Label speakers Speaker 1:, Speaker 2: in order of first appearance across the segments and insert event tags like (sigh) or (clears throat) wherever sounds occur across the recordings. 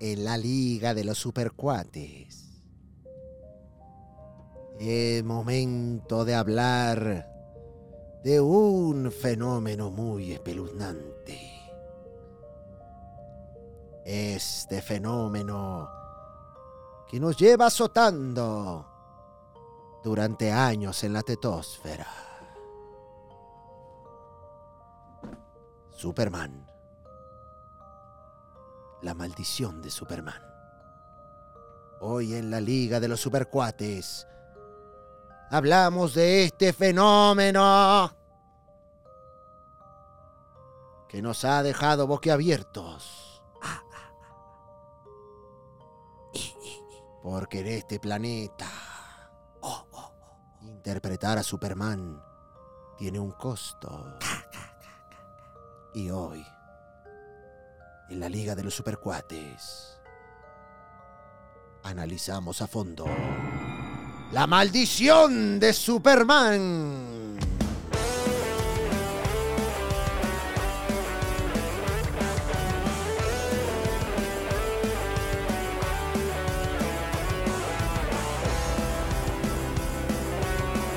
Speaker 1: en la Liga de los Supercuates. Es momento de hablar de un fenómeno muy espeluznante. Este fenómeno que nos lleva azotando durante años en la tetosfera. Superman. La maldición de Superman. Hoy en la Liga de los Supercuates hablamos de este fenómeno que nos ha dejado boquiabiertos. Porque en este planeta interpretar a Superman tiene un costo. Y hoy, en la Liga de los Supercuates, analizamos a fondo la maldición de Superman.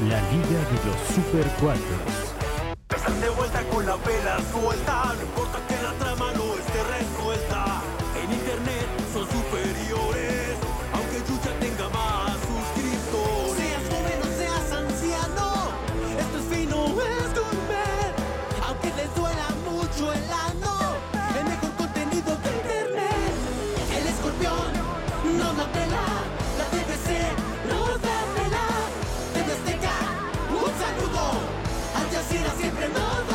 Speaker 2: La Liga de los Super Cuatros.
Speaker 3: Están de vuelta con la vela suelta, no importa que la trama no esté resuelta. En internet son superiores, aunque Yuya tenga más suscriptores. Seas joven o seas anciano, esto es fino, es comer. Aunque les duela mucho el ano, el mejor contenido de internet. El escorpión no la pela, la TVC nos da pela. TV Azteca, un saludo, Al Jazeera siempre nos da pelada.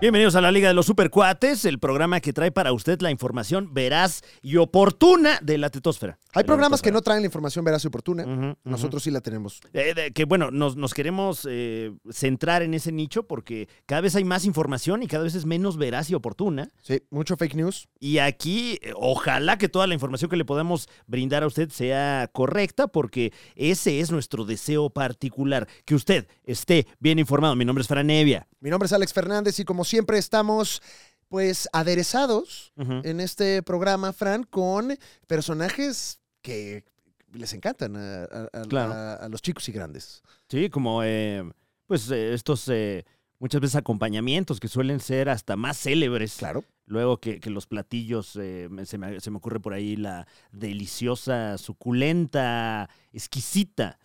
Speaker 4: Bienvenidos a la Liga de los Supercuates, el programa que trae para usted la información veraz y oportuna de la tetosfera.
Speaker 5: Hay
Speaker 4: De la
Speaker 5: programas que
Speaker 4: tetosfera.
Speaker 5: no traen la información veraz y oportuna.
Speaker 4: Ujú, ujú.
Speaker 5: Nosotros sí la tenemos.
Speaker 4: Eh, de- que bueno, nos, nos queremos eh, centrar en ese nicho porque cada vez hay más información y cada vez es menos veraz y oportuna.
Speaker 5: Sí, mucho fake news.
Speaker 4: Y aquí, eh, ojalá que toda la información que le podamos brindar a usted sea correcta, porque ese es nuestro deseo particular, que usted esté bien informado. Mi nombre es Fran Evia.
Speaker 5: Mi nombre es Alex Fernández y como siempre estamos pues aderezados
Speaker 4: Ujú.
Speaker 5: en este programa, Fran, con personajes que les encantan a, a- a-
Speaker 4: Claro.
Speaker 5: a- a los chicos y grandes.
Speaker 4: Sí, como eh, pues eh, estos eh, muchas veces acompañamientos que suelen ser hasta más célebres.
Speaker 5: Claro.
Speaker 4: Luego que, que los platillos, eh, me- se, me, se me ocurre por ahí la deliciosa, suculenta, exquisita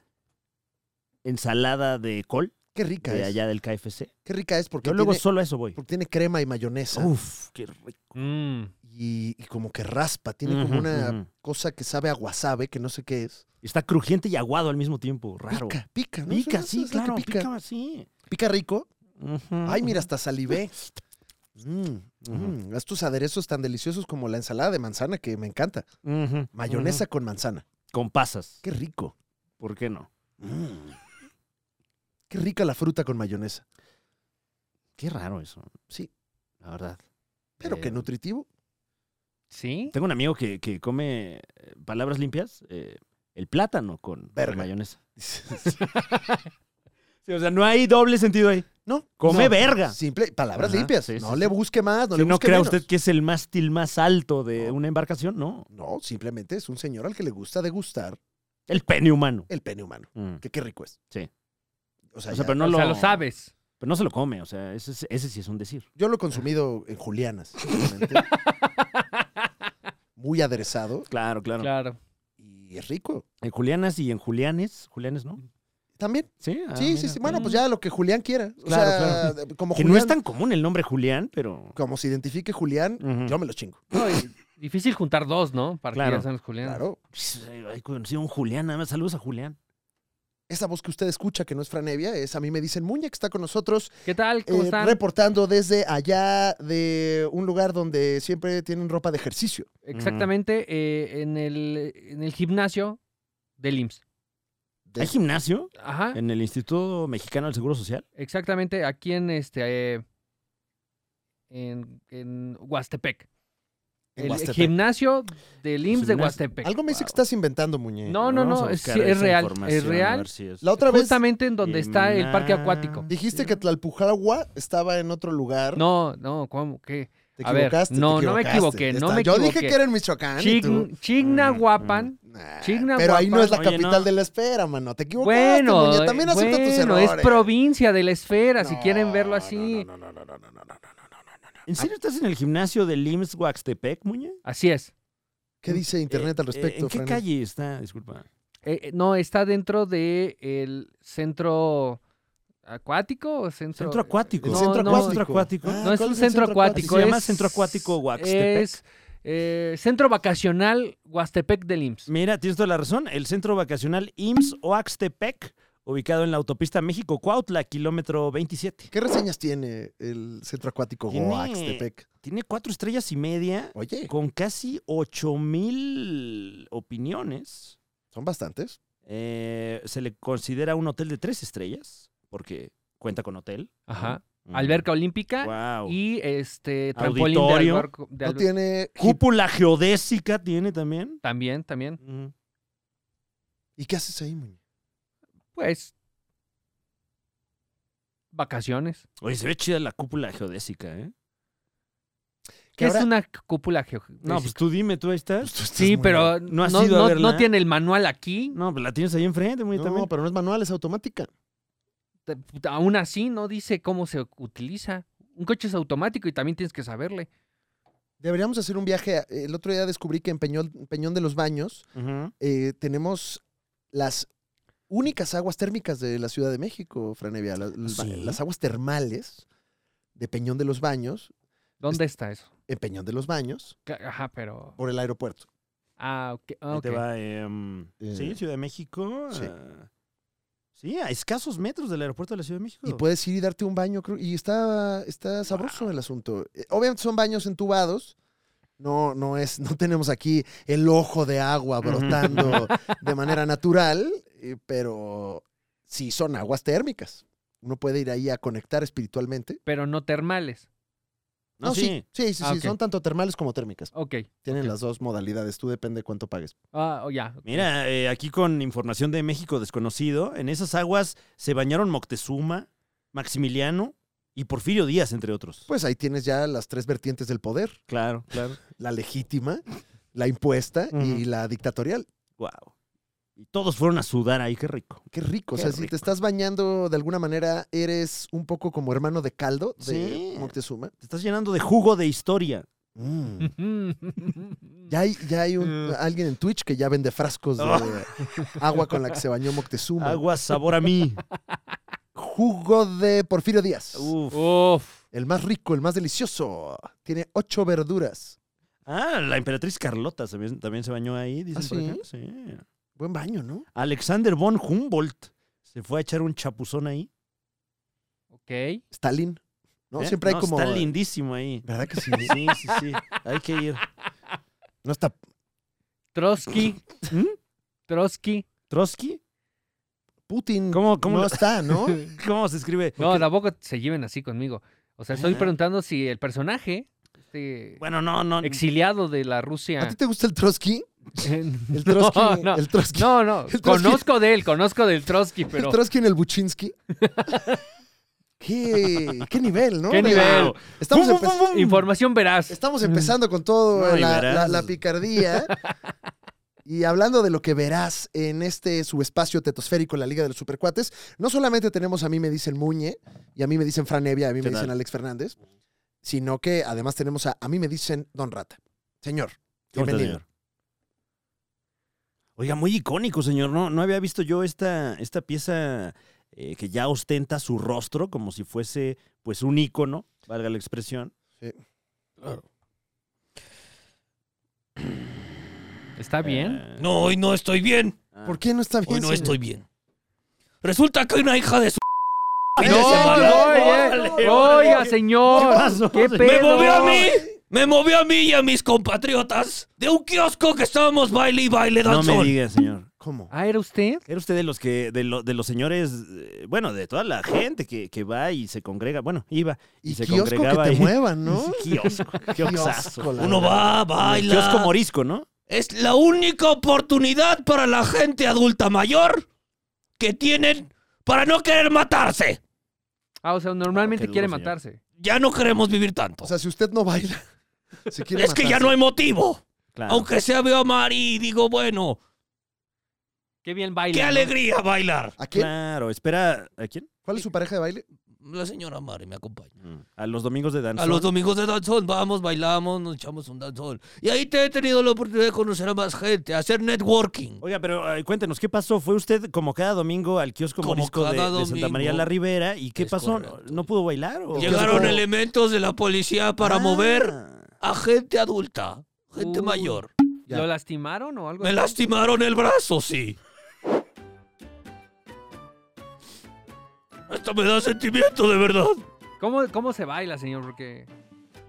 Speaker 4: ensalada de col
Speaker 5: Qué rica
Speaker 4: de
Speaker 5: es.
Speaker 4: allá del KFC.
Speaker 5: Qué rica es porque,
Speaker 4: Yo luego
Speaker 5: tiene,
Speaker 4: solo a eso voy.
Speaker 5: porque tiene crema y mayonesa
Speaker 4: Uf, qué rico.
Speaker 5: Mm. y, y como que raspa. Tiene como
Speaker 4: Ujú,
Speaker 5: una
Speaker 4: ujú.
Speaker 5: cosa que sabe a wasabe, que no sé qué es.
Speaker 4: Está crujiente y aguado al mismo tiempo, raro.
Speaker 5: Pica, pica. ¿no?
Speaker 4: Pica,
Speaker 5: Eso-
Speaker 4: sí,
Speaker 5: eso es lo que
Speaker 4: claro,
Speaker 5: pica.
Speaker 4: pica, sí.
Speaker 5: Pica rico.
Speaker 4: Ujú,
Speaker 5: Ay,
Speaker 4: ujú.
Speaker 5: mira, hasta
Speaker 4: (laughs)
Speaker 5: salivé. Mm, mm, estos aderezos tan deliciosos como la ensalada de manzana que me encanta.
Speaker 4: Ujú,
Speaker 5: Mayonesa con manzana.
Speaker 4: ujú. Con pasas.
Speaker 5: Qué rico.
Speaker 4: ¿Por qué no?
Speaker 5: Mm. Qué rica la fruta con mayonesa.
Speaker 4: Qué raro eso,
Speaker 5: Sí,
Speaker 4: la verdad.
Speaker 5: pero
Speaker 4: Eh,
Speaker 5: qué
Speaker 4: (laughs)
Speaker 5: nutritivo.
Speaker 6: ¿Sí?
Speaker 4: Tengo un amigo que, que come, eh, palabras limpias, eh, el plátano con, con
Speaker 5: Verga.
Speaker 4: mayonesa. Sí, o sea, no hay doble sentido ahí.
Speaker 5: No.
Speaker 4: Come
Speaker 5: no.
Speaker 4: verga.
Speaker 5: Simple, palabras
Speaker 4: Ajá,
Speaker 5: limpias.
Speaker 4: sí, sí,
Speaker 5: no
Speaker 4: sí.
Speaker 5: le busque más, no
Speaker 4: No,
Speaker 5: le
Speaker 4: si no
Speaker 5: busque
Speaker 4: crea
Speaker 5: menos.
Speaker 4: usted que es el mástil más alto de una embarcación, no.
Speaker 5: No, simplemente es un señor al que le gusta degustar
Speaker 4: El pene humano.
Speaker 5: el pene humano.
Speaker 4: Mm.
Speaker 5: Que qué rico es.
Speaker 4: Sí.
Speaker 5: O sea,
Speaker 4: O sea,
Speaker 5: ya-
Speaker 4: pero no
Speaker 6: o sea,
Speaker 4: lo-
Speaker 6: lo sabes.
Speaker 4: Pero no se lo come, o sea, ese, es- ese sí es un decir.
Speaker 5: yo lo he consumido en Julianas.
Speaker 4: (laughs)
Speaker 5: simplemente. Muy aderezado
Speaker 4: Claro, claro.
Speaker 6: Claro.
Speaker 5: y es rico.
Speaker 4: En Julianas y en Julianes. Julianes, ¿no?
Speaker 5: También.
Speaker 4: Sí, ah,
Speaker 5: sí, sí,
Speaker 4: mira.
Speaker 5: sí. Bueno,
Speaker 6: Mm.
Speaker 5: pues ya lo que Julián quiera. O
Speaker 4: Claro,
Speaker 5: sea, como
Speaker 4: Que
Speaker 5: Julián,
Speaker 4: no es tan común el nombre Julián, pero.
Speaker 5: como se identifique Julián,
Speaker 4: Ujú.
Speaker 5: yo me lo chingo.
Speaker 6: Difícil juntar dos, ¿no? Para
Speaker 4: Claro.
Speaker 6: que ya sean los julianos.
Speaker 5: Claro.
Speaker 4: Pues, eh, He conocido un Julián, nada más. Saludos a Julián.
Speaker 5: Esa voz que usted escucha, que no es Franevia, es a mí me dicen Muña, que está con nosotros,
Speaker 6: ¿Qué tal? ¿Cómo
Speaker 5: eh,
Speaker 6: están?
Speaker 5: reportando desde allá de un lugar donde siempre tienen ropa de ejercicio.
Speaker 6: Exactamente eh, en, el, en el gimnasio del IMSS.
Speaker 5: De-
Speaker 4: ¿Hay gimnasio?
Speaker 6: Ajá.
Speaker 4: En el Instituto Mexicano del Seguro Social.
Speaker 6: Exactamente aquí en este... eh, en, en Huastepec.
Speaker 5: en
Speaker 6: el
Speaker 5: Huastepec.
Speaker 6: gimnasio del IMSS de
Speaker 4: Gimnasio.
Speaker 6: Huastepec.
Speaker 5: Algo me dice que estás inventando, Muñe.
Speaker 6: No, no,
Speaker 4: Vamos
Speaker 6: no,
Speaker 4: a
Speaker 6: es-
Speaker 4: buscar
Speaker 6: es
Speaker 4: esa
Speaker 6: real, es
Speaker 4: información, a
Speaker 6: real.
Speaker 4: ver si es-
Speaker 5: La otra vez
Speaker 6: Justamente en donde está el parque acuático.
Speaker 5: dijiste que Tlalpujagua estaba en otro lugar.
Speaker 6: No, no, ¿cómo? ¿Qué?
Speaker 5: Te
Speaker 6: A ver,
Speaker 5: equivocaste. te
Speaker 6: no, no me
Speaker 5: equivocaste.
Speaker 6: equivoqué,
Speaker 5: Ya
Speaker 6: no
Speaker 5: está.
Speaker 6: me
Speaker 5: Yo dije
Speaker 6: equivoqué.
Speaker 5: que era en Michoacán. y Ah, tú- Mm,
Speaker 6: Chign- Chignahuapan.
Speaker 5: Nah,
Speaker 6: Chignahuapan.
Speaker 5: pero ahí no es la
Speaker 4: Oye,
Speaker 5: capital
Speaker 4: no.
Speaker 5: de la espera, mano. Te equivocaste,
Speaker 6: Bueno, eh,
Speaker 5: Muñe. También acepta tus
Speaker 6: bueno, es
Speaker 5: errores.
Speaker 6: provincia de la esfera, si
Speaker 5: No,
Speaker 6: quieren verlo así.
Speaker 5: No, no, no, no, no, no, no, no, no, no, no, no.
Speaker 4: ¿En serio estás en el gimnasio del IMSS Huaxtepec, Muñe?
Speaker 6: Así es.
Speaker 5: ¿Qué dice internet al
Speaker 4: Eh, eh,
Speaker 5: respecto,
Speaker 4: ¿En qué
Speaker 5: Fran?
Speaker 4: calle está? Disculpa.
Speaker 6: Eh, eh, no, está dentro de el centro acuático o centro.
Speaker 4: Centro acuático.
Speaker 5: El
Speaker 6: No,
Speaker 5: centro
Speaker 6: no,
Speaker 5: acuático.
Speaker 4: centro acuático.
Speaker 5: Ah,
Speaker 6: No es
Speaker 5: ¿cuál
Speaker 6: un
Speaker 5: el
Speaker 6: centro acuático.
Speaker 4: Se
Speaker 6: es,
Speaker 4: llama Centro Acuático Huastepec.
Speaker 6: Es eh, centro vacacional Huastepec del IMSS.
Speaker 4: Mira, tienes toda la razón. El centro vacacional IMSS Oaxtepec, ubicado en la autopista México-Cuautla, kilómetro 27.
Speaker 5: ¿Qué reseñas tiene el centro acuático
Speaker 4: Tiene-
Speaker 5: Oaxtepec?
Speaker 4: Tiene cuatro estrellas y media,
Speaker 5: Oye,
Speaker 4: con casi ocho mil opiniones.
Speaker 5: son bastantes.
Speaker 4: Eh, se le considera un hotel de tres estrellas, porque cuenta con hotel.
Speaker 6: Ajá.
Speaker 4: Mm.
Speaker 6: Alberca olímpica
Speaker 4: Guau.
Speaker 6: y este trampolín
Speaker 4: Auditorio.
Speaker 6: de alberco- de
Speaker 5: No
Speaker 6: alber-
Speaker 5: tiene hip.
Speaker 4: Cúpula geodésica tiene también. Mm.
Speaker 6: También, también.
Speaker 4: Ujú.
Speaker 5: ¿Y qué haces ahí, Muñe?
Speaker 6: Pues vacaciones.
Speaker 4: Oye, se ve chida la cúpula geodésica, ¿eh?
Speaker 6: ¿Qué es
Speaker 5: habrá?
Speaker 6: una cúpula geográfica?
Speaker 4: No, pues tú dime, tú ahí estás.
Speaker 5: Pues tú estás
Speaker 6: Sí,
Speaker 5: muy-
Speaker 6: pero
Speaker 4: no
Speaker 6: no,
Speaker 4: has
Speaker 6: no,
Speaker 4: ido a
Speaker 6: no
Speaker 4: verla.
Speaker 6: tiene el manual aquí.
Speaker 4: No, pues la tienes ahí enfrente, muy
Speaker 5: No,
Speaker 4: también.
Speaker 5: pero no es manual, es automática.
Speaker 6: Te- puta, Aún así no dice cómo se utiliza. Un coche es automático y también tienes que saberle.
Speaker 5: Deberíamos hacer un viaje. a- El otro día descubrí que en Peñol- Peñón de los Baños
Speaker 4: Ujú.
Speaker 5: eh, tenemos las únicas aguas térmicas de la Ciudad de México, Franevia. la- la-
Speaker 4: ¿Sí?
Speaker 5: Las aguas termales de Peñón de los Baños,
Speaker 6: ¿Dónde está eso?
Speaker 5: en Peñón de los Baños,
Speaker 6: Ca- Ajá, pero.
Speaker 5: por el aeropuerto.
Speaker 6: Ah, ok. ah,
Speaker 4: Ahí te
Speaker 6: ok.
Speaker 4: va, em,
Speaker 5: Eh,
Speaker 4: sí, Ciudad de México.
Speaker 5: sí.
Speaker 4: ah, sí, a escasos metros del aeropuerto de la Ciudad de
Speaker 6: Oh.
Speaker 4: México.
Speaker 5: Y puedes ir y darte un baño, creo, y está, está sabroso el asunto. Eh, Obviamente son baños entubados. No, no es, no tenemos aquí el ojo de agua
Speaker 4: Ujú.
Speaker 5: brotando
Speaker 6: (laughs)
Speaker 5: de manera natural, eh, pero sí son aguas térmicas. Uno puede ir ahí a conectar espiritualmente.
Speaker 6: Pero no termales.
Speaker 4: no, sí.
Speaker 5: sí, sí, sí,
Speaker 6: Ah,
Speaker 5: sí,
Speaker 6: ok.
Speaker 5: son tanto termales como térmicas.
Speaker 6: Ok.
Speaker 5: Tienen las dos modalidades, tú depende cuánto pagues.
Speaker 6: Ah, oh, ya. ok.
Speaker 4: Mira, eh, aquí con información de México desconocido, en esas aguas se bañaron Moctezuma, Maximiliano y Porfirio Díaz, entre otros.
Speaker 5: Pues ahí tienes ya las tres vertientes del poder,
Speaker 4: claro, claro.
Speaker 5: la legítima, la impuesta y la dictatorial.
Speaker 4: Wow. Y todos fueron a sudar ahí, qué rico.
Speaker 5: Qué rico. o
Speaker 4: Qué
Speaker 5: sea, si
Speaker 4: rico.
Speaker 5: te estás bañando de alguna manera, eres un poco como hermano de caldo de
Speaker 4: Sí.
Speaker 5: Moctezuma.
Speaker 4: Te estás llenando de jugo de historia.
Speaker 5: Mm. (laughs) Ya hay, ya hay un-
Speaker 4: Eh.
Speaker 5: alguien en Twitch que ya vende frascos de
Speaker 4: Oh. (laughs)
Speaker 5: agua con la que se bañó Moctezuma.
Speaker 4: Agua sabor a
Speaker 5: (laughs)
Speaker 4: mí.
Speaker 5: Jugo de Porfirio Díaz.
Speaker 4: Uf.
Speaker 6: (laughs) Uf.
Speaker 5: El más rico, el más delicioso. Tiene ocho verduras.
Speaker 4: Ah, la emperatriz Carlota se- también se bañó ahí, dicen
Speaker 5: ¿Ah,
Speaker 4: por
Speaker 5: sí?
Speaker 4: acá. Sí.
Speaker 5: Buen baño, ¿no?
Speaker 4: Alexander von Humboldt se fue a echar un chapuzón ahí.
Speaker 6: Ok.
Speaker 5: Stalin. No,
Speaker 4: ¿eh?
Speaker 5: siempre hay
Speaker 4: No,
Speaker 5: como.
Speaker 4: Está lindísimo ahí.
Speaker 5: ¿Verdad que sí?
Speaker 4: Sí, sí, sí. Hay que ir.
Speaker 5: No está.
Speaker 6: Trotsky.
Speaker 4: ¿Mm?
Speaker 6: Trotsky.
Speaker 4: ¿Trotsky?
Speaker 5: Putin.
Speaker 4: ¿Cómo- cómo
Speaker 5: Mm, no
Speaker 4: lo-
Speaker 5: está,
Speaker 4: (laughs)
Speaker 5: ¿no?
Speaker 4: ¿Cómo se escribe?
Speaker 6: No, tampoco se lleven así conmigo. O sea, estoy
Speaker 4: Ah.
Speaker 6: preguntando si el personaje, este
Speaker 4: Bueno, no, no.
Speaker 6: exiliado de la
Speaker 5: ¿A
Speaker 6: Rusia.
Speaker 5: ti te gusta el Trotsky? (laughs)
Speaker 6: (laughs)
Speaker 4: (laughs)
Speaker 5: El
Speaker 6: no,
Speaker 5: Trotsky.
Speaker 6: no.
Speaker 5: El Trotsky.
Speaker 6: No, no.
Speaker 5: Trotsky.
Speaker 6: Conozco de él, conozco del Trotsky, pero.
Speaker 5: El Trotsky en el Buchinsky.
Speaker 4: (laughs)
Speaker 5: ¿Qué, qué nivel, ¿no?
Speaker 6: ¿Qué
Speaker 5: De-
Speaker 6: nivel?
Speaker 5: Estamos,
Speaker 4: ¡Bum, bum,
Speaker 5: empe-
Speaker 4: bum, bum!
Speaker 6: Información veraz.
Speaker 5: estamos empezando con todo
Speaker 4: No, y
Speaker 5: la,
Speaker 4: verás.
Speaker 5: la- la picardía. Y hablando de lo que verás en este subespacio tetosférico, la Liga de los Supercuates, no solamente tenemos a mí me dicen Muñe, y a mí me dicen Fran Evia, a mí me
Speaker 4: ¿Qué tal?
Speaker 5: dicen Alex Fernández, sino que además tenemos a a mí me dicen Don Rata. Señor,
Speaker 4: ¿Cómo está,
Speaker 5: bienvenido.
Speaker 4: señor? Oiga, muy icónico, señor. No, no había visto yo esta, esta pieza eh, que ya ostenta su rostro como si fuese pues un ícono, valga la expresión.
Speaker 6: ¿Está Ah, bien?
Speaker 4: Eh,
Speaker 7: No, hoy no estoy bien.
Speaker 4: ah.
Speaker 5: ¿Por qué no está bien?
Speaker 7: Hoy no
Speaker 5: señor?
Speaker 7: estoy bien. Resulta que una hija de su...
Speaker 5: ¡No,
Speaker 7: de
Speaker 6: No,
Speaker 7: semana.
Speaker 6: no, oye, oiga,
Speaker 4: ¿Qué
Speaker 6: señor.
Speaker 4: pasó,
Speaker 6: ¿Qué
Speaker 4: señor?
Speaker 7: ¡Me
Speaker 6: pedo?
Speaker 7: movió a mí! ¡Me movió a mí y a mis compatriotas! De un kiosco que estábamos baile y baile
Speaker 4: No
Speaker 7: danzón.
Speaker 4: me diga, señor.
Speaker 5: ¿Cómo?
Speaker 6: Ah, ¿era usted?
Speaker 4: ¿Era usted de los que, de, lo- de los señores, eh, bueno, de toda la gente que, que va y se congrega? Bueno, iba y,
Speaker 5: Y
Speaker 4: se
Speaker 5: kiosco que
Speaker 4: congregaba
Speaker 5: te
Speaker 4: ahí.
Speaker 5: muevan,
Speaker 4: (laughs)
Speaker 5: ¿no?
Speaker 7: (laughs)
Speaker 4: Kiosco, kioscazo.
Speaker 5: Kiosco, la
Speaker 7: Uno va,
Speaker 4: El kiosco
Speaker 7: baila.
Speaker 4: morisco, ¿no?
Speaker 7: Es la única oportunidad para la gente adulta mayor que tienen para no querer matarse.
Speaker 6: Ah, o sea, normalmente
Speaker 4: qué duro,
Speaker 6: quiere
Speaker 4: señor.
Speaker 6: matarse.
Speaker 7: ya no queremos vivir tanto.
Speaker 5: O sea, si usted no baila, (laughs) si quiere
Speaker 7: es que ya no hay motivo.
Speaker 6: Ah.
Speaker 4: Claro.
Speaker 7: Aunque sea veo a Mari y digo, bueno,
Speaker 6: Qué bien baila.
Speaker 7: qué
Speaker 6: ¿no?
Speaker 7: alegría bailar.
Speaker 5: ¿A quién?
Speaker 4: Claro, espera. ¿A quién?
Speaker 5: ¿Cuál es su pareja de baile?
Speaker 7: La señora Mari me acompaña.
Speaker 5: Mm.
Speaker 4: A los domingos de danza.
Speaker 7: A los domingos de danzón, vamos, bailamos, nos echamos un danzón. Y ahí te he tenido la oportunidad de conocer a más gente, hacer networking.
Speaker 4: Oiga, pero eh, cuéntenos, ¿qué pasó? ¿Fue usted como cada domingo al kiosco
Speaker 7: Como
Speaker 4: morisco de,
Speaker 7: cada
Speaker 4: de Santa
Speaker 7: domingo.
Speaker 4: María la Rivera? ¿Y qué
Speaker 7: Es
Speaker 4: pasó? ¿No-
Speaker 7: correcto.
Speaker 4: ¿No pudo bailar? o-
Speaker 7: Llegaron
Speaker 5: como-
Speaker 7: elementos de la policía para
Speaker 4: Ah.
Speaker 7: mover a gente adulta, gente
Speaker 6: Ah. Uy.
Speaker 7: mayor.
Speaker 5: Ya.
Speaker 6: ¿Lo lastimaron o algo?
Speaker 7: Me
Speaker 6: así?
Speaker 7: lastimaron el brazo, sí. Esto me da sentimiento, de verdad.
Speaker 6: ¿Cómo, ¿Cómo se baila, señor? Porque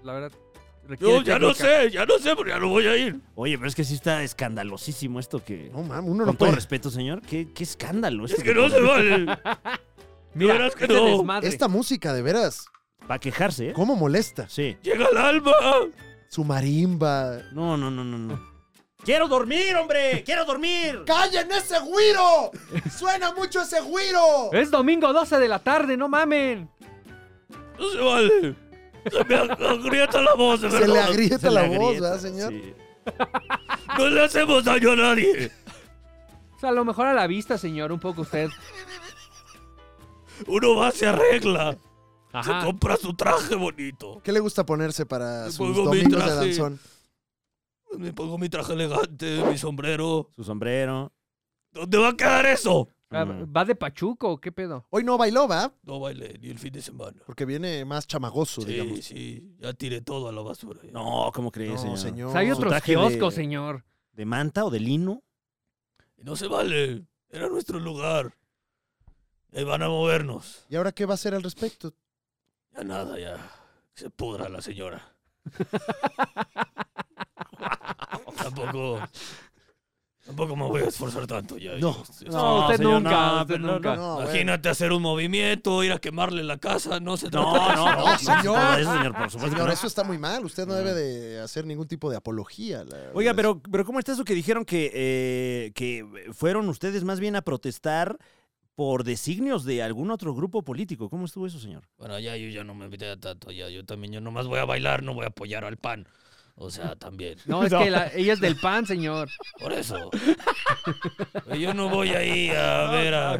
Speaker 6: la verdad.
Speaker 7: Yo
Speaker 6: requiere
Speaker 7: ya no
Speaker 6: técnica.
Speaker 7: sé, ya no sé, porque ya no voy a ir.
Speaker 4: Oye, pero es que sí está escandalosísimo esto que...
Speaker 5: No, mames, uno no
Speaker 4: Con todo
Speaker 5: puede.
Speaker 4: respeto, señor, ¿qué, qué escándalo.
Speaker 7: Es que no se vale.
Speaker 6: (laughs) Mira,
Speaker 7: verás que
Speaker 6: este
Speaker 7: no.
Speaker 6: desmadre.
Speaker 5: Esta música, de veras,
Speaker 4: Para quejarse, ¿eh?
Speaker 5: ¿cómo molesta?
Speaker 4: Sí.
Speaker 7: Llega el alma.
Speaker 5: Su marimba.
Speaker 4: No, no, no, no, no. ¡Quiero dormir, hombre! ¡Quiero dormir!
Speaker 5: ¡Callen ese güiro! ¡Suena mucho ese güiro!
Speaker 7: ¿Eh?
Speaker 6: Es domingo 12 de la tarde, no mamen.
Speaker 7: No se vale. Se me agrieta la voz, de
Speaker 5: Se le
Speaker 7: verdad.
Speaker 5: agrieta
Speaker 4: Se le
Speaker 5: la voz,
Speaker 4: agrieta,
Speaker 5: ¿verdad, señor?
Speaker 4: sí.
Speaker 7: No le hacemos daño a nadie.
Speaker 6: O sea, a lo mejor a la vista, señor, un poco usted.
Speaker 7: Uno va, se arregla. (laughs) Se
Speaker 6: Ajá.
Speaker 7: compra su traje bonito.
Speaker 5: ¿Qué le gusta ponerse para
Speaker 7: Le
Speaker 5: sus
Speaker 7: pongo mi
Speaker 5: domingos de
Speaker 7: traje.
Speaker 5: danzón?
Speaker 7: Me pongo mi traje elegante, mi sombrero.
Speaker 4: Su sombrero.
Speaker 7: ¿Dónde va a quedar eso?
Speaker 4: Mm.
Speaker 6: Ah, ¿Va de Pachuco o qué pedo?
Speaker 5: Hoy no bailó, ¿va?
Speaker 7: No bailé ni el fin de semana.
Speaker 5: Porque viene más chamagoso,
Speaker 7: Sí,
Speaker 5: digamos.
Speaker 7: sí, ya tiré todo a la basura. ya.
Speaker 4: No, ¿cómo crees,
Speaker 5: No,
Speaker 4: señor?
Speaker 5: señor.
Speaker 6: O sea, Pues hay
Speaker 4: otro-
Speaker 6: otros
Speaker 4: traje de-
Speaker 6: kioscos, señor.
Speaker 4: ¿De manta o de lino?
Speaker 7: No se vale. Era nuestro lugar. Ahí van a movernos.
Speaker 5: ¿Y ahora qué va a hacer al respecto?
Speaker 7: Ya nada, ya. Que Se pudra la señora.
Speaker 5: (laughs)
Speaker 7: tampoco. Tampoco me voy a esforzar tanto ya.
Speaker 5: No,
Speaker 7: Yo-
Speaker 6: No, usted
Speaker 4: señor,
Speaker 6: nunca,
Speaker 4: no,
Speaker 6: usted
Speaker 4: pero no,
Speaker 7: Ah,
Speaker 6: nunca.
Speaker 5: No, bueno.
Speaker 7: Imagínate hacer un movimiento, ir a quemarle la casa, no se trata de
Speaker 4: No,
Speaker 7: eso.
Speaker 4: no, no, no,
Speaker 5: señor.
Speaker 4: nada de eso, señor, por supuesto. que
Speaker 5: Señor,
Speaker 4: no.
Speaker 5: Pues eso está muy mal. Usted no
Speaker 7: Ah.
Speaker 5: debe de hacer ningún tipo de apología. la verdad.
Speaker 4: Oiga, pero, pero ¿cómo está eso que dijeron que, eh, que fueron ustedes más bien a protestar por designios de algún otro grupo político? ¿Cómo estuvo eso, señor?
Speaker 7: Bueno, ya yo ya no me metí a tanto, ya yo también, yo nomás voy a bailar, no voy a apoyar al pan. O sea, también.
Speaker 6: No, es que la- ella es del pan, señor.
Speaker 7: Por eso. Pues Yo no voy ahí a ver a,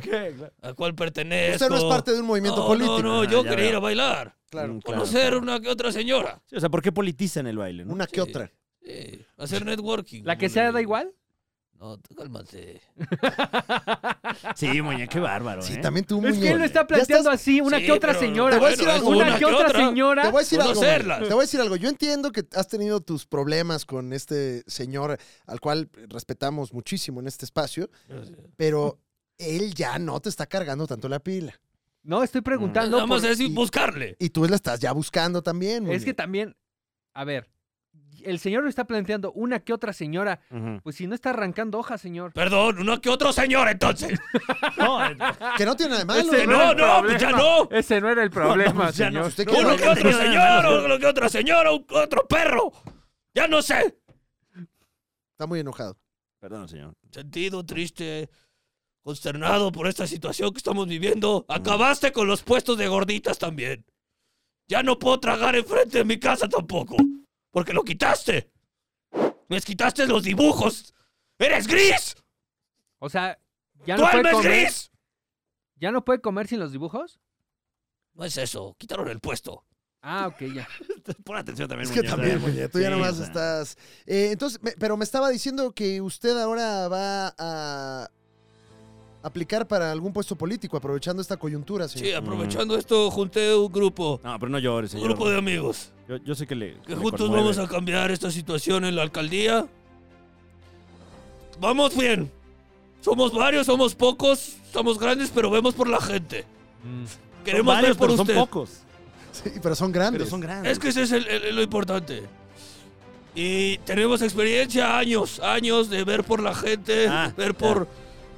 Speaker 7: a cuál pertenezco.
Speaker 5: Usted no es parte de un movimiento
Speaker 7: No,
Speaker 5: político.
Speaker 7: No, no,
Speaker 4: Ah,
Speaker 7: yo
Speaker 4: ya
Speaker 7: quería ir
Speaker 4: veo.
Speaker 7: a bailar.
Speaker 4: Mm, claro,
Speaker 7: Conocer
Speaker 4: claro.
Speaker 7: una que otra señora.
Speaker 4: Sí, o sea, ¿por qué politizan el baile? no?
Speaker 5: Una que
Speaker 7: Sí.
Speaker 5: otra.
Speaker 7: Sí, hacer networking.
Speaker 6: ¿La que
Speaker 7: como
Speaker 6: sea
Speaker 7: le
Speaker 6: da
Speaker 7: digo.
Speaker 6: igual?
Speaker 7: No, tú cálmate.
Speaker 4: Sí, muñeca, qué bárbaro.
Speaker 5: Sí,
Speaker 4: ¿eh?
Speaker 5: también tú,
Speaker 6: Es que él
Speaker 5: Muñoz.
Speaker 6: lo está
Speaker 5: Ya
Speaker 6: planteando
Speaker 5: estás-
Speaker 6: así, una
Speaker 7: Sí,
Speaker 6: que otra
Speaker 7: pero no,
Speaker 6: señora.
Speaker 5: Te voy a decir
Speaker 7: bueno,
Speaker 5: algo,
Speaker 6: Una que otra señora.
Speaker 5: Te voy a decir algo. Mario.
Speaker 7: conocerlas.
Speaker 5: Te voy a decir algo. Yo entiendo que has tenido tus problemas con este señor al cual respetamos muchísimo en este espacio, pero él ya no te está cargando tanto la pila.
Speaker 6: No, estoy preguntando.
Speaker 7: Nada más
Speaker 6: por-
Speaker 7: es
Speaker 5: y-
Speaker 7: buscarle.
Speaker 5: Y tú la estás ya buscando también. Muñoz.
Speaker 6: Es que también, a ver, el señor lo está planteando una que otra señora.
Speaker 4: Ujú.
Speaker 6: Pues si no está arrancando hojas, señor.
Speaker 7: Perdón, una que otro señor entonces.
Speaker 4: No, eh,
Speaker 5: Que no tiene nada de malo.
Speaker 6: (laughs) Ese
Speaker 7: Que no,
Speaker 6: era el
Speaker 7: no, pues ya
Speaker 6: problema.
Speaker 7: no.
Speaker 6: Ese no era el problema,
Speaker 4: pues ya no.
Speaker 6: señor.
Speaker 5: Usted quiere-
Speaker 7: Uno que
Speaker 4: no
Speaker 7: otro
Speaker 4: tenía nada
Speaker 7: señor,
Speaker 4: malo.
Speaker 7: uno que otro señor, un- otro perro. Ya no sé.
Speaker 5: Está muy enojado.
Speaker 4: Perdón, señor.
Speaker 7: Sentido, triste, consternado por esta situación que estamos
Speaker 4: Mm.
Speaker 7: viviendo. Acabaste con los puestos de gorditas también. Ya no puedo tragar enfrente de mi casa tampoco. Porque lo quitaste. Me quitaste los dibujos. ¡Eres gris!
Speaker 6: O sea, ya
Speaker 7: ¡Tú
Speaker 6: no puede
Speaker 7: alma es
Speaker 6: comer.
Speaker 7: gris!
Speaker 6: ¿Ya no puede comer sin los dibujos?
Speaker 7: No es eso, quitaron el puesto.
Speaker 6: Ah, ok, ya.
Speaker 4: (laughs) Pon atención también,
Speaker 5: Es que
Speaker 4: muñeca.
Speaker 5: también, Muñoz, tú ya
Speaker 4: eh. Sí,
Speaker 5: nomás
Speaker 4: o sea.
Speaker 5: estás... Eh, entonces, me- pero me estaba diciendo que usted ahora va a aplicar para algún puesto político, aprovechando esta coyuntura, señor.
Speaker 7: Sí, aprovechando esto, junté un grupo.
Speaker 4: No, pero no llores,
Speaker 7: Un
Speaker 4: señor.
Speaker 7: grupo de amigos.
Speaker 4: yo, yo sé que le.
Speaker 7: Que
Speaker 4: le
Speaker 7: juntos
Speaker 4: conmueve.
Speaker 7: vamos a cambiar esta situación en la alcaldía. Vamos bien. Somos varios, somos pocos, somos grandes, pero vemos por la gente.
Speaker 4: Son
Speaker 7: Queremos
Speaker 4: varios,
Speaker 7: ver por
Speaker 4: pero
Speaker 7: usted.
Speaker 4: Son pocos.
Speaker 5: (laughs) Sí, pero son grandes.
Speaker 4: Pero son grandes.
Speaker 7: Es que ese es el- el- lo importante. Y tenemos experiencia, años, años de ver por la gente,
Speaker 4: Ah,
Speaker 7: ver
Speaker 4: ya.
Speaker 7: por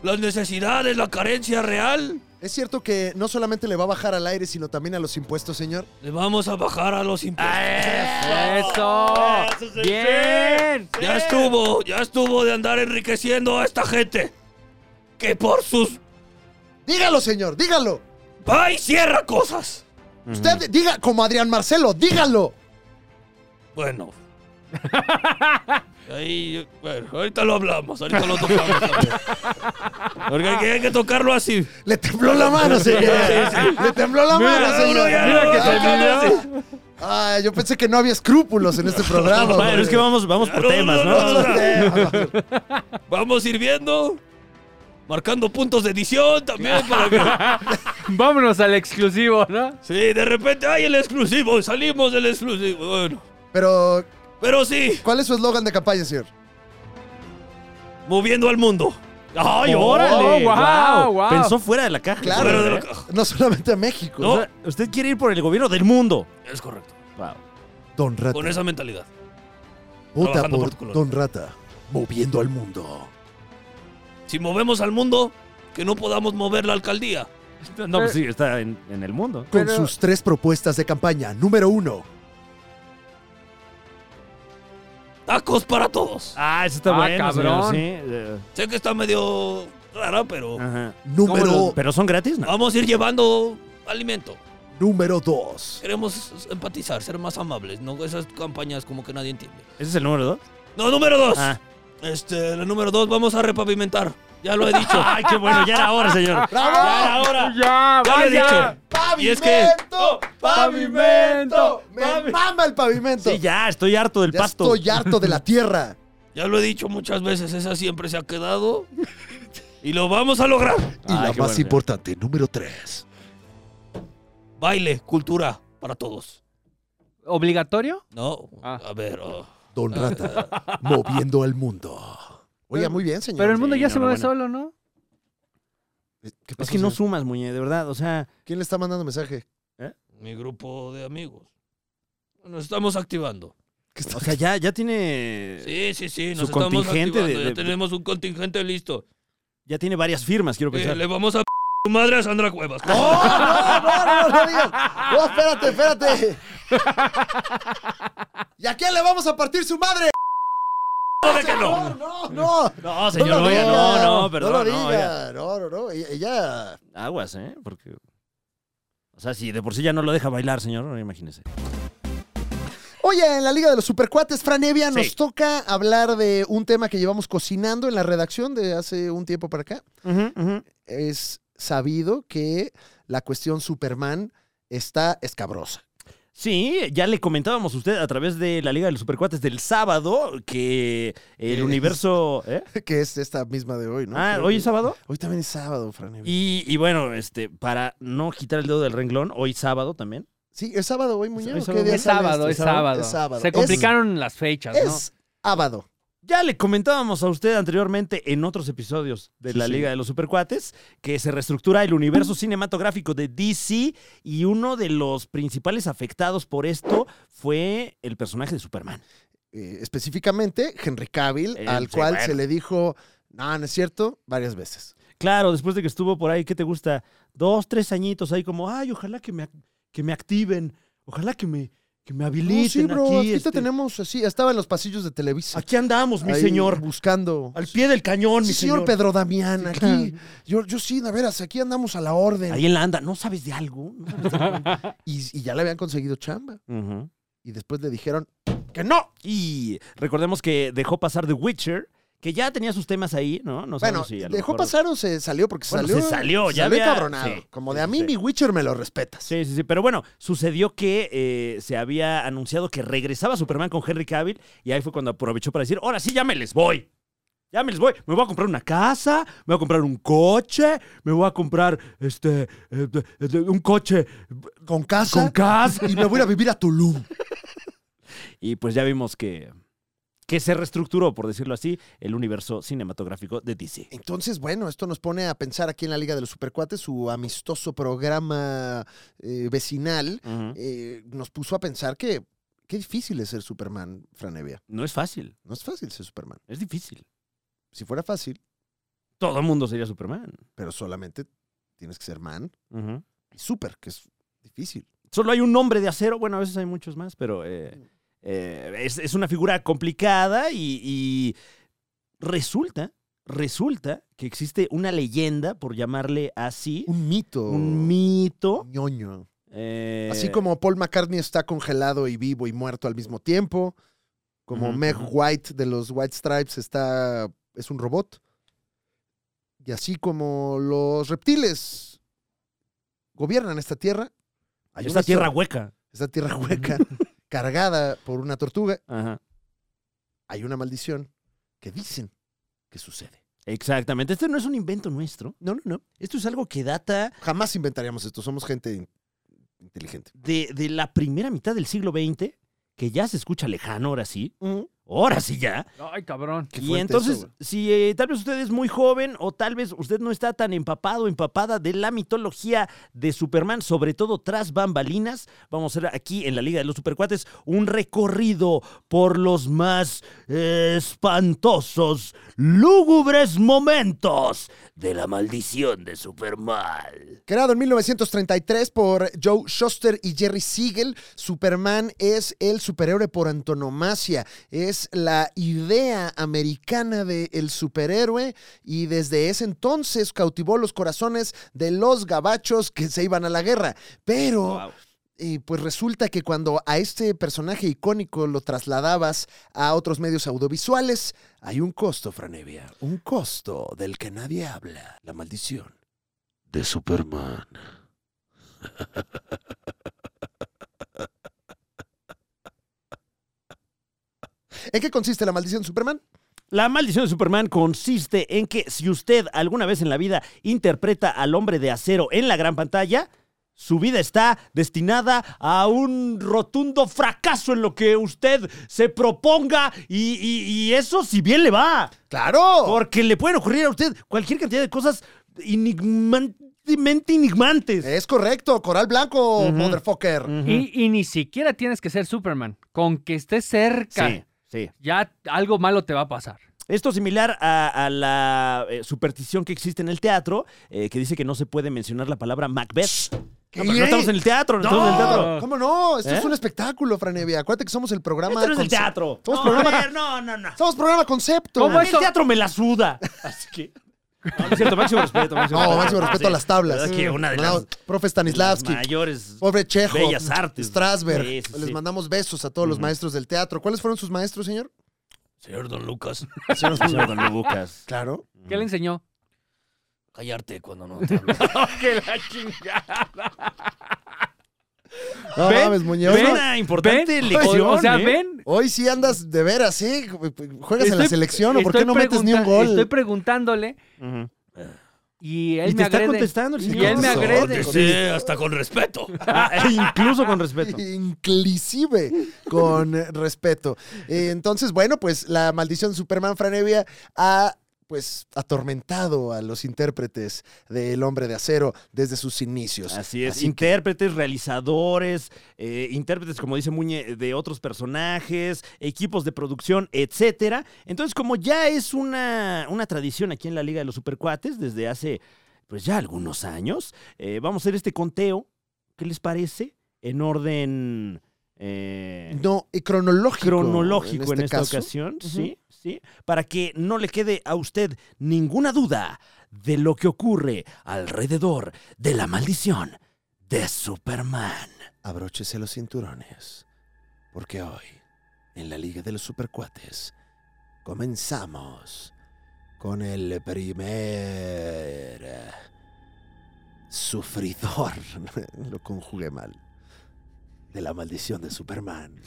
Speaker 7: las necesidades, la carencia real.
Speaker 5: ¿Es cierto que no solamente le va a bajar al aire, sino también a los impuestos, señor?
Speaker 7: Le vamos a bajar a los impuestos.
Speaker 4: Ah,
Speaker 6: ¡Eso! ¡Bien!
Speaker 7: Ya estuvo, ya estuvo de andar enriqueciendo a esta gente. Que por sus
Speaker 5: Dígalo, señor, dígalo.
Speaker 7: va y cierra cosas.
Speaker 5: Usted diga, como Adrián Marcelo, dígalo.
Speaker 7: Bueno. Ahí, bueno, ahorita lo hablamos, ahorita lo tocamos. también. Porque hay que, hay que tocarlo así.
Speaker 5: Le tembló la mano, señor. Le tembló la mano,
Speaker 7: Mira, uno ya
Speaker 5: señor.
Speaker 7: lo
Speaker 6: que
Speaker 7: toca
Speaker 6: terminó.
Speaker 7: así.
Speaker 5: Ay, yo pensé que no había escrúpulos en este programa.
Speaker 4: Bueno, Ah, es que vamos, vamos por
Speaker 7: No, no,
Speaker 4: temas,
Speaker 7: no, no,
Speaker 4: ¿no?
Speaker 7: no. Vamos sirviendo, marcando puntos de edición también para que...
Speaker 6: Vámonos al exclusivo, ¿no?
Speaker 7: Sí, de repente, ¡ay, el exclusivo! Salimos del exclusivo. Bueno,
Speaker 5: Pero,
Speaker 7: pero sí,
Speaker 5: ¿cuál es su eslogan de campaña, señor?
Speaker 7: moviendo al mundo. ¡Ay,
Speaker 4: Oh,
Speaker 7: órale!
Speaker 6: guau,
Speaker 4: guau.
Speaker 6: guau.
Speaker 4: Pensó fuera de la caja.
Speaker 7: Fuera de
Speaker 5: Claro,
Speaker 7: la caja.
Speaker 5: no solamente a México.
Speaker 4: O sea, usted quiere ir por el gobierno del mundo.
Speaker 7: Es correcto,
Speaker 4: Wow.
Speaker 5: Don Rata.
Speaker 7: con esa mentalidad.
Speaker 5: Vota
Speaker 7: trabajando
Speaker 5: por
Speaker 7: por tu color.
Speaker 5: Don Rata. Moviendo al mundo.
Speaker 7: Si movemos al mundo, que no podamos mover la alcaldía.
Speaker 4: No, pues sí, está en, en el mundo.
Speaker 5: Con
Speaker 6: Pero-
Speaker 5: sus tres propuestas de campaña. Número uno.
Speaker 7: Tacos para todos.
Speaker 4: Ah, eso está
Speaker 6: Ah,
Speaker 4: bueno.
Speaker 6: cabrón.
Speaker 4: señor, sí, eh,
Speaker 7: Sé que está medio rara, pero
Speaker 4: ajá.
Speaker 5: Oh, Número,
Speaker 4: ¿Cómo lo- ¿Pero son gratis? No.
Speaker 7: vamos a ir llevando alimento.
Speaker 5: número dos.
Speaker 7: Queremos empatizar, ser más amables. No esas campañas como que nadie entiende.
Speaker 4: ¿Ese es el número dos?
Speaker 7: No, número dos.
Speaker 4: Ah.
Speaker 7: Este, el número dos, vamos a repavimentar. Ya lo he dicho.
Speaker 4: Ay, qué bueno, ya era hora,
Speaker 7: (laughs)
Speaker 4: señor.
Speaker 5: ¡Bravo!
Speaker 7: Ahora,
Speaker 6: Ya,
Speaker 7: ya lo he dicho. Y es que-
Speaker 5: ¡Pavimento! ¡Pavimento! ¡Me mama el pavimento!
Speaker 4: Sí, ya, estoy harto del
Speaker 5: Ya
Speaker 4: pasto.
Speaker 5: estoy harto de la tierra.
Speaker 4: (laughs)
Speaker 7: Ya lo he dicho muchas veces, esa siempre se ha quedado. Y lo vamos a lograr.
Speaker 5: Y
Speaker 4: Ay,
Speaker 5: la
Speaker 4: qué
Speaker 5: más
Speaker 4: bueno.
Speaker 5: importante, número tres.
Speaker 7: Baile, cultura, para todos.
Speaker 6: ¿Obligatorio?
Speaker 7: No,
Speaker 6: Ah.
Speaker 7: a ver. oh.
Speaker 5: Don
Speaker 4: (laughs)
Speaker 5: Rata, moviendo al mundo. Oiga, muy bien, señor.
Speaker 6: Pero el mundo
Speaker 4: sí,
Speaker 6: ya se mueve
Speaker 4: enhorabuena.
Speaker 6: solo, ¿no?
Speaker 5: ¿Qué
Speaker 4: Es
Speaker 5: pasó,
Speaker 4: que no
Speaker 5: señor?
Speaker 4: sumas, Muñe, de verdad. O sea,
Speaker 5: ¿Quién le está mandando mensaje?
Speaker 7: Mi grupo de amigos. Nos estamos activando.
Speaker 5: ¿Qué está-
Speaker 4: o sea ya, ya tiene.
Speaker 7: Sí, sí, sí,
Speaker 4: Eh,
Speaker 7: nos
Speaker 4: Su
Speaker 7: estamos
Speaker 4: contingente de-
Speaker 7: activando. Ya
Speaker 4: de-
Speaker 7: tenemos un contingente listo.
Speaker 4: Ya tiene varias firmas, quiero
Speaker 7: Eh,
Speaker 4: pensar.
Speaker 7: le vamos a p- tu madre a Sandra Cuevas.
Speaker 5: (laughs)
Speaker 4: Ah.
Speaker 5: ¡No, no, no, no, no digas! ¡No, espérate, espérate! ¿Y a quién le vamos a partir su madre?
Speaker 7: ¡Joder que
Speaker 5: ¡No,
Speaker 7: no!
Speaker 5: no, no!
Speaker 4: No,
Speaker 5: No
Speaker 4: señor,
Speaker 5: lo
Speaker 4: oiga,
Speaker 5: diga,
Speaker 4: no, no,
Speaker 5: No lo
Speaker 4: perdón. No, oiga.
Speaker 5: diga, no, no, no. Ella- Ella...
Speaker 4: Aguas, ¿eh? Porque. O sea, si de por sí ya no lo deja bailar, señor, no, imagínese.
Speaker 5: Oye, en la Liga de los Supercuates, Fran Evia, nos
Speaker 4: Sí.
Speaker 5: toca hablar de un tema que llevamos cocinando en la redacción de hace un tiempo para acá. Es sabido que la cuestión Superman está escabrosa. (laughs)
Speaker 4: Sí, ya le comentábamos a usted a través de la Liga de los Supercuates del sábado que el
Speaker 5: Eh.
Speaker 4: universo. ¿eh?
Speaker 5: Que es esta misma de hoy, ¿no?
Speaker 4: ah,
Speaker 5: Creo
Speaker 4: hoy
Speaker 5: que-
Speaker 4: es sábado.
Speaker 5: Hoy también es sábado, Fran Evia.
Speaker 4: Y, y bueno, este, para no quitar el dedo del renglón, hoy sábado también.
Speaker 5: Sí, es sábado hoy, Muñoz.
Speaker 4: hoy
Speaker 5: ¿Qué
Speaker 4: sábado.
Speaker 5: día
Speaker 6: Es
Speaker 5: sale esto?
Speaker 6: sábado, es sábado.
Speaker 5: Es sábado.
Speaker 6: Se
Speaker 5: Es-
Speaker 6: complicaron las fechas, ¿no?
Speaker 5: Es sábado.
Speaker 4: Ya le comentábamos a usted anteriormente en otros episodios de la Liga de los Supercuates que se reestructura el universo cinematográfico de DC y uno de los principales afectados por esto fue el personaje de Superman.
Speaker 5: eh, específicamente Henry Cavill,
Speaker 4: Eh,
Speaker 5: al
Speaker 4: sí,
Speaker 5: cual se
Speaker 4: bueno.
Speaker 5: le dijo, no, no es cierto, varias veces.
Speaker 4: Claro, después de que estuvo por ahí, ¿qué te gusta? Dos, tres añitos ahí como, ay, ojalá que me, ac- que me activen, ojalá que me, que me habiliten
Speaker 5: No, sí, bro,
Speaker 4: aquí.
Speaker 5: aquí
Speaker 4: este,
Speaker 5: te tenemos así. Estaba en los pasillos de Televisa.
Speaker 4: aquí andamos, Pues, mi
Speaker 5: ahí
Speaker 4: señor.
Speaker 5: Buscando.
Speaker 4: Al pie del cañón,
Speaker 5: Sí,
Speaker 4: mi
Speaker 5: señor
Speaker 4: señor.
Speaker 5: Pedro Damián,
Speaker 4: Sí,
Speaker 5: aquí.
Speaker 4: claro.
Speaker 5: Yo, yo sí, de veras, aquí andamos a la orden.
Speaker 4: Ahí en la anda, ¿no sabes de algo? ¿No sabes de (laughs) algo?
Speaker 5: Y, y ya le habían conseguido chamba.
Speaker 4: Ujú.
Speaker 5: Y después le dijeron,
Speaker 4: ¡Que no! Y recordemos que dejó pasar The Witcher, que ya tenía sus temas ahí, ¿no?
Speaker 5: bueno,
Speaker 4: No sabemos si a lo
Speaker 5: dejó
Speaker 4: mejor-
Speaker 5: pasar o se salió porque
Speaker 4: Bueno,
Speaker 5: salió.
Speaker 4: se salió, ya había-
Speaker 5: cabronado.
Speaker 4: sí,
Speaker 5: Como
Speaker 4: sí,
Speaker 5: de a
Speaker 4: sí,
Speaker 5: mí,
Speaker 4: sí.
Speaker 5: mi Witcher me lo respetas.
Speaker 4: Sí, sí, sí. Pero bueno, sucedió que eh, se había anunciado que regresaba Superman con Henry Cavill y ahí fue cuando aprovechó para decir, ahora sí, ya me les voy. Ya me les voy. Me voy a comprar una casa, me voy a comprar un coche, me voy a comprar este, eh, de- de- un coche
Speaker 5: Con casa.
Speaker 4: con casa.
Speaker 5: y me voy a ir a vivir a Tulum.
Speaker 4: Y pues ya vimos que, que se reestructuró, por decirlo así, el universo cinematográfico de DC.
Speaker 5: Entonces, bueno, esto nos pone a pensar aquí en la Liga de los Supercuates, su amistoso programa eh, vecinal,
Speaker 4: Ujú.
Speaker 5: eh, nos puso a pensar que qué difícil es ser Superman, Franevia.
Speaker 4: No es fácil,
Speaker 5: No es fácil ser Superman.
Speaker 4: es difícil.
Speaker 5: Si fuera fácil,
Speaker 4: Todo el mundo sería Superman.
Speaker 5: pero solamente tienes que ser man y super, que es difícil.
Speaker 4: Solo hay un hombre de acero, bueno, a veces hay muchos más, pero eh,
Speaker 5: Mm.
Speaker 4: eh, es, es una figura complicada y, y resulta, resulta que existe una leyenda, por llamarle así,
Speaker 5: Un mito.
Speaker 4: un mito
Speaker 5: Ñoño.
Speaker 4: Eh,
Speaker 5: Oh. Así como Paul McCartney está congelado y vivo y muerto al mismo tiempo, como
Speaker 4: Ujú,
Speaker 5: Meg
Speaker 4: ujú.
Speaker 5: White de los White Stripes está es un robot. Y así como los reptiles gobiernan esta tierra, hay
Speaker 4: Esta
Speaker 5: una
Speaker 4: tierra
Speaker 5: historia-
Speaker 4: hueca.
Speaker 5: esta tierra hueca
Speaker 4: (laughs)
Speaker 5: cargada por una tortuga,
Speaker 4: Ajá.
Speaker 5: hay una maldición que dicen que sucede.
Speaker 4: Exactamente. Este no es un invento nuestro.
Speaker 5: No, no, no.
Speaker 4: Esto es algo que data
Speaker 5: Jamás inventaríamos esto. Somos gente in- inteligente.
Speaker 4: de, de la primera mitad del siglo XX, que ya se escucha lejano, ahora sí. Ahora sí ya.
Speaker 6: Ay, cabrón.
Speaker 5: Qué
Speaker 4: y
Speaker 5: fuerte
Speaker 4: entonces,
Speaker 5: eso, güey.
Speaker 4: si eh, tal vez usted es muy joven o tal vez usted no está tan empapado o empapada de la mitología de Superman, sobre todo tras bambalinas, vamos a hacer aquí en la Liga de los Supercuates un recorrido por los más eh, espantosos, lúgubres momentos de la maldición de Superman.
Speaker 5: Creado en 1933 por Joe Shuster y Jerry Siegel, Superman es el superhéroe por antonomasia. Es la idea americana del superhéroe y desde ese entonces cautivó los corazones de los gabachos que se iban a la guerra. Pero... Y pues resulta que cuando a este personaje icónico lo trasladabas a otros medios audiovisuales, hay un costo, Franevia. Un costo del que nadie habla. La maldición.
Speaker 1: De Superman.
Speaker 5: ¿En qué consiste la maldición de Superman?
Speaker 4: La maldición de Superman consiste en que si usted alguna vez en la vida interpreta al hombre de acero en la gran pantalla, su vida está destinada a un rotundo fracaso en lo que usted se proponga y, y- y eso si bien le va.
Speaker 5: ¡Claro!
Speaker 4: Porque le pueden ocurrir a usted cualquier cantidad de cosas enigmantemente enigmantes.
Speaker 5: Es correcto, coral blanco,
Speaker 4: Ujú.
Speaker 5: motherfucker.
Speaker 4: Ujú.
Speaker 6: Y, y ni siquiera tienes que ser Superman. Con que estés cerca,
Speaker 4: Sí, sí.
Speaker 6: ya algo malo te va a pasar.
Speaker 4: Esto similar a, a la eh, superstición que existe en el teatro, eh, que dice que no se puede mencionar la palabra Macbeth. No,
Speaker 5: ¿Qué?
Speaker 4: pero no estamos en el teatro, no, estamos en el teatro.
Speaker 5: No, ¿Cómo no? Esto
Speaker 4: ¿Eh?
Speaker 5: es un espectáculo, Franevia. Acuérdate que somos el programa.
Speaker 4: Esto no es el
Speaker 5: conce-
Speaker 4: teatro.
Speaker 5: Somos
Speaker 4: no,
Speaker 5: programa-
Speaker 4: a ver, no, no, no.
Speaker 5: Somos programa concepto.
Speaker 4: A mí
Speaker 6: eso?
Speaker 4: El teatro me la suda. Así que. No, no es cierto, máximo respeto. Máximo
Speaker 5: No, máximo respeto
Speaker 4: Sí,
Speaker 5: a las tablas.
Speaker 4: verdad que una de
Speaker 5: No,
Speaker 4: las,
Speaker 5: Profe
Speaker 4: de las
Speaker 5: Stanislavski.
Speaker 4: mayores
Speaker 5: Pobre Chejo.
Speaker 4: bellas artes.
Speaker 5: Strasberg.
Speaker 4: Sí, sí,
Speaker 5: Les
Speaker 4: sí.
Speaker 5: mandamos besos a todos los maestros del teatro. ¿Cuáles fueron sus maestros, señor?
Speaker 7: Señor Don Lucas,
Speaker 4: (laughs) Señor Don Lucas.
Speaker 5: Claro.
Speaker 6: ¿Qué le enseñó?
Speaker 7: callarte
Speaker 4: (laughs)
Speaker 7: cuando no te hablan.
Speaker 6: que la chingada.
Speaker 5: No
Speaker 6: ¿Ven?
Speaker 5: mames, Muñoz.
Speaker 4: Es una importante lección.
Speaker 6: O, o sea,
Speaker 4: ¿eh?
Speaker 6: ven.
Speaker 5: Hoy sí andas de veras, ¿eh? ¿Juegas en la
Speaker 6: Estoy-
Speaker 5: selección o por qué
Speaker 6: estoy
Speaker 5: no metes ni un
Speaker 6: pregunta-
Speaker 5: gol?
Speaker 6: Estoy preguntándole
Speaker 4: Ujú.
Speaker 6: y él
Speaker 4: Y
Speaker 6: me
Speaker 4: te está
Speaker 6: agrede.
Speaker 4: contestando el
Speaker 6: Y
Speaker 4: señor.
Speaker 6: él me agrede.
Speaker 7: Antes, eh, hasta con respeto.
Speaker 4: Ah, e incluso con
Speaker 5: (laughs)
Speaker 4: respeto.
Speaker 5: Inclusive, con respeto. Eh, Entonces, bueno, pues la maldición de Superman Franevia ha pues atormentado a los intérpretes del Hombre de Acero desde sus inicios.
Speaker 4: Así es,
Speaker 5: Así que-
Speaker 4: intérpretes, realizadores, eh, intérpretes, como dice Muñe, de otros personajes, equipos de producción, etcétera. Entonces, como ya es una, una tradición aquí en la Liga de los Supercuates desde hace, pues ya algunos años, eh, vamos a hacer este conteo, ¿qué les parece? En orden eh,
Speaker 5: No, y cronológico.
Speaker 4: cronológico en,
Speaker 5: este
Speaker 4: esta
Speaker 5: caso.
Speaker 4: ocasión, sí, sí, para que no le quede a usted ninguna duda de lo que ocurre alrededor de la maldición de Superman.
Speaker 1: Abróchese los cinturones, porque hoy, en la Liga de los Supercuates, comenzamos con el primer eh, sufridor, (laughs) lo conjugué mal, de la maldición de
Speaker 4: (laughs)
Speaker 1: Superman.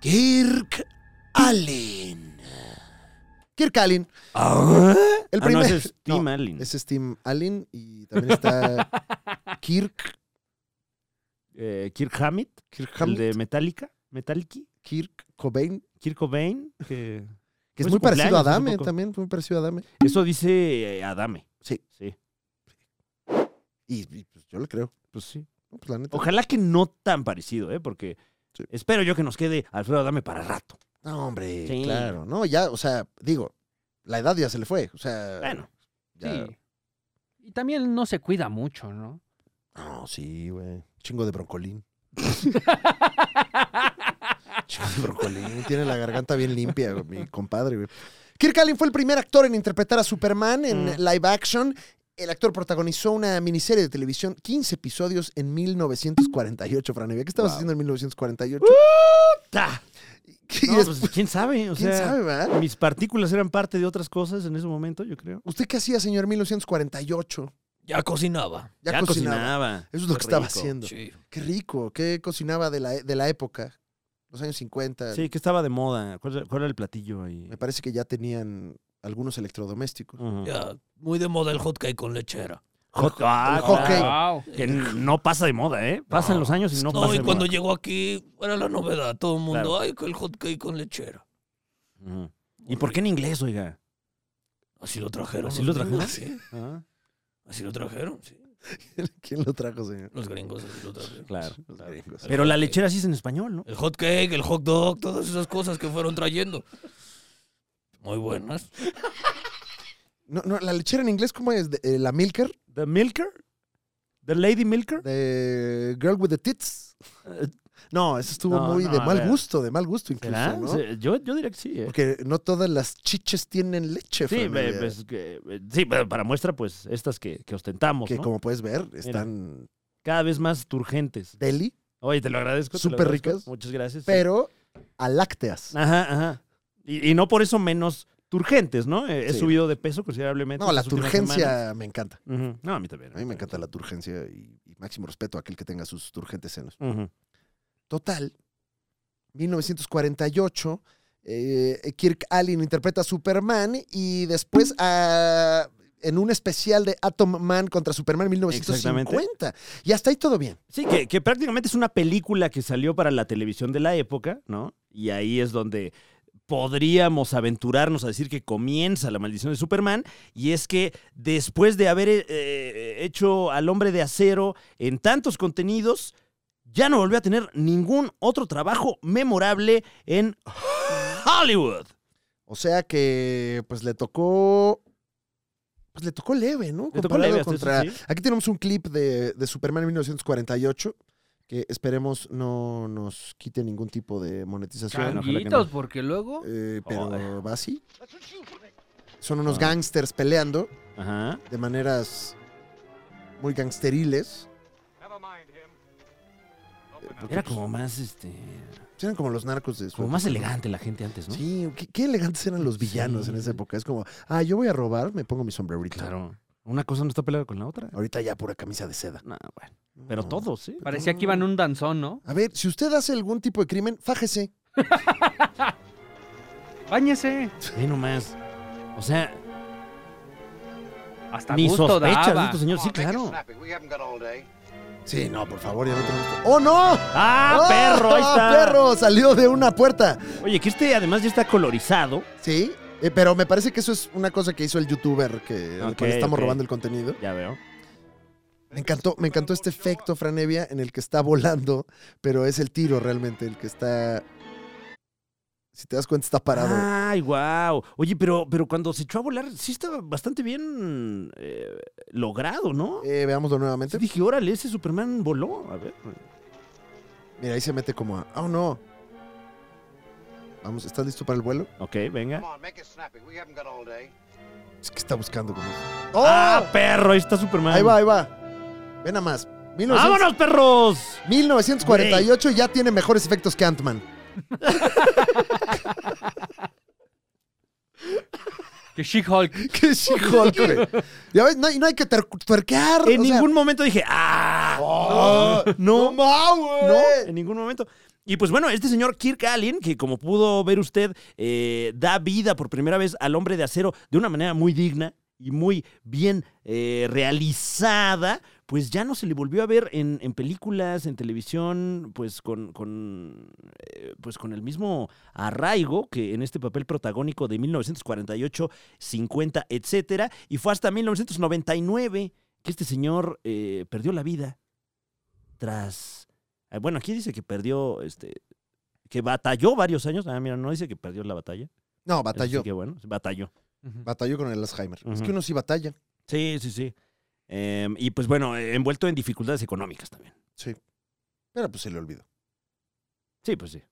Speaker 1: Kirk Allen.
Speaker 5: Kirk Allen. El
Speaker 4: Ah, no,
Speaker 5: primer.
Speaker 4: ese es Tim
Speaker 5: No,
Speaker 4: Allen.
Speaker 5: ese es Tim Allen y también
Speaker 4: (laughs)
Speaker 5: está Kirk.
Speaker 4: Eh, Kirk Hammett,
Speaker 5: Kirk
Speaker 4: el
Speaker 5: Hammett,
Speaker 4: de Metallica, Metallica,
Speaker 5: Kirk Cobain.
Speaker 4: Kirk Cobain, que,
Speaker 5: Que es
Speaker 4: Pues
Speaker 5: muy parecido a
Speaker 4: cumpleaños,
Speaker 5: Adame
Speaker 4: un poco.
Speaker 5: también, muy parecido a Adame.
Speaker 4: eso dice eh, Adame.
Speaker 5: Sí.
Speaker 4: Sí,
Speaker 5: Y, y, pues, yo le creo.
Speaker 4: pues sí.
Speaker 5: No, pues, la neta.
Speaker 4: Ojalá que no tan parecido, ¿eh? Porque
Speaker 5: Sí.
Speaker 4: espero yo que nos quede Alfredo Adame para rato.
Speaker 5: No, hombre,
Speaker 4: Sí.
Speaker 5: claro. No, ya, o sea, digo, la edad ya se le fue. O sea,
Speaker 4: Bueno,
Speaker 5: (laughs) ya-
Speaker 6: Sí. Y también no se cuida mucho, ¿no?
Speaker 5: No, sí, güey. Chingo de
Speaker 4: (laughs)
Speaker 5: broncolín. Chingo de broncolín. Tiene la garganta bien limpia,
Speaker 4: Mm.
Speaker 5: güey, mi compadre, güey. Kirk Allen fue el primer actor en interpretar a Superman en live action. El actor protagonizó una miniserie de televisión, 15 episodios en 1948, Franevia. ¿Qué estabas
Speaker 4: Wow.
Speaker 5: haciendo en 1948?
Speaker 4: ¡Ta!
Speaker 5: ¿Qué-
Speaker 4: No, pues, ¿Quién sabe? O
Speaker 5: ¿Quién
Speaker 4: sea,
Speaker 5: sabe, verdad?
Speaker 4: mis partículas eran parte de otras cosas en ese momento, yo creo.
Speaker 5: ¿Usted qué hacía, señor, en 1948?
Speaker 7: Ya cocinaba.
Speaker 5: Ya, cocinaba. Eso es lo
Speaker 4: Qué
Speaker 5: que estaba
Speaker 4: rico.
Speaker 5: haciendo.
Speaker 7: Sí.
Speaker 5: Qué rico. ¿Qué cocinaba de la, de la época? Los años 50.
Speaker 4: Sí, que estaba de moda. ¿Cuál, cuál era el platillo ahí?
Speaker 5: Me parece que ya tenían algunos electrodomésticos.
Speaker 4: Ujú.
Speaker 7: Ya, muy de moda el hotcake con lechera.
Speaker 4: Hot- ah,
Speaker 5: el hot
Speaker 4: claro.
Speaker 5: cake.
Speaker 6: Wow.
Speaker 4: Que no pasa de moda, ¿eh? Pasan los años y no,
Speaker 7: No,
Speaker 4: pasa
Speaker 7: y
Speaker 4: de
Speaker 7: cuando
Speaker 4: moda.
Speaker 7: llegó aquí era la novedad. Todo el mundo,
Speaker 4: Claro.
Speaker 7: ay, que el hotcake con lechera.
Speaker 4: Ujú. ¿Y por qué en inglés, oiga?
Speaker 7: Así lo trajeron.
Speaker 4: ¿Así
Speaker 7: los
Speaker 4: lo
Speaker 7: gringos,
Speaker 4: trajeron?
Speaker 7: sí.
Speaker 4: Ah,
Speaker 7: Así lo trajeron, sí.
Speaker 5: (laughs) ¿Quién lo trajo, señor?
Speaker 7: Los gringos así lo trajeron.
Speaker 4: Claro.
Speaker 5: Los gringos.
Speaker 4: Pero la lechera sí es en español, ¿no?
Speaker 7: El hot cake, el hot dog, todas esas cosas que fueron trayendo. Muy buenas.
Speaker 5: No, no, la lechera en inglés, ¿cómo es? De- eh, ¿La Milker?
Speaker 4: ¿The Milker? ¿The Lady Milker?
Speaker 5: ¿De Girl with the
Speaker 4: (laughs)
Speaker 5: Tits?
Speaker 4: Eh,
Speaker 5: No, eso estuvo
Speaker 4: no,
Speaker 5: muy
Speaker 4: no,
Speaker 5: de
Speaker 4: a
Speaker 5: mal
Speaker 4: ver.
Speaker 5: gusto, de mal gusto incluso,
Speaker 4: ¿Será?
Speaker 5: ¿no?
Speaker 4: Sí, Yo, yo diría que sí, ¿eh?
Speaker 5: Porque no todas las chiches tienen (laughs) leche,
Speaker 4: Sí,
Speaker 5: Fran
Speaker 4: eh,
Speaker 5: Evia,
Speaker 4: pues, que- eh, sí, pero para muestra, pues, estas que, que ostentamos,
Speaker 5: Que
Speaker 4: ¿no?
Speaker 5: como puedes ver, están
Speaker 4: Cada vez más turgentes.
Speaker 5: deli,
Speaker 4: Oye, te lo agradezco. te lo
Speaker 5: Súper
Speaker 4: agradezco.
Speaker 5: ricas.
Speaker 4: Muchas gracias. sí.
Speaker 5: pero a lácteas.
Speaker 4: Ajá, ajá. Y, y no por eso menos turgentes, ¿no? Eh, He
Speaker 5: Sí.
Speaker 4: subido de peso considerablemente.
Speaker 5: No, la
Speaker 4: estas últimas semanas.
Speaker 5: turgencia me encanta.
Speaker 4: Ujú. No, a mí también.
Speaker 5: A mí me encanta la turgencia y, y máximo respeto a aquel que tenga sus turgentes senos.
Speaker 4: Ujú.
Speaker 5: Total, 1948, eh, Kirk Allen interpreta a Superman y después a- en un especial de Atom Man contra Superman 1950. Y hasta ahí todo bien.
Speaker 4: Sí, que, que prácticamente es una película que salió para la televisión de la época, ¿no? Y ahí es donde podríamos aventurarnos a decir que comienza la maldición de Superman, y es que después de haber eh, eh, hecho al hombre de acero en tantos contenidos, ya no volvió a tener ningún otro trabajo memorable en Hollywood.
Speaker 5: O sea que, pues le tocó. Pues le tocó leve, ¿no?
Speaker 4: Le tocó
Speaker 5: Comparado
Speaker 4: leve hasta eso,
Speaker 5: contra.
Speaker 4: sí.
Speaker 5: Aquí tenemos un clip de, de Superman 1948 que esperemos no nos quite ningún tipo de monetización.
Speaker 4: Claro.
Speaker 6: Changuitos, porque luego.
Speaker 5: Eh, pero
Speaker 4: Ay.
Speaker 5: va así. Son unos
Speaker 4: Ah.
Speaker 5: gangsters peleando
Speaker 4: Ajá.
Speaker 5: de maneras muy gangsteriles. Eh, porque,
Speaker 4: Era
Speaker 5: pues,
Speaker 4: como más, este,
Speaker 5: eran como los narcos de su
Speaker 4: como más
Speaker 5: época, ¿no?
Speaker 4: elegante la gente antes, ¿no?
Speaker 5: Sí, qué, qué elegantes eran los villanos
Speaker 4: Sí.
Speaker 5: en esa época. Es como, ah, yo voy a robar, me pongo mi sombrerito.
Speaker 4: Claro. Una cosa no está peleada con la otra.
Speaker 5: Ahorita ya pura camisa de seda.
Speaker 4: No, bueno. Pero
Speaker 5: No.
Speaker 4: todos, ¿sí?
Speaker 6: Parecía que iban un danzón, ¿no?
Speaker 5: A ver, si usted hace algún tipo de crimen, fájese.
Speaker 6: Báñese.
Speaker 4: Ve nomás. O sea,
Speaker 6: Hasta
Speaker 4: ni
Speaker 6: gusto
Speaker 4: sospechas de
Speaker 6: daba.
Speaker 4: este señor. Sí, claro.
Speaker 5: Sí, no, por favor, ya no tenemos- ¡Oh, no!
Speaker 4: ¡Ah,
Speaker 5: ¡Oh,
Speaker 4: perro! Ahí está.
Speaker 5: perro! Salió de una puerta.
Speaker 4: Oye, que este además ya está colorizado.
Speaker 5: Sí, eh, pero me parece que eso es una cosa que hizo el youtuber que del cual
Speaker 4: Ok,
Speaker 5: estamos
Speaker 4: ok.
Speaker 5: robando el contenido.
Speaker 4: Ya veo.
Speaker 5: Me encantó, me encantó este efecto, Franevia, en el que está volando, pero es el tiro realmente el que está. Si te das cuenta, está parado.
Speaker 4: ¡Ay, wow! Oye, pero, pero cuando se echó a volar, sí estaba bastante bien eh, logrado, ¿no?
Speaker 5: Eh, veámoslo nuevamente.
Speaker 4: Sí, dije, órale, ese Superman voló. A ver.
Speaker 5: Mira, ahí se mete como a. ¡Oh, no! Vamos, ¿estás listo para el vuelo?
Speaker 4: Ok, venga.
Speaker 5: Oh. Es que está buscando como. ¡Oh!
Speaker 4: ¡Ah, perro! Ahí está Superman.
Speaker 5: Ahí va, ahí va. Ven nada más. 1900
Speaker 4: ¡Vámonos, perros!
Speaker 5: 1948 ya tiene mejores efectos que Ant-Man.
Speaker 6: Que She-Hulk.
Speaker 5: (laughs) ¡Qué She-Hulk, güey! Ya ves, no, hay- no hay que ter- tuerquear.
Speaker 4: En
Speaker 5: o sea,
Speaker 4: ningún momento dije, ¡ah!
Speaker 5: ¡Oh!
Speaker 4: no,
Speaker 5: ¡No, güey!
Speaker 4: no, en ningún momento. Y pues bueno, este señor Kirk Allen, que como pudo ver usted, eh, da vida por primera vez al hombre de acero de una manera muy digna y muy bien eh, realizada, pues ya no se le volvió a ver en, en películas, en televisión, pues con, con, eh, pues con el mismo arraigo que en este papel protagónico de 1948, 50, etcétera. Y fue hasta 1999 que este señor eh, perdió la vida tras eh, Bueno, aquí dice que perdió, este, que batalló varios años. Ah, mira, no dice que perdió la batalla. Eso
Speaker 5: No,
Speaker 4: sí
Speaker 5: batalló.
Speaker 4: que bueno, batalló.
Speaker 5: Batalló con el Alzheimer. Es
Speaker 4: Ujú.
Speaker 5: que uno sí batalla.
Speaker 4: Sí, sí, sí. Eh, y pues bueno, eh, envuelto en dificultades económicas también.
Speaker 5: Pero pues se le olvidó.
Speaker 4: Sí, pues sí.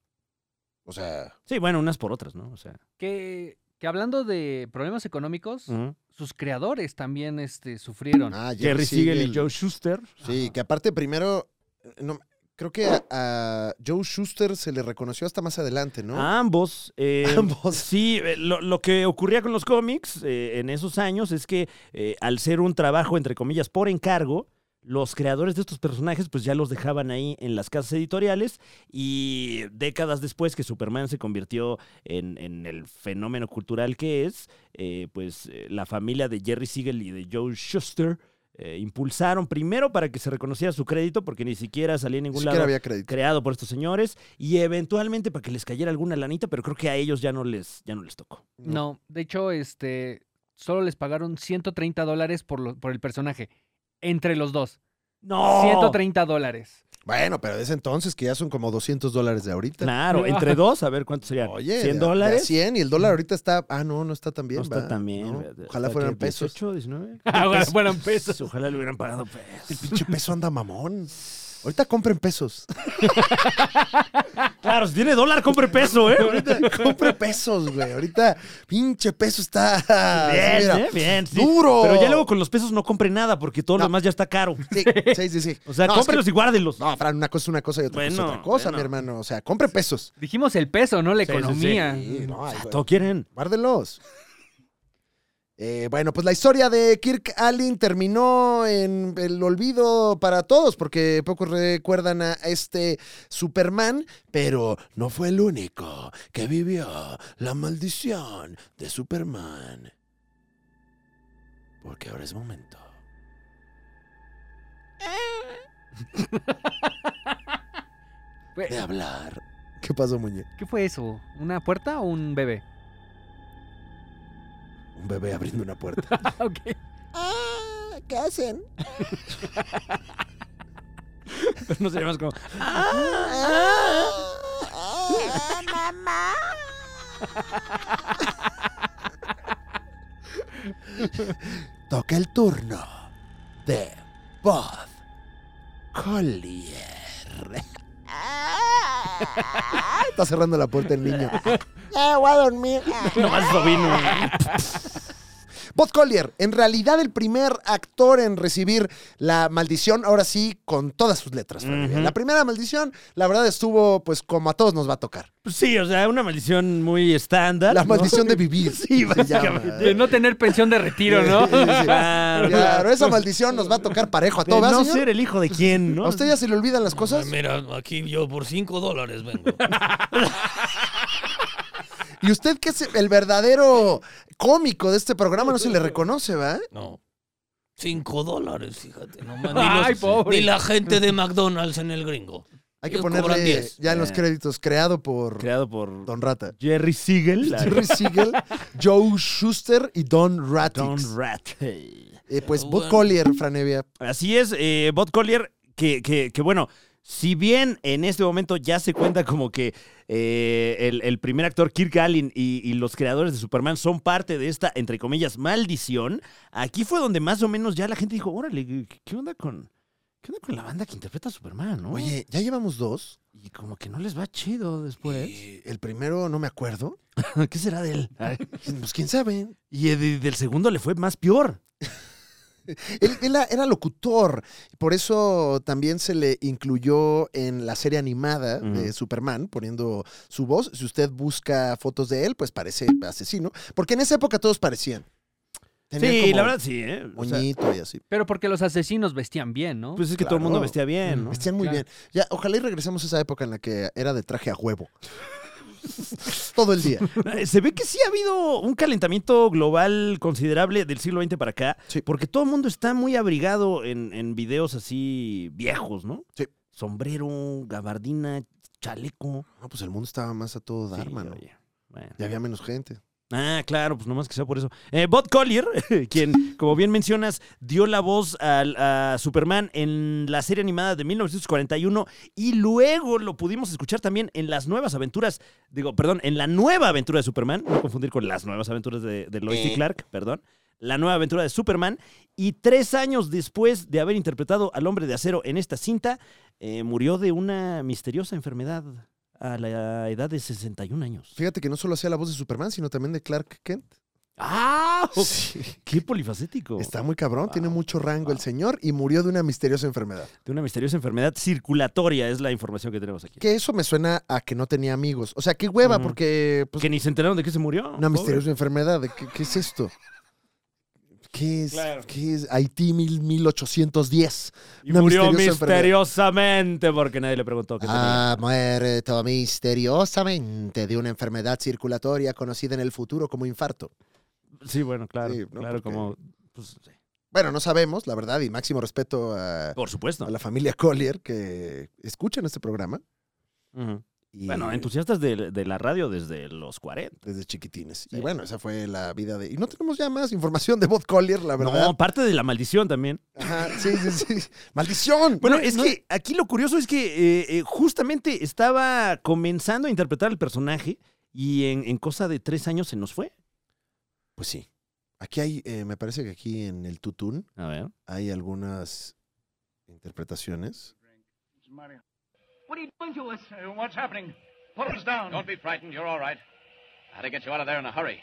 Speaker 5: O sea,
Speaker 4: Sí, bueno, unas por otras, ¿no? O sea.
Speaker 6: Que, que hablando de problemas económicos,
Speaker 4: ujú.
Speaker 6: sus creadores también este, sufrieron.
Speaker 5: Ah,
Speaker 4: Jerry Siegel y Joe Schuster.
Speaker 5: Sí, que aparte primero, eh, no, creo que a, a Joe Schuster se le reconoció hasta más adelante, ¿no?
Speaker 4: A ambos. eh,
Speaker 5: (laughs) Ambos.
Speaker 4: Sí, eh, lo, lo que ocurría con los cómics eh, en esos años es que eh, al ser un trabajo, entre comillas, por encargo, los creadores de estos personajes pues ya los dejaban ahí en las casas editoriales y décadas después que Superman se convirtió en, en el fenómeno cultural que es, eh, pues eh, la familia de Jerry Siegel y de Joe Schuster eh, impulsaron primero para que se reconociera su crédito porque ni siquiera salía en
Speaker 5: Ni
Speaker 4: ningún
Speaker 5: siquiera
Speaker 4: lado
Speaker 5: había crédito.
Speaker 4: creado por estos señores y eventualmente para que les cayera alguna lanita, pero creo que a ellos ya no les, ya no les tocó.
Speaker 6: no. de hecho, este, solo les pagaron 130 dólares por, lo- por el personaje. Entre los dos.
Speaker 4: ¡No!
Speaker 6: 130 dólares.
Speaker 5: Bueno, pero desde entonces que ya son como 200 dólares de ahorita.
Speaker 4: Claro, entre dos, a ver cuánto serían.
Speaker 5: Oye,
Speaker 4: 100
Speaker 5: de a- de a
Speaker 4: dólares.
Speaker 5: 100 y el dólar ahorita está. Ah, no, no está tan bien.
Speaker 4: no está
Speaker 5: va,
Speaker 4: tan bien.
Speaker 5: ¿no?
Speaker 4: fíjate,
Speaker 5: Ojalá
Speaker 4: está
Speaker 5: fueran
Speaker 4: que
Speaker 5: pesos.
Speaker 4: 18, (laughs) 19.
Speaker 6: bueno, pesos.
Speaker 4: Ojalá le hubieran pagado pesos.
Speaker 5: El pinche peso anda mamón. Ahorita compren pesos.
Speaker 4: Claro, si tiene
Speaker 5: (laughs)
Speaker 4: dólar, compre peso, ¿eh? (laughs)
Speaker 5: Ahorita compren pesos, güey. Ahorita pinche peso está.
Speaker 4: Bien,
Speaker 5: ah, mira,
Speaker 4: ¿eh? Bien, sí.
Speaker 5: ¡Duro!
Speaker 4: Pero ya luego con los pesos no compre nada porque todo
Speaker 5: No.
Speaker 4: lo demás ya está caro.
Speaker 5: Sí,
Speaker 4: (laughs)
Speaker 5: sí, sí, sí.
Speaker 4: O
Speaker 5: (laughs)
Speaker 4: sea,
Speaker 5: No, es
Speaker 4: cómprenlos y guárdelos.
Speaker 5: que- No, Fran, una cosa es una cosa y otra cosa es
Speaker 4: Bueno,
Speaker 5: otra cosa,
Speaker 4: bueno.
Speaker 5: mi hermano. O sea, compre pesos.
Speaker 6: Dijimos el peso, no la
Speaker 4: Sí, sí, sí.
Speaker 6: economía.
Speaker 5: Sí, no, ay, güey.
Speaker 4: Todo quieren.
Speaker 5: Guárdenlos. Eh, bueno, pues la historia de Kirk Allen terminó en el olvido para todos, porque pocos recuerdan a este Superman, pero no fue el único que vivió la maldición de Superman. Porque ahora es momento.
Speaker 6: Fue-
Speaker 5: De hablar. ¿Qué pasó, Muñe?
Speaker 6: ¿Qué fue eso? ¿Una puerta o un bebé?
Speaker 5: Un bebé abriendo una puerta.
Speaker 6: ok.
Speaker 5: ah, ¿Qué hacen?
Speaker 4: Pero no sería más (laughs) como.
Speaker 5: Toca el turno de Bob
Speaker 4: (laughs)
Speaker 5: Collier. Está cerrando la puerta el niño.
Speaker 4: Nomás Robino.
Speaker 5: Bob Collier, en realidad el primer actor en recibir la maldición, ahora sí, con todas sus letras. Fran Evia.
Speaker 4: Ujú.
Speaker 5: La primera maldición, la verdad, estuvo pues como a todos nos va a tocar.
Speaker 4: Pues sí, o sea, una maldición muy estándar.
Speaker 5: La
Speaker 4: ¿no?
Speaker 5: maldición de
Speaker 4: (laughs)
Speaker 5: vivir. Sí,
Speaker 6: De no tener pensión de retiro, ¿no?
Speaker 5: (laughs)
Speaker 4: Claro.
Speaker 5: ¿eh? Claro, esa maldición nos va a tocar parejo a
Speaker 4: De
Speaker 5: todos. ¿verdad,
Speaker 4: no
Speaker 5: señor?
Speaker 4: ser el hijo de quién, ¿no?
Speaker 5: ¿A usted ya se le olvidan las cosas?
Speaker 7: Ah, Mira, aquí yo por 5 dólares
Speaker 4: (laughs)
Speaker 7: vengo.
Speaker 5: Y usted que es el verdadero cómico de este programa no se le reconoce, ¿va?
Speaker 7: No. 5 dólares, fíjate. No, man,
Speaker 6: Ay, pobre.
Speaker 7: Ni la gente de McDonald's en el gringo.
Speaker 5: Hay que
Speaker 7: Ellos cobran
Speaker 5: ponerle
Speaker 7: 10.
Speaker 5: ya en
Speaker 4: Eh.
Speaker 5: los créditos, creado por
Speaker 4: Creado por
Speaker 5: Don Rata.
Speaker 4: Jerry Siegel. la-
Speaker 5: Jerry Siegel, Joe Schuster y Don Ratix.
Speaker 4: Don Rat. Hey.
Speaker 5: Eh, pues
Speaker 7: Oh, Bueno.
Speaker 5: Bob Collier, Franevia.
Speaker 4: Así es, eh, Bot Collier, que, que, que bueno, si bien en este momento ya se cuenta como que eh, el, el primer actor Kirk Allen y, y los creadores de Superman son parte de esta, entre comillas, maldición, aquí fue donde más o menos ya la gente dijo, órale, ¿qué- ¿qué onda con, qué onda con la banda que interpreta a Superman, no?
Speaker 5: Oye, ya llevamos dos.
Speaker 4: Y como que no les va chido después.
Speaker 5: Eh, el primero no me acuerdo.
Speaker 4: (laughs) ¿Qué será de él?
Speaker 5: Pues quién sabe.
Speaker 4: Y eh, de- del segundo le fue más peor.
Speaker 5: Él, él era- era locutor, por eso también se le incluyó en la serie animada de
Speaker 4: Ujú.
Speaker 5: Superman, poniendo su voz. Si usted busca fotos de él, pues parece asesino, porque en esa época todos parecían. Tenían
Speaker 4: sí,
Speaker 5: como
Speaker 4: la verdad sí, ¿eh? O sea,
Speaker 5: Moñito y así.
Speaker 6: Pero porque los asesinos vestían bien, ¿no?
Speaker 4: pues es que todo el mundo
Speaker 5: Claro.
Speaker 4: vestía
Speaker 5: (laughs)
Speaker 4: bien, ¿no?
Speaker 5: Vestían muy
Speaker 6: Claro.
Speaker 5: bien. Ya, ojalá y regresemos a esa época en la que era de traje a huevo. (laughs) Todo el día.
Speaker 4: Eh, Se ve que sí ha habido un calentamiento global considerable del siglo XX para acá,
Speaker 5: Sí.
Speaker 4: porque todo el mundo está muy abrigado en, en videos así viejos, ¿no?
Speaker 5: Sí.
Speaker 4: Sombrero, gabardina, chaleco.
Speaker 5: No, pues el mundo estaba más a todo dar,
Speaker 4: Sí,
Speaker 5: mano.
Speaker 4: oye, bueno.
Speaker 5: Pues Ya había menos gente.
Speaker 4: Ah, claro, pues nomás que sea por eso. Eh, Bob Collier, (laughs) quien, como bien mencionas, dio la voz al- a Superman en la serie animada de 1941 y luego lo pudimos escuchar también en las nuevas aventuras, digo, perdón, en la nueva aventura de Superman, no confundir con las nuevas aventuras de, de Lois y Clark, perdón. La nueva aventura de Superman. Y tres años después de haber interpretado al hombre de acero en esta cinta, eh, murió de una misteriosa enfermedad a la edad de 61 años.
Speaker 5: Fíjate que no solo hacía la voz de Superman, sino también de Clark Kent.
Speaker 4: ¡Ah! ok.
Speaker 5: Sí.
Speaker 4: ¡Qué polifacético!
Speaker 5: Está muy cabrón, tiene
Speaker 4: Wow,
Speaker 5: mucho rango el
Speaker 4: wow.
Speaker 5: señor y murió de una misteriosa enfermedad.
Speaker 4: De una misteriosa enfermedad circulatoria es la información que tenemos aquí.
Speaker 5: Que eso me suena a que no tenía amigos. O sea, qué hueva,
Speaker 4: Ujú.
Speaker 5: porque pues,
Speaker 4: que ni se enteraron de que se murió.
Speaker 5: una
Speaker 4: Pobre.
Speaker 5: misteriosa enfermedad. ¿de ¿Qué, qué es esto? ¿Qué es,
Speaker 4: Claro.
Speaker 5: qué es Haití mil- 1810?
Speaker 4: Y
Speaker 5: una
Speaker 4: murió
Speaker 5: misteriosa enfermedad. Ah.
Speaker 4: misteriosamente porque nadie le preguntó qué tenía.
Speaker 5: Ha muerto misteriosamente de una enfermedad circulatoria conocida en el futuro como infarto.
Speaker 4: Sí, bueno, claro.
Speaker 5: Sí, ¿no?
Speaker 4: Claro,
Speaker 5: Porque-
Speaker 4: como. pues, sí.
Speaker 5: Bueno, no sabemos, la verdad, y máximo respeto a,
Speaker 4: Por supuesto.
Speaker 5: a la familia Collier que escuchan este programa.
Speaker 4: Ujú.
Speaker 5: y-
Speaker 4: Bueno, entusiastas de, de la radio desde los 40.
Speaker 5: desde chiquitines.
Speaker 4: Sí.
Speaker 5: Y bueno, esa fue la vida de... Y no tenemos ya más información de Bob Collier, la verdad.
Speaker 4: No, parte de la maldición también.
Speaker 5: Ajá, sí, sí, sí. ¡Maldición!
Speaker 4: Bueno,
Speaker 5: No,
Speaker 4: es
Speaker 5: no-
Speaker 4: que aquí lo curioso es que eh, eh, justamente estaba comenzando a interpretar el personaje y en, en cosa de tres años se nos fue.
Speaker 5: Pues sí. Aquí hay, eh, me parece que aquí en el Tutún
Speaker 4: A ver.
Speaker 5: hay algunas interpretaciones.
Speaker 8: What are you doing to us? what's happening? Put us down.
Speaker 9: Don't be frightened. You're all right. I had to get you out of there in a hurry.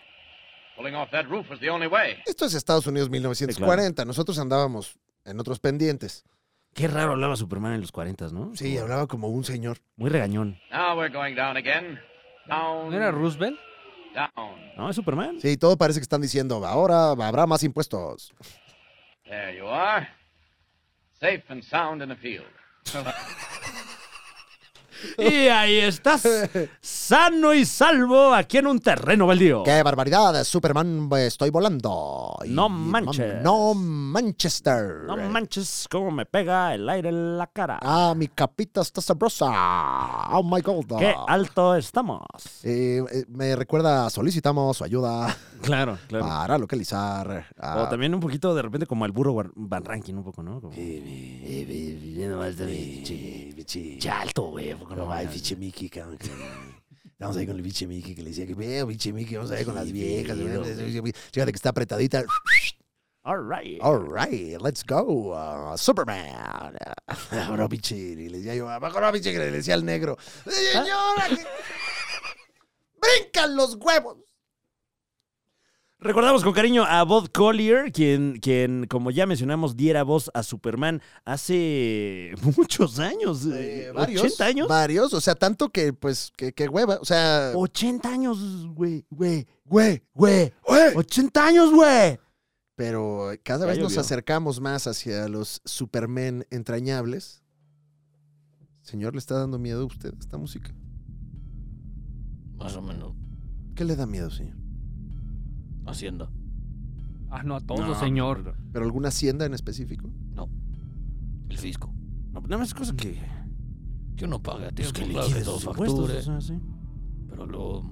Speaker 9: Pulling off that roof was the only way.
Speaker 5: Esto es Estados Unidos 1940. Nosotros andábamos en otros pendientes.
Speaker 4: Qué raro hablaba Superman en los 40, ¿no?
Speaker 5: Sí, hablaba como un señor.
Speaker 4: Muy regañón.
Speaker 9: Now we're going down again. Down.
Speaker 6: ¿No era Roosevelt?
Speaker 9: Down.
Speaker 4: ¿No? Es Superman.
Speaker 5: Sí, todo parece que están diciendo, ahora habrá más impuestos.
Speaker 9: There you are. Safe and sound in the field.
Speaker 4: Y ahí estás, (laughs) sano y salvo, aquí en un terreno baldío.
Speaker 5: ¡Qué barbaridad! Superman, eh, estoy volando. Y-
Speaker 4: No manches.
Speaker 5: No Manchester.
Speaker 4: No manches cómo me pega el aire en la cara.
Speaker 5: Ah, mi capita está sabrosa. Oh my god.
Speaker 4: Qué
Speaker 1: Ah.
Speaker 4: alto estamos.
Speaker 5: Eh, eh, me recuerda, solicitamos su ayuda
Speaker 4: Claro, claro.
Speaker 5: para localizar. a-
Speaker 4: O también un poquito de repente como el burro War- Van Ranking un poco, ¿no? Como-
Speaker 1: Pinche alto, güey. ¿a poco No va el pinche Mickey, cabrón. que- Estamos ahí con el pinche Mickey que le decía que veo, pinche Mickey, vamos a ver con las viejas. güey. Fíjate que está apretadita.
Speaker 4: All right.
Speaker 5: All right, let's go. uh, Superman. (laughs)
Speaker 1: Ahora, pinche. Y le decía yo, abajo no, pinche, que le decía al negro.
Speaker 4: Ah.
Speaker 5: Señora,
Speaker 4: (laughs)
Speaker 5: que- brincan los huevos.
Speaker 4: Recordamos con cariño a Bob Collier, quien, quien, como ya mencionamos, diera voz a Superman hace (laughs) muchos años.
Speaker 5: Eh,
Speaker 4: eh,
Speaker 5: varios,
Speaker 4: ¿80 años? Oh,
Speaker 5: Varios, o sea, tanto que, pues, que, que hueva. O sea,
Speaker 4: 80 años, güey, güey,
Speaker 5: güey,
Speaker 4: güey.
Speaker 5: güey.
Speaker 4: 80 años, güey.
Speaker 5: Pero cada
Speaker 4: Oh, Ya
Speaker 5: vez nos
Speaker 4: llovió.
Speaker 5: acercamos más hacia los Superman entrañables. Señor, ¿le está dando miedo a usted esta música?
Speaker 7: Más o menos.
Speaker 5: ¿Qué le da miedo, señor?
Speaker 7: Hacienda.
Speaker 6: Ah, no, a todo, señor.
Speaker 5: ¿Pero alguna hacienda en específico?
Speaker 7: El fisco.
Speaker 4: No, nada más cosa que.
Speaker 7: Que uno paga a
Speaker 4: pues,
Speaker 7: tiempo,
Speaker 4: que
Speaker 7: claro,
Speaker 4: liquides
Speaker 7: que todo
Speaker 4: sus impuestos,
Speaker 7: facture,
Speaker 4: o sea, sí.
Speaker 7: Pero luego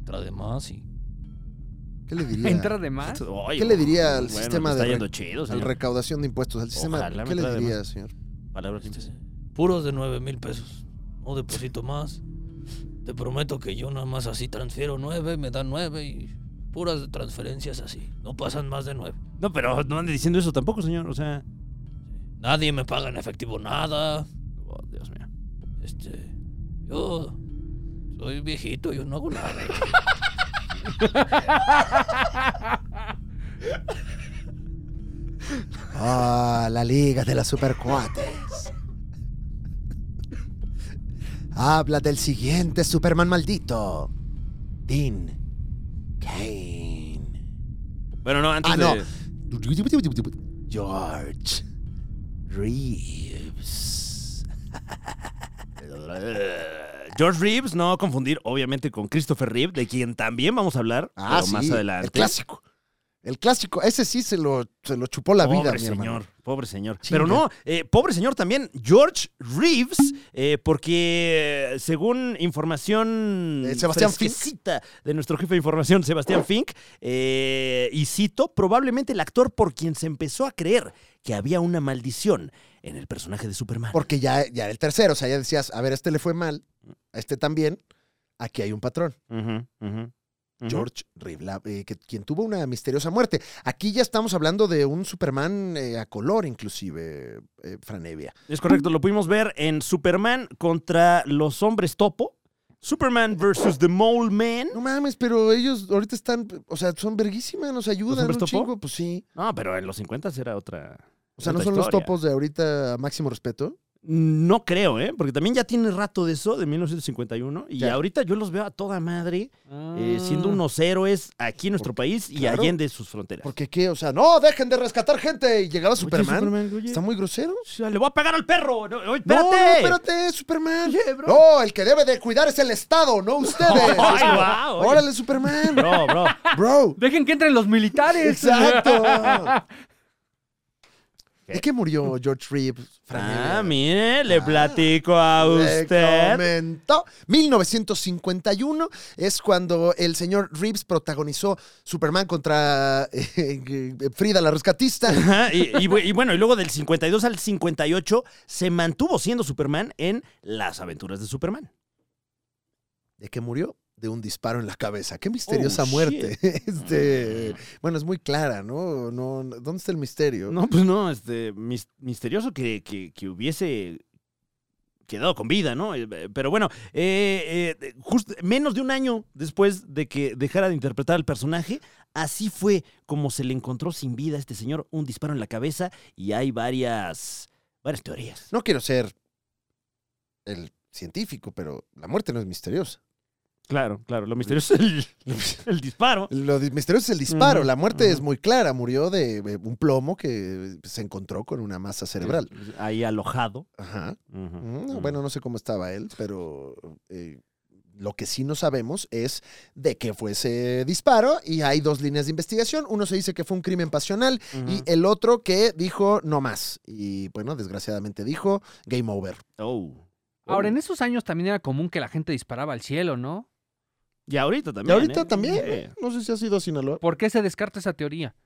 Speaker 7: entra de más y...
Speaker 5: ¿Qué le
Speaker 4: (laughs)
Speaker 5: diría?
Speaker 6: ¿Entra de más?
Speaker 4: Ay,
Speaker 5: ¿Qué le diría al
Speaker 4: bueno,
Speaker 5: sistema
Speaker 4: te
Speaker 5: de
Speaker 4: Está
Speaker 5: re-
Speaker 4: yendo chido,
Speaker 5: Al
Speaker 4: Pues, señor.
Speaker 5: recaudación de impuestos, al sistema.
Speaker 4: Ojalá me
Speaker 5: ¿Qué le
Speaker 4: trae de
Speaker 5: diría, señor?
Speaker 4: Palabras simples.
Speaker 7: Puros de nueve mil pesos. No deposito más. Te prometo que yo nada más así transfiero nueve, me dan nueve y puras transferencias así. No pasan más de nueve.
Speaker 4: No, pero no ande diciendo eso tampoco, señor. O sea.
Speaker 7: Nadie me paga en efectivo nada.
Speaker 4: Oh, Dios mío.
Speaker 7: Este, yo soy viejito, yo no hago nada.
Speaker 1: Ah, la liga de las supercuates. Habla del siguiente Superman maldito. Dean Kane.
Speaker 4: Bueno, no, antes
Speaker 5: Ah, no.
Speaker 4: de.
Speaker 1: George
Speaker 4: (laughs)
Speaker 1: Reeves.
Speaker 5: Ah,
Speaker 4: George Reeves, no confundir obviamente con Christopher Reeve, de quien también vamos a hablar,
Speaker 5: Ah,
Speaker 4: pero
Speaker 5: sí,
Speaker 4: más adelante.
Speaker 5: El clásico. El clásico. Ese sí se lo, se lo chupó la vida,
Speaker 4: pobre
Speaker 5: mi
Speaker 4: señor,
Speaker 5: hermano.
Speaker 4: pobre señor.
Speaker 5: Chinga.
Speaker 4: Pero no, eh, pobre señor también, George Reeves, eh, porque eh, según información
Speaker 5: Eh, Sebastián Fink.
Speaker 4: fresquecita de nuestro jefe de información, Sebastián Fink, eh, y cito, probablemente el actor por quien se empezó a creer que había una maldición en el personaje de Superman.
Speaker 5: Porque ya, ya era el tercero. O sea, ya decías, a ver, a este le fue mal, a este también. Aquí hay un patrón.
Speaker 4: Ujú, ujú, ujú.
Speaker 5: George Reeves, la- eh, que- quien tuvo una misteriosa muerte. Aquí ya estamos hablando de un Superman eh, a color, inclusive, eh, Franevia.
Speaker 4: Es correcto, lo pudimos ver en Superman contra los hombres topo. Superman versus The Mole Man.
Speaker 5: No mames, pero ellos ahorita están, o sea, son verguísimas, nos ayudan
Speaker 4: hombres
Speaker 5: un
Speaker 4: topo?
Speaker 5: chingo, pues sí.
Speaker 4: No, pero en los 50 era otra.
Speaker 5: O sea, no
Speaker 4: otra
Speaker 5: son los
Speaker 4: historia.
Speaker 5: topos de ahorita a máximo respeto.
Speaker 4: No creo, ¿eh? Porque también ya tiene rato de eso, de 1951. Y
Speaker 5: Ya.
Speaker 4: ahorita yo los veo a toda madre eh,
Speaker 6: Ah.
Speaker 4: siendo unos héroes aquí en nuestro país y
Speaker 5: claro.
Speaker 4: allende sus fronteras.
Speaker 5: Porque qué, o sea, no, dejen de rescatar gente y llegaba
Speaker 4: Oye,
Speaker 5: Superman.
Speaker 4: oye,
Speaker 5: Está muy grosero.
Speaker 4: o sea, le voy a pegar al perro. No, oye,
Speaker 5: No,
Speaker 4: espérate.
Speaker 5: no, espérate, Superman. No, el que debe de cuidar es el Estado, no (laughs) ustedes.
Speaker 4: Ay, guau, oye.
Speaker 5: Órale, Superman. (laughs)
Speaker 4: Bro, bro. Ah,
Speaker 5: Bro.
Speaker 6: Dejen que entren los militares.
Speaker 5: Exacto. ¿De qué murió George Reeves? Frank Miller?
Speaker 4: Ah, mire, le
Speaker 5: Ah.
Speaker 4: platico a
Speaker 5: Le
Speaker 4: usted.
Speaker 5: comentó. 1951 es cuando el señor Reeves protagonizó Superman contra eh, (laughs) Frida la rescatista.
Speaker 4: Ajá, (laughs) y, y bu- y bueno, y luego del 52 al 58 se mantuvo siendo Superman en Las Aventuras de Superman.
Speaker 5: ¿De qué murió? De un disparo en la cabeza. Qué misteriosa
Speaker 4: Oh, shit. Mm.
Speaker 5: muerte. (laughs) Este, bueno, es muy clara, ¿no? No, no, ¿Dónde está el misterio?
Speaker 4: No, pues no, este, mis- misterioso que, que- que hubiese quedado con vida, ¿no? Eh, Pero bueno, eh, eh, justo menos de un año después de que dejara de interpretar al personaje, así fue como se le encontró sin vida a este señor, un disparo en la cabeza y hay varias, varias teorías.
Speaker 5: No quiero ser el científico, pero la muerte no es misteriosa.
Speaker 4: Claro, claro, lo misterioso es el, (laughs) el disparo.
Speaker 5: Lo di- misterioso es el disparo.
Speaker 4: Ujú,
Speaker 5: la muerte
Speaker 4: ujú.
Speaker 5: es muy clara. Murió de eh, un plomo que se encontró con una masa cerebral.
Speaker 4: Eh, pues, Ahí alojado.
Speaker 5: Ajá.
Speaker 4: Ujú,
Speaker 5: Mm,
Speaker 4: ujú.
Speaker 5: Bueno, no sé cómo estaba él, pero eh, lo que sí no sabemos es de qué fue ese disparo y hay dos líneas de investigación. Uno se dice que fue un crimen pasional
Speaker 4: Ujú.
Speaker 5: y el otro que dijo no más. Y bueno, desgraciadamente dijo game over.
Speaker 4: Oh.
Speaker 6: (laughs) Ahora, en esos años también era común que la gente disparaba al cielo, ¿no?
Speaker 4: Y ahorita también.
Speaker 5: y ahorita
Speaker 4: ¿eh?
Speaker 5: también,
Speaker 4: Sí.
Speaker 5: ¿eh? no sé si ha sido a Sinaloa.
Speaker 6: ¿Por qué se descarta esa teoría?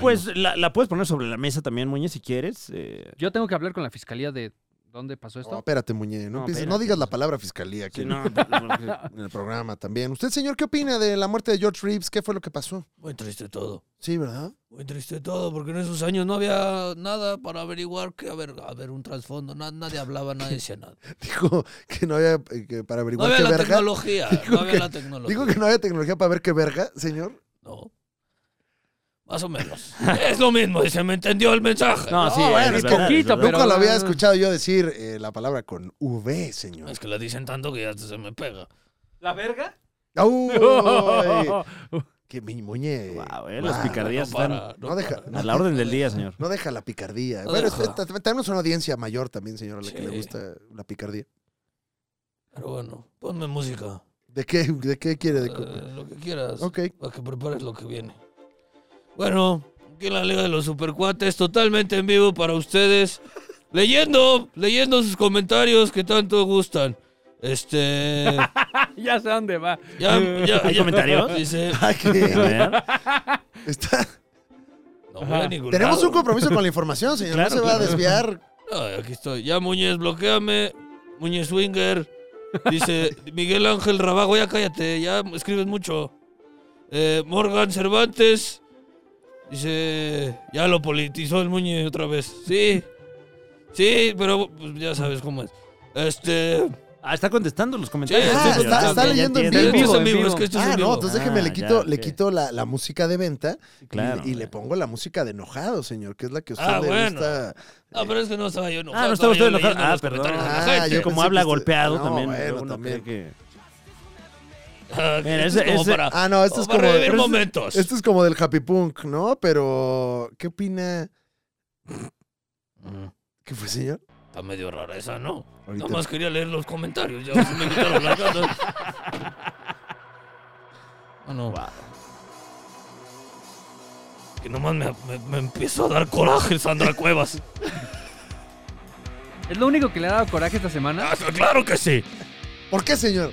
Speaker 4: Pues la, la puedes poner sobre la mesa también, Muñe, si quieres. eh,
Speaker 6: Yo tengo que hablar con la fiscalía de dónde pasó
Speaker 5: No,
Speaker 6: esto.
Speaker 5: espérate, Muñe, no,
Speaker 4: No,
Speaker 5: empieces- no
Speaker 4: espérate.
Speaker 5: digas la palabra fiscalía aquí
Speaker 4: si (laughs) no,
Speaker 5: en el programa también. Usted, señor, ¿qué opina de la muerte de George Reeves? ¿Qué fue lo que pasó?
Speaker 7: Muy triste todo.
Speaker 5: Sí, ¿verdad?
Speaker 7: Muy triste todo, porque en esos años no había nada para averiguar que, a ver, a ver, un trasfondo. na- nadie hablaba, nadie decía nada.
Speaker 5: (laughs) Dijo que no había eh, que para
Speaker 7: No
Speaker 5: averiguar
Speaker 7: había
Speaker 5: qué
Speaker 7: la
Speaker 5: verga.
Speaker 7: tecnología.
Speaker 5: (laughs) Digo
Speaker 7: No había
Speaker 5: que-
Speaker 7: la tecnología.
Speaker 5: Dijo que no había tecnología para ver qué verga, señor.
Speaker 7: No. Más o menos. (laughs) es lo mismo, y se me entendió el mensaje.
Speaker 4: No, sí,
Speaker 5: bueno,
Speaker 4: es
Speaker 5: es
Speaker 4: verdad,
Speaker 6: poquito,
Speaker 4: es verdad.
Speaker 5: Nunca lo había
Speaker 6: ah.
Speaker 5: escuchado yo decir eh, la palabra con V, señor.
Speaker 7: Es que la dicen tanto que ya se me pega.
Speaker 4: ¿La verga? (laughs)
Speaker 5: ¡Uy! ¡Qué mi muñe!
Speaker 4: Guau, eh, las
Speaker 5: Guau,
Speaker 4: picardías
Speaker 7: no para,
Speaker 4: están
Speaker 5: No deja,
Speaker 4: a la orden del día, (laughs) señor.
Speaker 5: no deja la picardía.
Speaker 7: No
Speaker 5: bueno,
Speaker 7: deja.
Speaker 5: es- es- tenemos una audiencia mayor también, señor, a la que
Speaker 7: Sí.
Speaker 5: le gusta la picardía.
Speaker 7: Pero bueno, ponme música.
Speaker 5: ¿De qué, de qué quiere? De co-
Speaker 7: eh, lo que quieras.
Speaker 5: ok.
Speaker 7: Para que prepares lo que viene. Bueno, aquí en la Liga de los Supercuates, totalmente en vivo para ustedes. Leyendo, leyendo sus comentarios que tanto gustan.
Speaker 4: (laughs)
Speaker 7: Este.
Speaker 6: (laughs) ya sé dónde va.
Speaker 7: Ya, ya,
Speaker 4: ¿Hay
Speaker 7: ya-
Speaker 4: comentarios?
Speaker 7: Dice.
Speaker 5: Ay,
Speaker 4: A
Speaker 5: ¿qué?
Speaker 4: ver.
Speaker 5: Está-
Speaker 7: No voy a ningún
Speaker 5: Tenemos
Speaker 7: lado.
Speaker 5: un compromiso con la información, señor.
Speaker 4: Claro,
Speaker 5: no se va
Speaker 4: claro.
Speaker 5: a desviar.
Speaker 7: Ay, aquí estoy. Ya, Muñez, bloqueame. Muñez Swinger. Dice Miguel Ángel Rabago, ya cállate, ya escribes mucho. Eh, Morgan Cervantes. Dice, ya lo politizó el Muñez otra vez. Sí. Sí, pero pues, ya sabes cómo es. Este.
Speaker 4: Ah, está contestando los comentarios.
Speaker 7: Sí,
Speaker 4: Ah,
Speaker 7: sí,
Speaker 4: ya
Speaker 7: está- está
Speaker 5: leyendo en
Speaker 4: entiendo.
Speaker 5: vivo.
Speaker 7: esto es en
Speaker 6: en
Speaker 7: vivo,
Speaker 6: vivo.
Speaker 7: es que (laughs) esto es
Speaker 5: Ah,
Speaker 7: en
Speaker 5: no,
Speaker 7: vivo.
Speaker 5: entonces déjeme
Speaker 4: Ah,
Speaker 5: le quito,
Speaker 4: ya,
Speaker 5: le
Speaker 4: ok.
Speaker 5: quito la, la música de venta y-
Speaker 4: Claro.
Speaker 5: y, le pongo la música de enojado, señor, que es la que a usted
Speaker 7: Ah,
Speaker 5: le
Speaker 7: bueno.
Speaker 5: gusta.
Speaker 7: Ah, pero es que no estaba yo enojado.
Speaker 4: Ah, no estaba usted
Speaker 7: yo
Speaker 4: enojado.
Speaker 7: leyendo
Speaker 4: Ah,
Speaker 7: los
Speaker 4: perdón.
Speaker 7: comentarios de la
Speaker 5: Ah,
Speaker 7: gente.
Speaker 5: yo
Speaker 4: yo como
Speaker 5: pensé
Speaker 4: habla
Speaker 5: que usted-
Speaker 4: golpeado
Speaker 5: No,
Speaker 4: también.
Speaker 5: bueno,
Speaker 4: luego uno
Speaker 5: también.
Speaker 4: cree que-
Speaker 7: Ah,
Speaker 4: Mira,
Speaker 7: esto
Speaker 4: ese-
Speaker 7: es como
Speaker 4: ese-
Speaker 7: para-
Speaker 5: Ah, no, esto
Speaker 7: como
Speaker 5: es
Speaker 7: para
Speaker 5: como.
Speaker 7: revivir
Speaker 5: pero es-
Speaker 7: momentos.
Speaker 5: Esto es como del happy punk, ¿no? Pero, ¿qué opina?
Speaker 7: Ujú.
Speaker 5: ¿Qué fue, señor?
Speaker 7: Mm. Está medio rara esa, ¿no?
Speaker 5: Ahorita.
Speaker 7: Nada más quería leer los comentarios, ya se me quitaron las ganas. Bueno, que nomás me, me, me empezó a dar coraje Sandra Cuevas.
Speaker 6: Es lo único que le ha dado coraje esta semana.
Speaker 7: Ah, claro que sí.
Speaker 5: ¿Por qué, señor?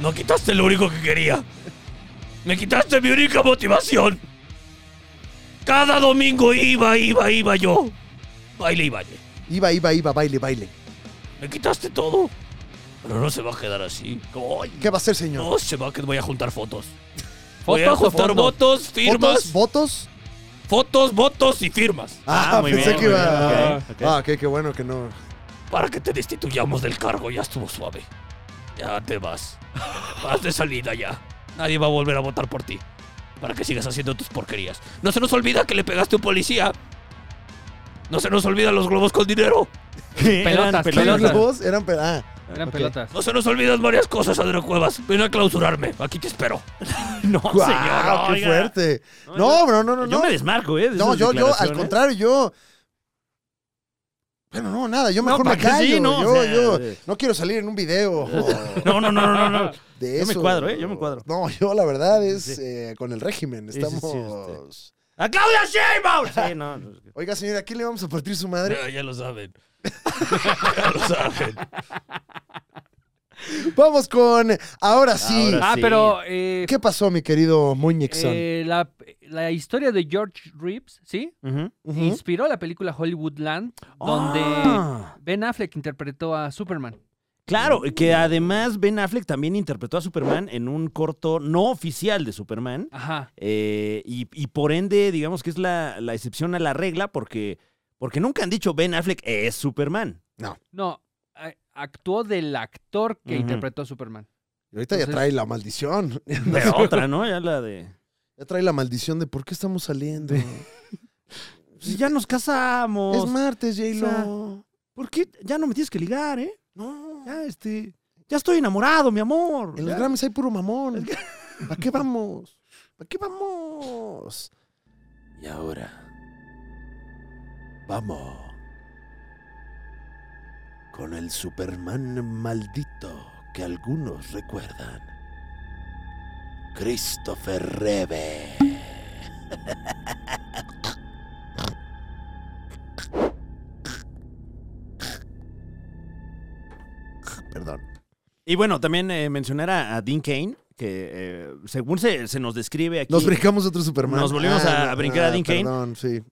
Speaker 7: No quitaste lo único que quería. Me quitaste mi única motivación. Cada domingo iba, iba, iba yo. Baile y baile.
Speaker 5: Iba, iba, iba, baile, baile.
Speaker 7: Me quitaste todo. Pero no se va a quedar así. Ay,
Speaker 5: ¿Qué va a hacer, señor?
Speaker 7: no se va a quedar. Voy a juntar fotos. Voy a
Speaker 6: ¿Fotos o
Speaker 7: juntar
Speaker 6: fondos?
Speaker 7: votos, firmas.
Speaker 5: ¿Votos? ¿Votos?
Speaker 7: fotos, votos y firmas
Speaker 5: Ah,
Speaker 4: muy
Speaker 5: pensé
Speaker 4: bien,
Speaker 5: que
Speaker 4: muy
Speaker 5: iba.
Speaker 4: bien, ok, ok.
Speaker 5: Ah, ok, qué bueno que no.
Speaker 7: para que te destituyamos del cargo. Ya estuvo suave. Ya te vas. Vas de salida ya. Nadie va a volver a votar por ti. Para que sigas haciendo tus porquerías. No se nos olvida que le pegaste a un policía. No se nos olvidan los globos con dinero.
Speaker 4: (laughs)
Speaker 6: Pelotas,
Speaker 5: ¿Eran
Speaker 6: pelotas.
Speaker 5: globos? Eran pe- ah,
Speaker 6: Eran
Speaker 5: ok.
Speaker 6: pelotas.
Speaker 7: No se nos olvidan varias cosas, Adrián Cuevas. Ven a clausurarme. Aquí te espero.
Speaker 4: (laughs) No,
Speaker 5: ¡Guau,
Speaker 4: señor.
Speaker 5: ¡Qué
Speaker 4: oiga.
Speaker 5: fuerte! No, no, no, no.
Speaker 4: Yo
Speaker 5: No,
Speaker 4: me desmarco, ¿eh? de
Speaker 5: no yo,
Speaker 4: esas
Speaker 5: yo, al
Speaker 4: declaraciones.
Speaker 5: contrario, yo. Bueno, no, nada, yo
Speaker 4: No,
Speaker 5: mejor me
Speaker 4: ¿para qué?
Speaker 5: callo.
Speaker 4: Sí, no,
Speaker 5: yo,
Speaker 4: o sea,
Speaker 5: yo
Speaker 4: eh.
Speaker 5: no quiero salir en un video o
Speaker 4: (laughs) No, no, no, no, no. no.
Speaker 5: de
Speaker 4: Yo me
Speaker 5: eso.
Speaker 4: cuadro, ¿eh? Yo me cuadro.
Speaker 5: No, yo la verdad es
Speaker 4: Sí.
Speaker 5: eh, con el régimen.
Speaker 4: Sí, sí, sí,
Speaker 5: Estamos.
Speaker 4: (laughs) ¡A Claudia Sheinbaum! Sí, no. no.
Speaker 5: Oiga, señora, ¿a quién le vamos a partir su madre? (laughs)
Speaker 7: Ya, ya lo saben. (laughs) ya lo saben.
Speaker 5: Vamos con. Ahora sí.
Speaker 4: Ahora
Speaker 6: Ah,
Speaker 4: Sí.
Speaker 6: pero eh,
Speaker 5: ¿Qué pasó, mi querido Muñexon?
Speaker 6: eh, la, la historia de George Reeves, ¿sí?
Speaker 4: Ujú.
Speaker 5: Ujú.
Speaker 6: Inspiró la película Hollywoodland, donde
Speaker 4: Ah,
Speaker 6: Ben Affleck interpretó a Superman.
Speaker 4: claro, que además Ben Affleck también interpretó a Superman en un corto no oficial de Superman.
Speaker 6: Ajá.
Speaker 4: Eh, y, y por ende, digamos que es la, la excepción a la regla porque, porque nunca han dicho Ben Affleck es
Speaker 5: (laughs)
Speaker 4: Superman.
Speaker 6: No, a- actuó del actor que
Speaker 4: Ujú.
Speaker 6: interpretó a Superman.
Speaker 5: Y ahorita ya
Speaker 6: Entonces-
Speaker 5: trae la maldición.
Speaker 4: Pero otra, ¿no? Ya la de...
Speaker 5: Ya trae la maldición de por qué estamos
Speaker 4: (laughs)
Speaker 5: saliendo.
Speaker 4: "Si "Pues ya nos casamos.
Speaker 5: es martes, J-Lo.
Speaker 4: o sea, ¿Por qué? Ya no me tienes que ligar, ¿eh? No. Ya, este... Ya estoy enamorado, mi amor.
Speaker 5: en los
Speaker 4: Ya.
Speaker 5: Grammys hay puro mamón. ¿Para qué vamos? ¿Para qué vamos?
Speaker 1: Y ahora, vamos con el Superman maldito que algunos recuerdan. Christopher Reeve. (laughs) Perdón.
Speaker 4: Y bueno, también eh, mencionar a, a Dean Kane, que eh, según se, se nos describe aquí...
Speaker 5: Nos brincamos otro Superman. Ah,
Speaker 4: Nos volvimos a brincar a Dean Cain.
Speaker 5: Perdón, sí.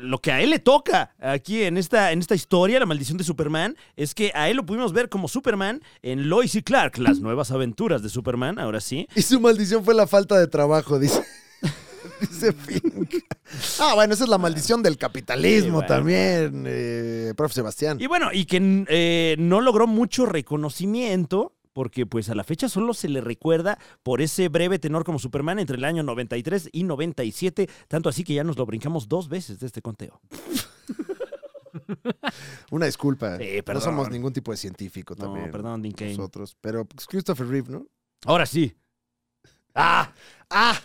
Speaker 4: lo que a él le toca aquí en esta, en esta historia, la maldición de Superman, es que a él lo pudimos ver como Superman en Lois y Clark, las nuevas aventuras de Superman, ahora sí.
Speaker 5: Y su maldición fue la falta de trabajo, dice. (laughs) dice Fink. Ah, bueno, esa es la maldición del capitalismo
Speaker 4: Sí, bueno.
Speaker 5: también, eh, profe Sebastián.
Speaker 4: Y bueno, y que eh, no logró mucho reconocimiento. Porque pues a la fecha solo se le recuerda por ese breve tenor como Superman entre el año 93 y 97, tanto así que ya nos lo brincamos dos veces de este conteo.
Speaker 5: Una disculpa.
Speaker 4: Sí,
Speaker 5: no
Speaker 4: perdón.
Speaker 5: somos ningún tipo de científico
Speaker 4: No,
Speaker 5: también.
Speaker 4: perdón, Dean Cain.
Speaker 5: Nosotros. Pero pues, Christopher Reeve, ¿no?
Speaker 4: Ahora sí.
Speaker 5: ¡Ah! ¡Ah!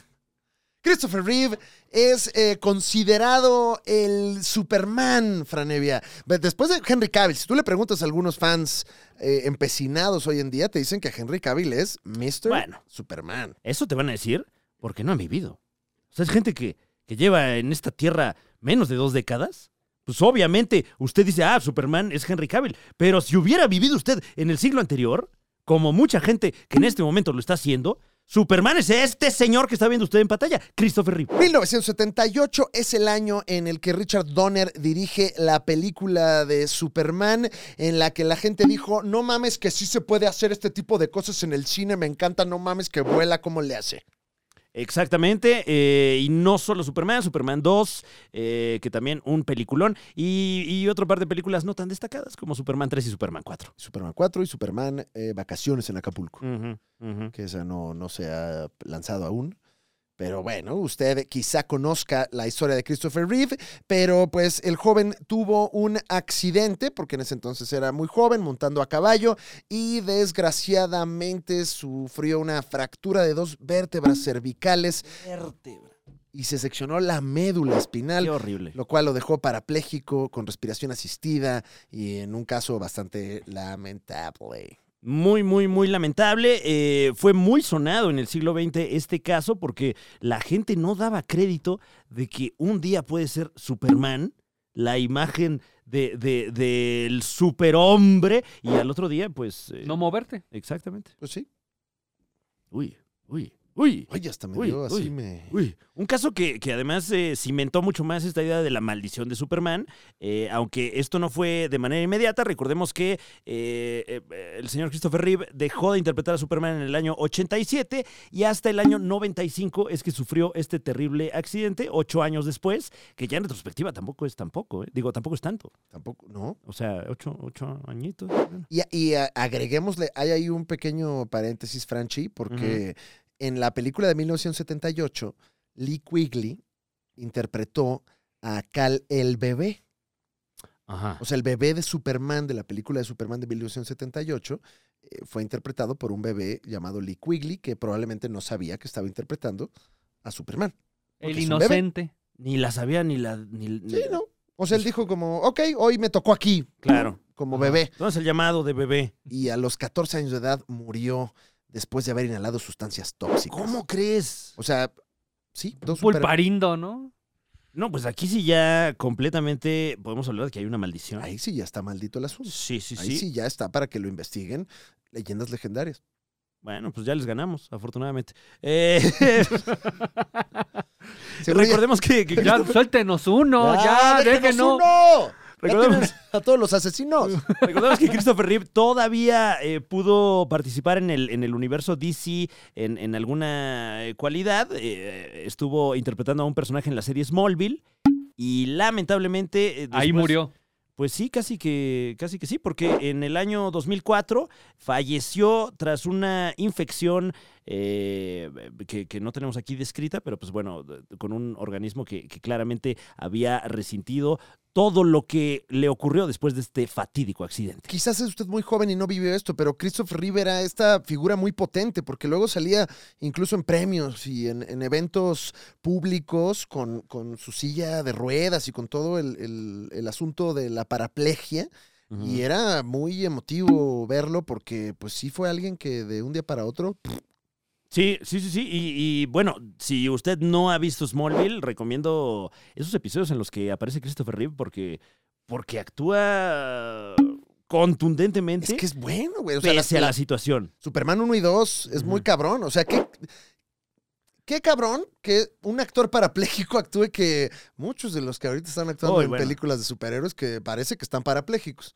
Speaker 5: Christopher Reeve es eh, considerado el Superman, Franevia. Ve- Después de Henry Cavill, si tú le preguntas a algunos fans eh, empecinados hoy en día, te dicen que Henry Cavill es Mr.
Speaker 4: Bueno.
Speaker 5: Superman.
Speaker 4: Eso te van a decir porque no han vivido. O sea, es gente que, que lleva en esta tierra menos de dos décadas. Pues obviamente usted dice, ah, Superman es Henry Cavill. Pero si hubiera vivido usted en el siglo anterior, como mucha gente que en este momento lo está haciendo, Superman es este señor que está viendo usted en pantalla, Christopher Reeve.
Speaker 5: 1978 es el año en el que Richard Donner dirige la película de Superman, en la que la gente dijo, no mames que sí se puede hacer este tipo de cosas en el cine, me encanta, no mames que vuela como le hace.
Speaker 4: Exactamente, eh, y no solo Superman, Superman 2, eh, que también un peliculón, y, y otro par de películas no tan destacadas como Superman 3 y Superman 4.
Speaker 5: Superman 4 y Superman eh, Vacaciones en Acapulco,
Speaker 4: Ujú, ujú.
Speaker 5: que esa no, no se ha lanzado aún. Pero bueno, usted quizá conozca la historia de Christopher Reeve, pero pues el joven tuvo un accidente, porque en ese entonces era muy joven, montando a caballo, y desgraciadamente sufrió una fractura de dos vértebras cervicales y se seccionó la médula
Speaker 4: Qué
Speaker 5: espinal,
Speaker 4: horrible.
Speaker 5: lo cual lo dejó parapléjico, con respiración asistida y en un caso bastante lamentable.
Speaker 4: Muy, muy, muy lamentable. Eh, fue muy sonado en el siglo XX este caso porque la gente no daba crédito de que un día puede ser Superman, la imagen de- de- del superhombre, y al otro día, pues... eh,
Speaker 6: No moverte.
Speaker 4: Exactamente.
Speaker 5: Pues sí.
Speaker 4: Uy, uy, Uy,
Speaker 5: Ay, hasta me
Speaker 4: Uy,
Speaker 5: dio así,
Speaker 4: uy.
Speaker 5: me...
Speaker 4: Uy, un caso que, que además eh, cimentó mucho más esta idea de la maldición de Superman, eh, aunque esto no fue de manera inmediata, recordemos que eh, eh, el señor Christopher Reeve dejó de interpretar a Superman en el año 87 y hasta el año 95 es que sufrió este terrible accidente, ocho años después, que ya en retrospectiva tampoco es tampoco, eh, digo, tampoco es tanto,
Speaker 5: Tampoco, ¿no?
Speaker 4: o sea, ocho, ocho añitos.
Speaker 5: Y, y, a- agreguémosle, hay ahí un pequeño paréntesis, Franchi, porque en la película de 1978, Lee Quigley interpretó a Cal el bebé.
Speaker 4: Ajá.
Speaker 5: O sea, el bebé de Superman, de la película de Superman de 1978, eh, fue interpretado por un bebé llamado Lee Quigley, que probablemente no sabía que estaba interpretando a Superman.
Speaker 6: El
Speaker 5: Porque es un bebé.
Speaker 6: inocente.
Speaker 4: Ni la sabía ni la... Ni, ni-
Speaker 5: Sí, ¿no? O sea, él dijo como, ok, hoy me tocó aquí.
Speaker 4: Claro.
Speaker 5: Como bebé.
Speaker 4: Entonces el llamado de bebé.
Speaker 5: Y a los 14 años de edad murió después de haber inhalado sustancias tóxicas.
Speaker 4: ¿Cómo crees?
Speaker 5: O sea, sí, dos super- (laughs)
Speaker 6: Pulparindo, ¿no?
Speaker 4: No, pues aquí sí ya completamente podemos hablar de que hay una maldición.
Speaker 5: Ahí sí ya está maldito el asunto.
Speaker 4: sí, sí,
Speaker 5: Ahí
Speaker 4: sí,
Speaker 5: sí ya está para que lo investiguen leyendas legendarias.
Speaker 4: Bueno, pues ya les ganamos, afortunadamente.
Speaker 5: (laughs)
Speaker 4: Eh,
Speaker 5: Seguro ya-
Speaker 4: (laughs) recordemos que, que- (laughs)
Speaker 6: Ya, suéltenos uno, ya,
Speaker 5: déjenos
Speaker 6: déjenos.
Speaker 5: uno! Ya
Speaker 4: recordemos,
Speaker 5: tienen (laughs) a todos los asesinos.
Speaker 4: (laughs) recordemos
Speaker 5: (laughs)
Speaker 4: que Christopher Reeve todavía eh, pudo participar en el, en el universo DC en, en alguna eh, cualidad. Eh, estuvo interpretando a un personaje en la serie Smallville y lamentablemente... eh,
Speaker 6: Ahí
Speaker 4: después-
Speaker 5: (laughs)
Speaker 6: murió.
Speaker 4: Pues sí, casi que, casi que sí, porque en el año 2004 falleció tras una infección eh, que, que no tenemos aquí descrita, pero pues bueno, de- con un organismo que, que claramente había resintido todo lo que le ocurrió después de este fatídico accidente.
Speaker 5: Quizás es usted muy joven y no vivió esto, pero Christopher Reeve era esta figura muy potente, porque luego salía incluso en premios y en, en eventos públicos con, con su silla de ruedas y con todo el, el- el asunto de la paraplegia.
Speaker 4: eh,
Speaker 5: Y era muy emotivo verlo porque pues sí fue alguien que de un día para otro pues,
Speaker 4: Sí, sí, sí, sí. Y, y, bueno, si usted no ha visto Smallville, recomiendo esos episodios en los que aparece Christopher Reeve porque, porque actúa contundentemente
Speaker 5: Es que es bueno, güey. O sea,
Speaker 4: pese
Speaker 5: la-
Speaker 4: a
Speaker 5: la-
Speaker 4: la situación.
Speaker 5: Superman 1 y 2 es muy cabrón. O sea, qué, qué cabrón que un actor parapléjico (laughs) actúe que muchos de los que ahorita están actuando
Speaker 4: Uy,
Speaker 5: en
Speaker 4: bueno.
Speaker 5: películas de superhéroes que parece que están parapléjicos.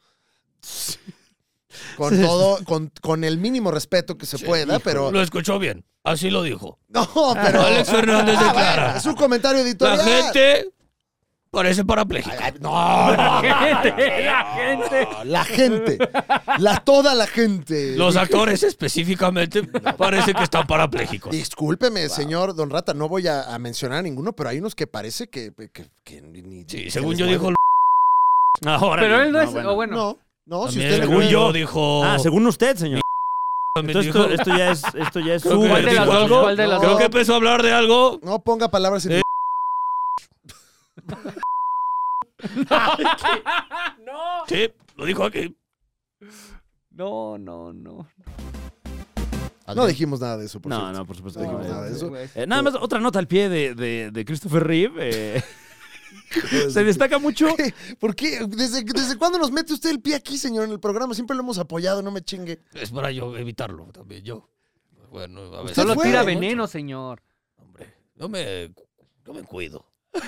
Speaker 5: Con todo, con, con el mínimo respeto que se
Speaker 7: Sí,
Speaker 5: pueda, pero.
Speaker 7: Lo escuchó bien. Así lo dijo.
Speaker 5: (laughs) No, pero.
Speaker 7: Alex Fernández
Speaker 5: (laughs) Ah,
Speaker 7: declara.
Speaker 5: bueno, es un comentario editorial.
Speaker 7: La gente parece
Speaker 5: Ay,
Speaker 7: parapléjica.
Speaker 5: ay, no, no,
Speaker 6: Gente, (laughs) la gente.
Speaker 5: no, la gente. La, toda la gente.
Speaker 7: (laughs) Los actores específicamente parece que están parapléjicos.
Speaker 5: Discúlpeme, señor Don Rata, no voy a, a mencionar ninguno, pero hay unos que parece que, que- que ni- ni-
Speaker 7: Sí,
Speaker 5: que
Speaker 7: según
Speaker 5: les
Speaker 7: yo
Speaker 5: mueve.
Speaker 7: dijo... el- (laughs)
Speaker 4: Ahora
Speaker 6: Pero
Speaker 4: bien,
Speaker 6: él
Speaker 4: no,
Speaker 6: no es.
Speaker 5: Ah,
Speaker 4: bueno.
Speaker 6: O bueno.
Speaker 5: No, no, si
Speaker 7: También
Speaker 5: usted le
Speaker 7: según
Speaker 5: mueve-
Speaker 7: yo dijo...
Speaker 4: Ah, según usted, señor.
Speaker 7: también
Speaker 4: Entonces, esto,
Speaker 7: dijo-
Speaker 4: esto ya es, esto ya es
Speaker 7: Creo
Speaker 4: su
Speaker 7: que-
Speaker 6: ¿Cuál de las
Speaker 7: dijo
Speaker 6: dos?
Speaker 7: algo?
Speaker 6: ¿Cuál de las
Speaker 5: No.
Speaker 7: Creo
Speaker 6: dos?
Speaker 7: que empezó a hablar de algo.
Speaker 5: No ponga palabras en.
Speaker 7: Eh.
Speaker 6: No.
Speaker 7: Sí, lo dijo aquí.
Speaker 6: No, no, no.
Speaker 5: No dijimos nada de eso, por
Speaker 4: No,
Speaker 5: cierto. (laughs)
Speaker 4: no, por supuesto.
Speaker 5: No,
Speaker 4: dijimos nada de eso.
Speaker 6: güey.
Speaker 4: Eh, nada más otra nota al pie de, de- de Christopher Reeve. eh, pues, se
Speaker 5: (laughs)
Speaker 4: destaca mucho.
Speaker 5: ¿Por qué? ¿Desde, ¿Desde cuándo nos mete usted el pie aquí, señor, en el programa? Siempre lo hemos apoyado, no me chingue.
Speaker 7: Es para yo evitarlo también, yo. Bueno, a veces...
Speaker 5: Usted
Speaker 6: Solo
Speaker 5: fue,
Speaker 6: tira
Speaker 5: ¿no?
Speaker 6: veneno, señor.
Speaker 7: Hombre, yo me, yo me cuido. (laughs)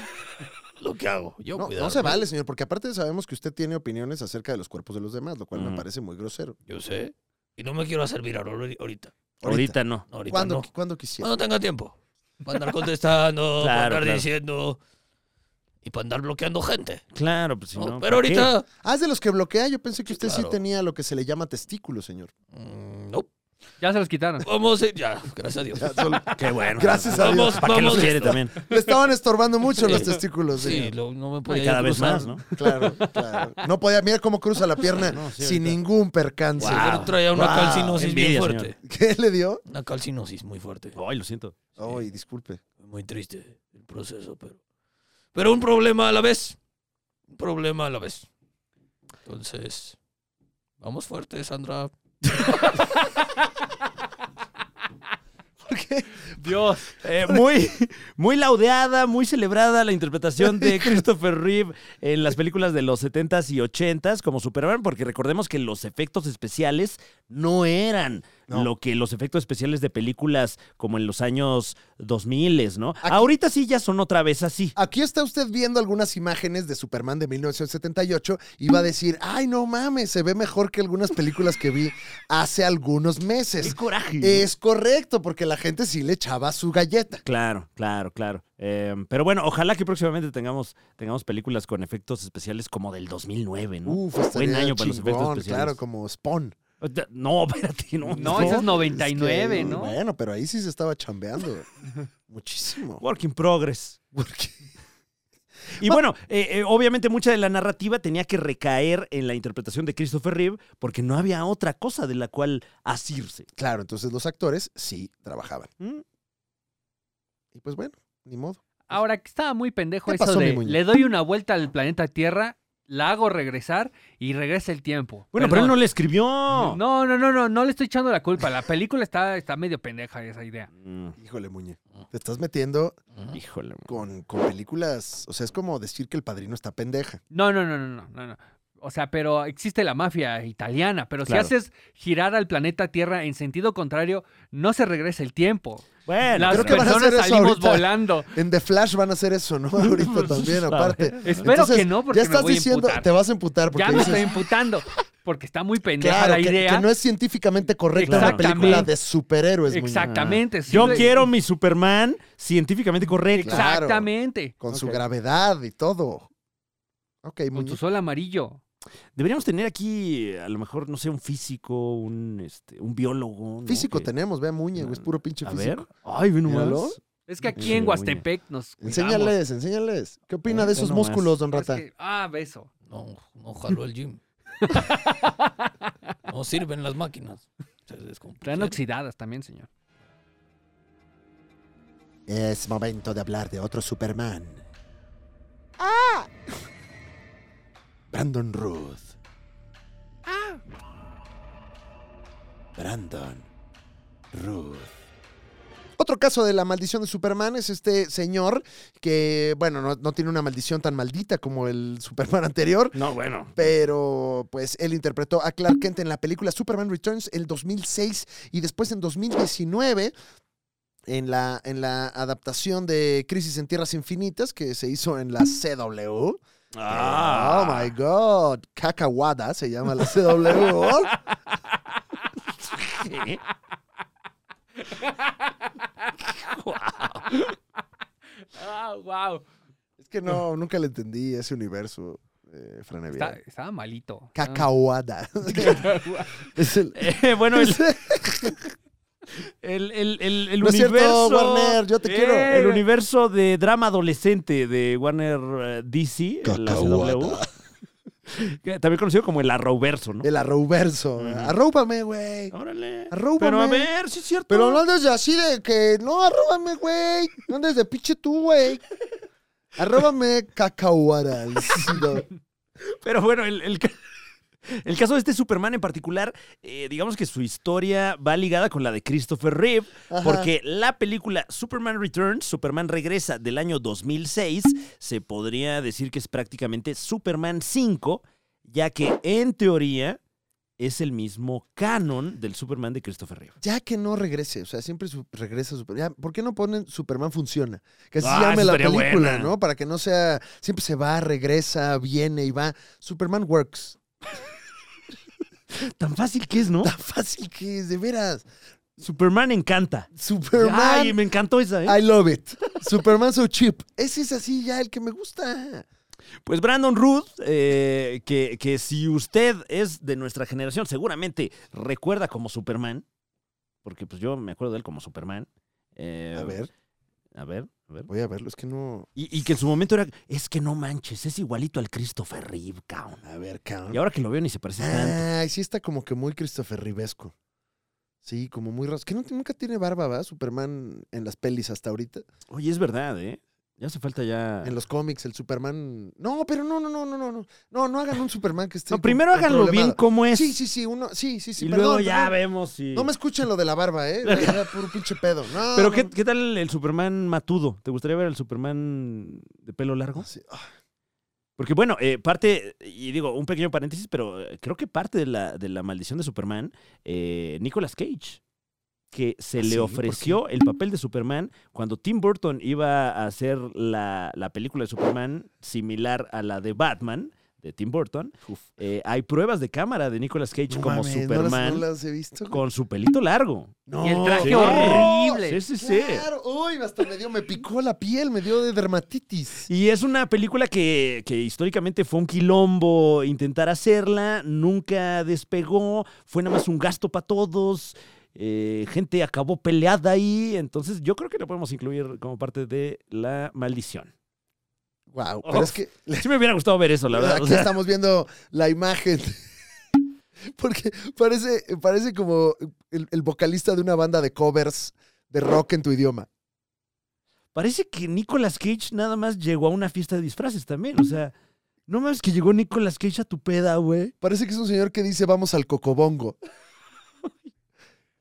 Speaker 7: Lo que hago, yo
Speaker 5: No,
Speaker 7: cuidarme.
Speaker 5: no se vale, señor, porque aparte sabemos que usted tiene opiniones acerca de los cuerpos de los demás, lo cual me
Speaker 4: Ujú.
Speaker 5: parece muy grosero.
Speaker 7: Yo sé. Y no me quiero hacer viral ahori- ahorita.
Speaker 4: Ahorita no.
Speaker 7: No, ahorita
Speaker 5: ¿Cuándo,
Speaker 7: no. Ah.
Speaker 5: ¿cuándo quisiera?
Speaker 7: Cuando tenga tiempo.
Speaker 5: (laughs)
Speaker 7: Para andar contestando, para
Speaker 4: Claro,
Speaker 7: andar
Speaker 4: claro.
Speaker 7: diciendo. Y para andar bloqueando gente.
Speaker 4: Claro, pues si
Speaker 7: ¿no?
Speaker 4: no.
Speaker 7: Pero
Speaker 4: ¿para qué?
Speaker 7: ahorita.
Speaker 5: Ah, es de los que bloquea. Yo pensé que
Speaker 7: Sí,
Speaker 5: usted sí
Speaker 7: claro.
Speaker 5: tenía lo que se le llama testículo, señor.
Speaker 7: mm, no.
Speaker 6: Ya se los quitaron.
Speaker 7: Vamos a ir- Ya, gracias a Dios.
Speaker 5: Ya, solo-
Speaker 4: Qué bueno.
Speaker 5: Gracias a Dios.
Speaker 7: Vamos,
Speaker 4: ¿Para qué los
Speaker 7: vamos.
Speaker 4: quiere también?
Speaker 5: Le estaban estorbando mucho
Speaker 7: Sí.
Speaker 5: los testículos,
Speaker 7: Sí,
Speaker 5: señor.
Speaker 7: lo- no me
Speaker 4: Y
Speaker 7: podía
Speaker 4: cada
Speaker 7: yo
Speaker 4: vez
Speaker 7: cruzar.
Speaker 4: más, ¿no?
Speaker 5: Claro, claro. No podía, mira cómo cruza la pierna
Speaker 4: No, sí,
Speaker 5: sin
Speaker 4: ahorita.
Speaker 5: ningún percance.
Speaker 7: Sí, yo traía una
Speaker 5: Wow.
Speaker 7: calcinosis
Speaker 4: Envidia,
Speaker 7: muy fuerte.
Speaker 5: ¿Qué le dio?
Speaker 7: Una calcinosis muy fuerte.
Speaker 4: Ay, lo siento.
Speaker 5: Ay, disculpe.
Speaker 7: Muy triste el proceso, pero. Pero un problema a la vez. Un problema a la vez. Entonces. Vamos fuerte, Sandra.
Speaker 6: Dios.
Speaker 4: (laughs) Eh, muy, muy laudeada, muy celebrada la interpretación de Christopher Reeve en las películas de los 70s y 80s como Superman, porque recordemos que los efectos especiales no eran
Speaker 5: No.
Speaker 4: lo que los efectos especiales de películas como en los años 2000, ¿no? Ahorita sí ya son otra vez así.
Speaker 5: Aquí está usted viendo algunas imágenes de Superman de 1978 y va a decir, ay, no mames, se ve mejor que algunas películas que vi hace algunos meses.
Speaker 4: coraje!
Speaker 5: Es correcto, porque la gente sí le echaba su galleta.
Speaker 4: Claro, claro, claro. Eh, pero bueno, ojalá que próximamente tengamos, tengamos películas con efectos especiales como del 2009, ¿no?
Speaker 5: Uf,
Speaker 4: Buen
Speaker 5: estaría
Speaker 4: año para los
Speaker 5: chingón,
Speaker 4: efectos especiales.
Speaker 5: Claro, como Spawn.
Speaker 4: O sea, No, (laughs) espérate, no.
Speaker 6: No, esa es 99,
Speaker 5: Es que,
Speaker 6: ¿no?
Speaker 5: Bueno, pero ahí sí se estaba chambeando.
Speaker 4: (laughs)
Speaker 5: Muchísimo.
Speaker 4: Work in progress.
Speaker 5: Porque-
Speaker 4: (laughs) Y bueno, eh, eh, obviamente mucha de la narrativa tenía que recaer en la interpretación de Christopher Reeve porque no había otra cosa de la cual asirse.
Speaker 5: Claro, entonces los actores sí trabajaban.
Speaker 4: Mm.
Speaker 5: Y pues bueno, ni modo.
Speaker 6: Ahora que estaba muy pendejo
Speaker 5: ¿Qué
Speaker 6: eso
Speaker 5: pasó, mi
Speaker 6: de
Speaker 5: muñe?
Speaker 6: le doy una vuelta al planeta Tierra, la hago regresar y regresa el tiempo.
Speaker 4: Bueno, pero él no le escribió.
Speaker 6: no, no, no, no, no, le estoy echando la culpa. La película está, está medio pendeja esa idea.
Speaker 4: Mm,
Speaker 5: Híjole, Muñe. Te estás metiendo
Speaker 4: Híjole.
Speaker 5: con, con películas. O sea, es como decir que el padrino está pendeja.
Speaker 6: No, no, no, no, no, no, no. O sea, pero existe la mafia italiana, pero
Speaker 4: Claro.
Speaker 6: si haces girar al planeta Tierra en sentido contrario, no se regresa el tiempo.
Speaker 4: Bueno,
Speaker 6: Las
Speaker 5: creo que van a hacer
Speaker 6: personas
Speaker 5: eso
Speaker 6: salimos
Speaker 5: ahorita. (laughs)
Speaker 6: volando.
Speaker 5: En The Flash van a hacer eso,
Speaker 6: (laughs)
Speaker 5: ¿no? Ahorita también, aparte.
Speaker 6: Espero
Speaker 5: Entonces,
Speaker 6: que Pues, no, porque
Speaker 5: ya
Speaker 6: me
Speaker 5: estás
Speaker 6: voy a
Speaker 5: diciendo,
Speaker 6: emputar.
Speaker 5: te vas a emputar porque
Speaker 6: Ya me
Speaker 5: dices,
Speaker 6: estoy imputando, porque está muy pendeja
Speaker 5: claro,
Speaker 6: la
Speaker 5: que,
Speaker 6: idea.
Speaker 5: que no es científicamente correcta una
Speaker 6: Exactamente.
Speaker 5: película de superhéroes, Muñe.
Speaker 6: Exactamente.
Speaker 4: yo
Speaker 6: simple-
Speaker 4: quiero mi Superman científicamente correcto.
Speaker 5: Claro.
Speaker 6: Exactamente.
Speaker 5: Con su gravedad y todo. Ok,
Speaker 6: Con
Speaker 5: Muñe.
Speaker 6: tu sol amarillo.
Speaker 4: Deberíamos tener aquí, a lo mejor, no sé, un físico, un, este, un biólogo. ¿no?
Speaker 5: Físico
Speaker 4: Que-
Speaker 5: tenemos, vea Muñe, güey, es
Speaker 6: Mm,
Speaker 5: puro pinche
Speaker 4: A
Speaker 5: físico.
Speaker 4: ver. Ay, ven nomás.
Speaker 5: Míralo.
Speaker 6: Es que aquí
Speaker 4: Sí,
Speaker 6: en
Speaker 4: güey.
Speaker 6: Huastepec nos. cuidamos.
Speaker 5: Enséñales, enséñales. ¿Qué opina
Speaker 4: Eh,
Speaker 5: de
Speaker 4: ve
Speaker 5: esos
Speaker 4: nomás.
Speaker 5: músculos, don
Speaker 6: Es
Speaker 5: Rata?
Speaker 6: que- ah, beso.
Speaker 7: No, no jaló el gym. No sirven las máquinas. Se
Speaker 6: Están
Speaker 7: descompusieron.
Speaker 6: oxidadas también, señor.
Speaker 1: Es momento de hablar de otro Superman.
Speaker 5: Brandon Ruth.
Speaker 1: Brandon. Ruth.
Speaker 5: Otro caso de la maldición de Superman es este señor que, bueno, no, no tiene una maldición tan maldita como el Superman (laughs) anterior,
Speaker 4: No, bueno.
Speaker 5: pero pues él interpretó a Clark Kent en la película Superman Returns el 2006 y después en 2019 en la, en la adaptación de Crisis en Tierras Infinitas que se hizo en la CW.
Speaker 4: Ah.
Speaker 5: Oh my God, Cacahuada se llama la
Speaker 4: (laughs)
Speaker 5: CW.
Speaker 4: ¿Qué?
Speaker 6: Ah, wow.
Speaker 5: Es que no, nunca le entendí ese universo, eh, Fran Evia.
Speaker 6: estaba malito. (laughs)
Speaker 4: (laughs)
Speaker 5: Cacahuada. Es el-
Speaker 4: (laughs) Eh,
Speaker 5: (laughs)
Speaker 4: bueno, el,
Speaker 5: es el-
Speaker 4: el, el- el- el
Speaker 5: No es cierto,
Speaker 4: universo.
Speaker 5: Warner, yo te quiero.
Speaker 4: El universo de drama adolescente de Warner eh, DC, la CW. (laughs) que También conocido como el Arrowverso, ¿no?
Speaker 5: el arrowverso. Arróbame, güey.
Speaker 4: Órale.
Speaker 5: Arróbame.
Speaker 4: Pero a ver, sí es cierto.
Speaker 5: Pero no andes de así de que no, arróbame, güey. No andes de pinche tú, güey. Arróbame cacahuadas. No.
Speaker 4: Pero bueno, el, el ca- (laughs) el caso de este Superman en particular, eh, digamos que su historia va ligada con la de Christopher Reeve,
Speaker 5: Ajá.
Speaker 4: porque la película Superman Returns, Superman Regresa del año 2006, se podría decir que es prácticamente Superman 5, ya que en teoría es el mismo canon del Superman de Christopher Reeve.
Speaker 5: Ya que no regrese, o sea, siempre su- regresa Superman. ¿Por qué no ponen Superman funciona? Que así
Speaker 4: Ah,
Speaker 5: se llame
Speaker 4: eso
Speaker 5: la
Speaker 4: estaría
Speaker 5: película,
Speaker 4: buena.
Speaker 5: ¿no? Para que no sea, siempre se va, regresa, viene y va. Superman Works.
Speaker 4: Tan fácil que es, ¿no?
Speaker 5: Tan fácil que es, de veras.
Speaker 4: Superman encanta.
Speaker 5: Superman,
Speaker 4: Ay, me encantó esa, ¿eh?
Speaker 5: I love it. Superman so cheap. Ese es así ya el que me gusta.
Speaker 4: Pues Brandon Ruth, eh, que, que si usted es de nuestra generación, seguramente recuerda como Superman, porque pues yo me acuerdo de él como Superman. eh,
Speaker 5: A ver,
Speaker 4: A ver, a ver.
Speaker 5: voy a verlo, es que no.
Speaker 4: Y, y que en su momento era, es que no manches, es igualito al Christopher Reeve, cabrón.
Speaker 5: A ver, cabrón. Ah.
Speaker 4: Y ahora que lo veo ni se parece tanto.
Speaker 5: Ay, sí está como que muy Christopher Rivesco. Sí, como muy ras. Que no, nunca tiene barba, ¿va? Superman en las pelis hasta ahorita.
Speaker 4: Oye, es verdad, ¿eh? Ya hace falta ya.
Speaker 5: En los cómics, el Superman. No, pero no, no, no, no, no, no. No, no hagan un Superman que esté.
Speaker 4: No, primero
Speaker 5: con- con
Speaker 4: háganlo bien
Speaker 5: problemada.
Speaker 4: como es.
Speaker 5: Sí, sí, sí, uno. Sí, sí, sí.
Speaker 4: y
Speaker 5: perdón,
Speaker 4: luego ya
Speaker 5: perdón.
Speaker 4: vemos si.
Speaker 5: No me escuchen lo de la barba, ¿eh? Era puro pinche pedo. No,
Speaker 4: Pero
Speaker 5: no,
Speaker 4: ¿qué,
Speaker 5: no.
Speaker 4: qué tal el Superman matudo? ¿Te gustaría ver al Superman de pelo largo?
Speaker 5: Sí, ah,
Speaker 4: Porque bueno, eh, parte, y digo, un pequeño paréntesis, pero eh, creo que parte de la, de la maldición de Superman, eh, Nicolas Cage, que se
Speaker 5: ¿Ah, ¿Sí?
Speaker 4: le
Speaker 5: ¿Por qué?
Speaker 4: ofreció el papel de Superman cuando Tim Burton iba a hacer la, la película de Superman similar a la de Batman, de Tim Burton. Eh, hay pruebas de cámara de Nicolas Cage
Speaker 5: no
Speaker 4: como
Speaker 5: mames, no las-
Speaker 4: Superman
Speaker 5: No las, he visto.
Speaker 4: con su pelito largo.
Speaker 5: No,
Speaker 6: Y el traje
Speaker 4: Sí.
Speaker 6: horrible.
Speaker 4: Sí, sí, sí.
Speaker 5: Claro, uy, hasta me dio, me picó la piel, me dio de dermatitis.
Speaker 4: Y es una película que, que históricamente fue un quilombo intentar hacerla, nunca despegó, fue nada más un gasto para todos, eh, gente acabó peleada ahí, entonces yo creo que la podemos incluir como parte de la maldición.
Speaker 5: Wow,
Speaker 4: Oh.
Speaker 5: pero es que
Speaker 4: Sí me hubiera gustado ver eso, la verdad.
Speaker 5: Aquí
Speaker 4: o sea,
Speaker 5: estamos viendo la imagen. (laughs) Porque parece, parece como el, el vocalista de una banda de covers de rock en tu idioma.
Speaker 4: parece que Nicolas Cage nada más llegó a una fiesta de disfraces también, o sea, no mames que llegó Nicolas Cage a tu peda, güey.
Speaker 5: Parece que es un señor que dice vamos al cocobongo.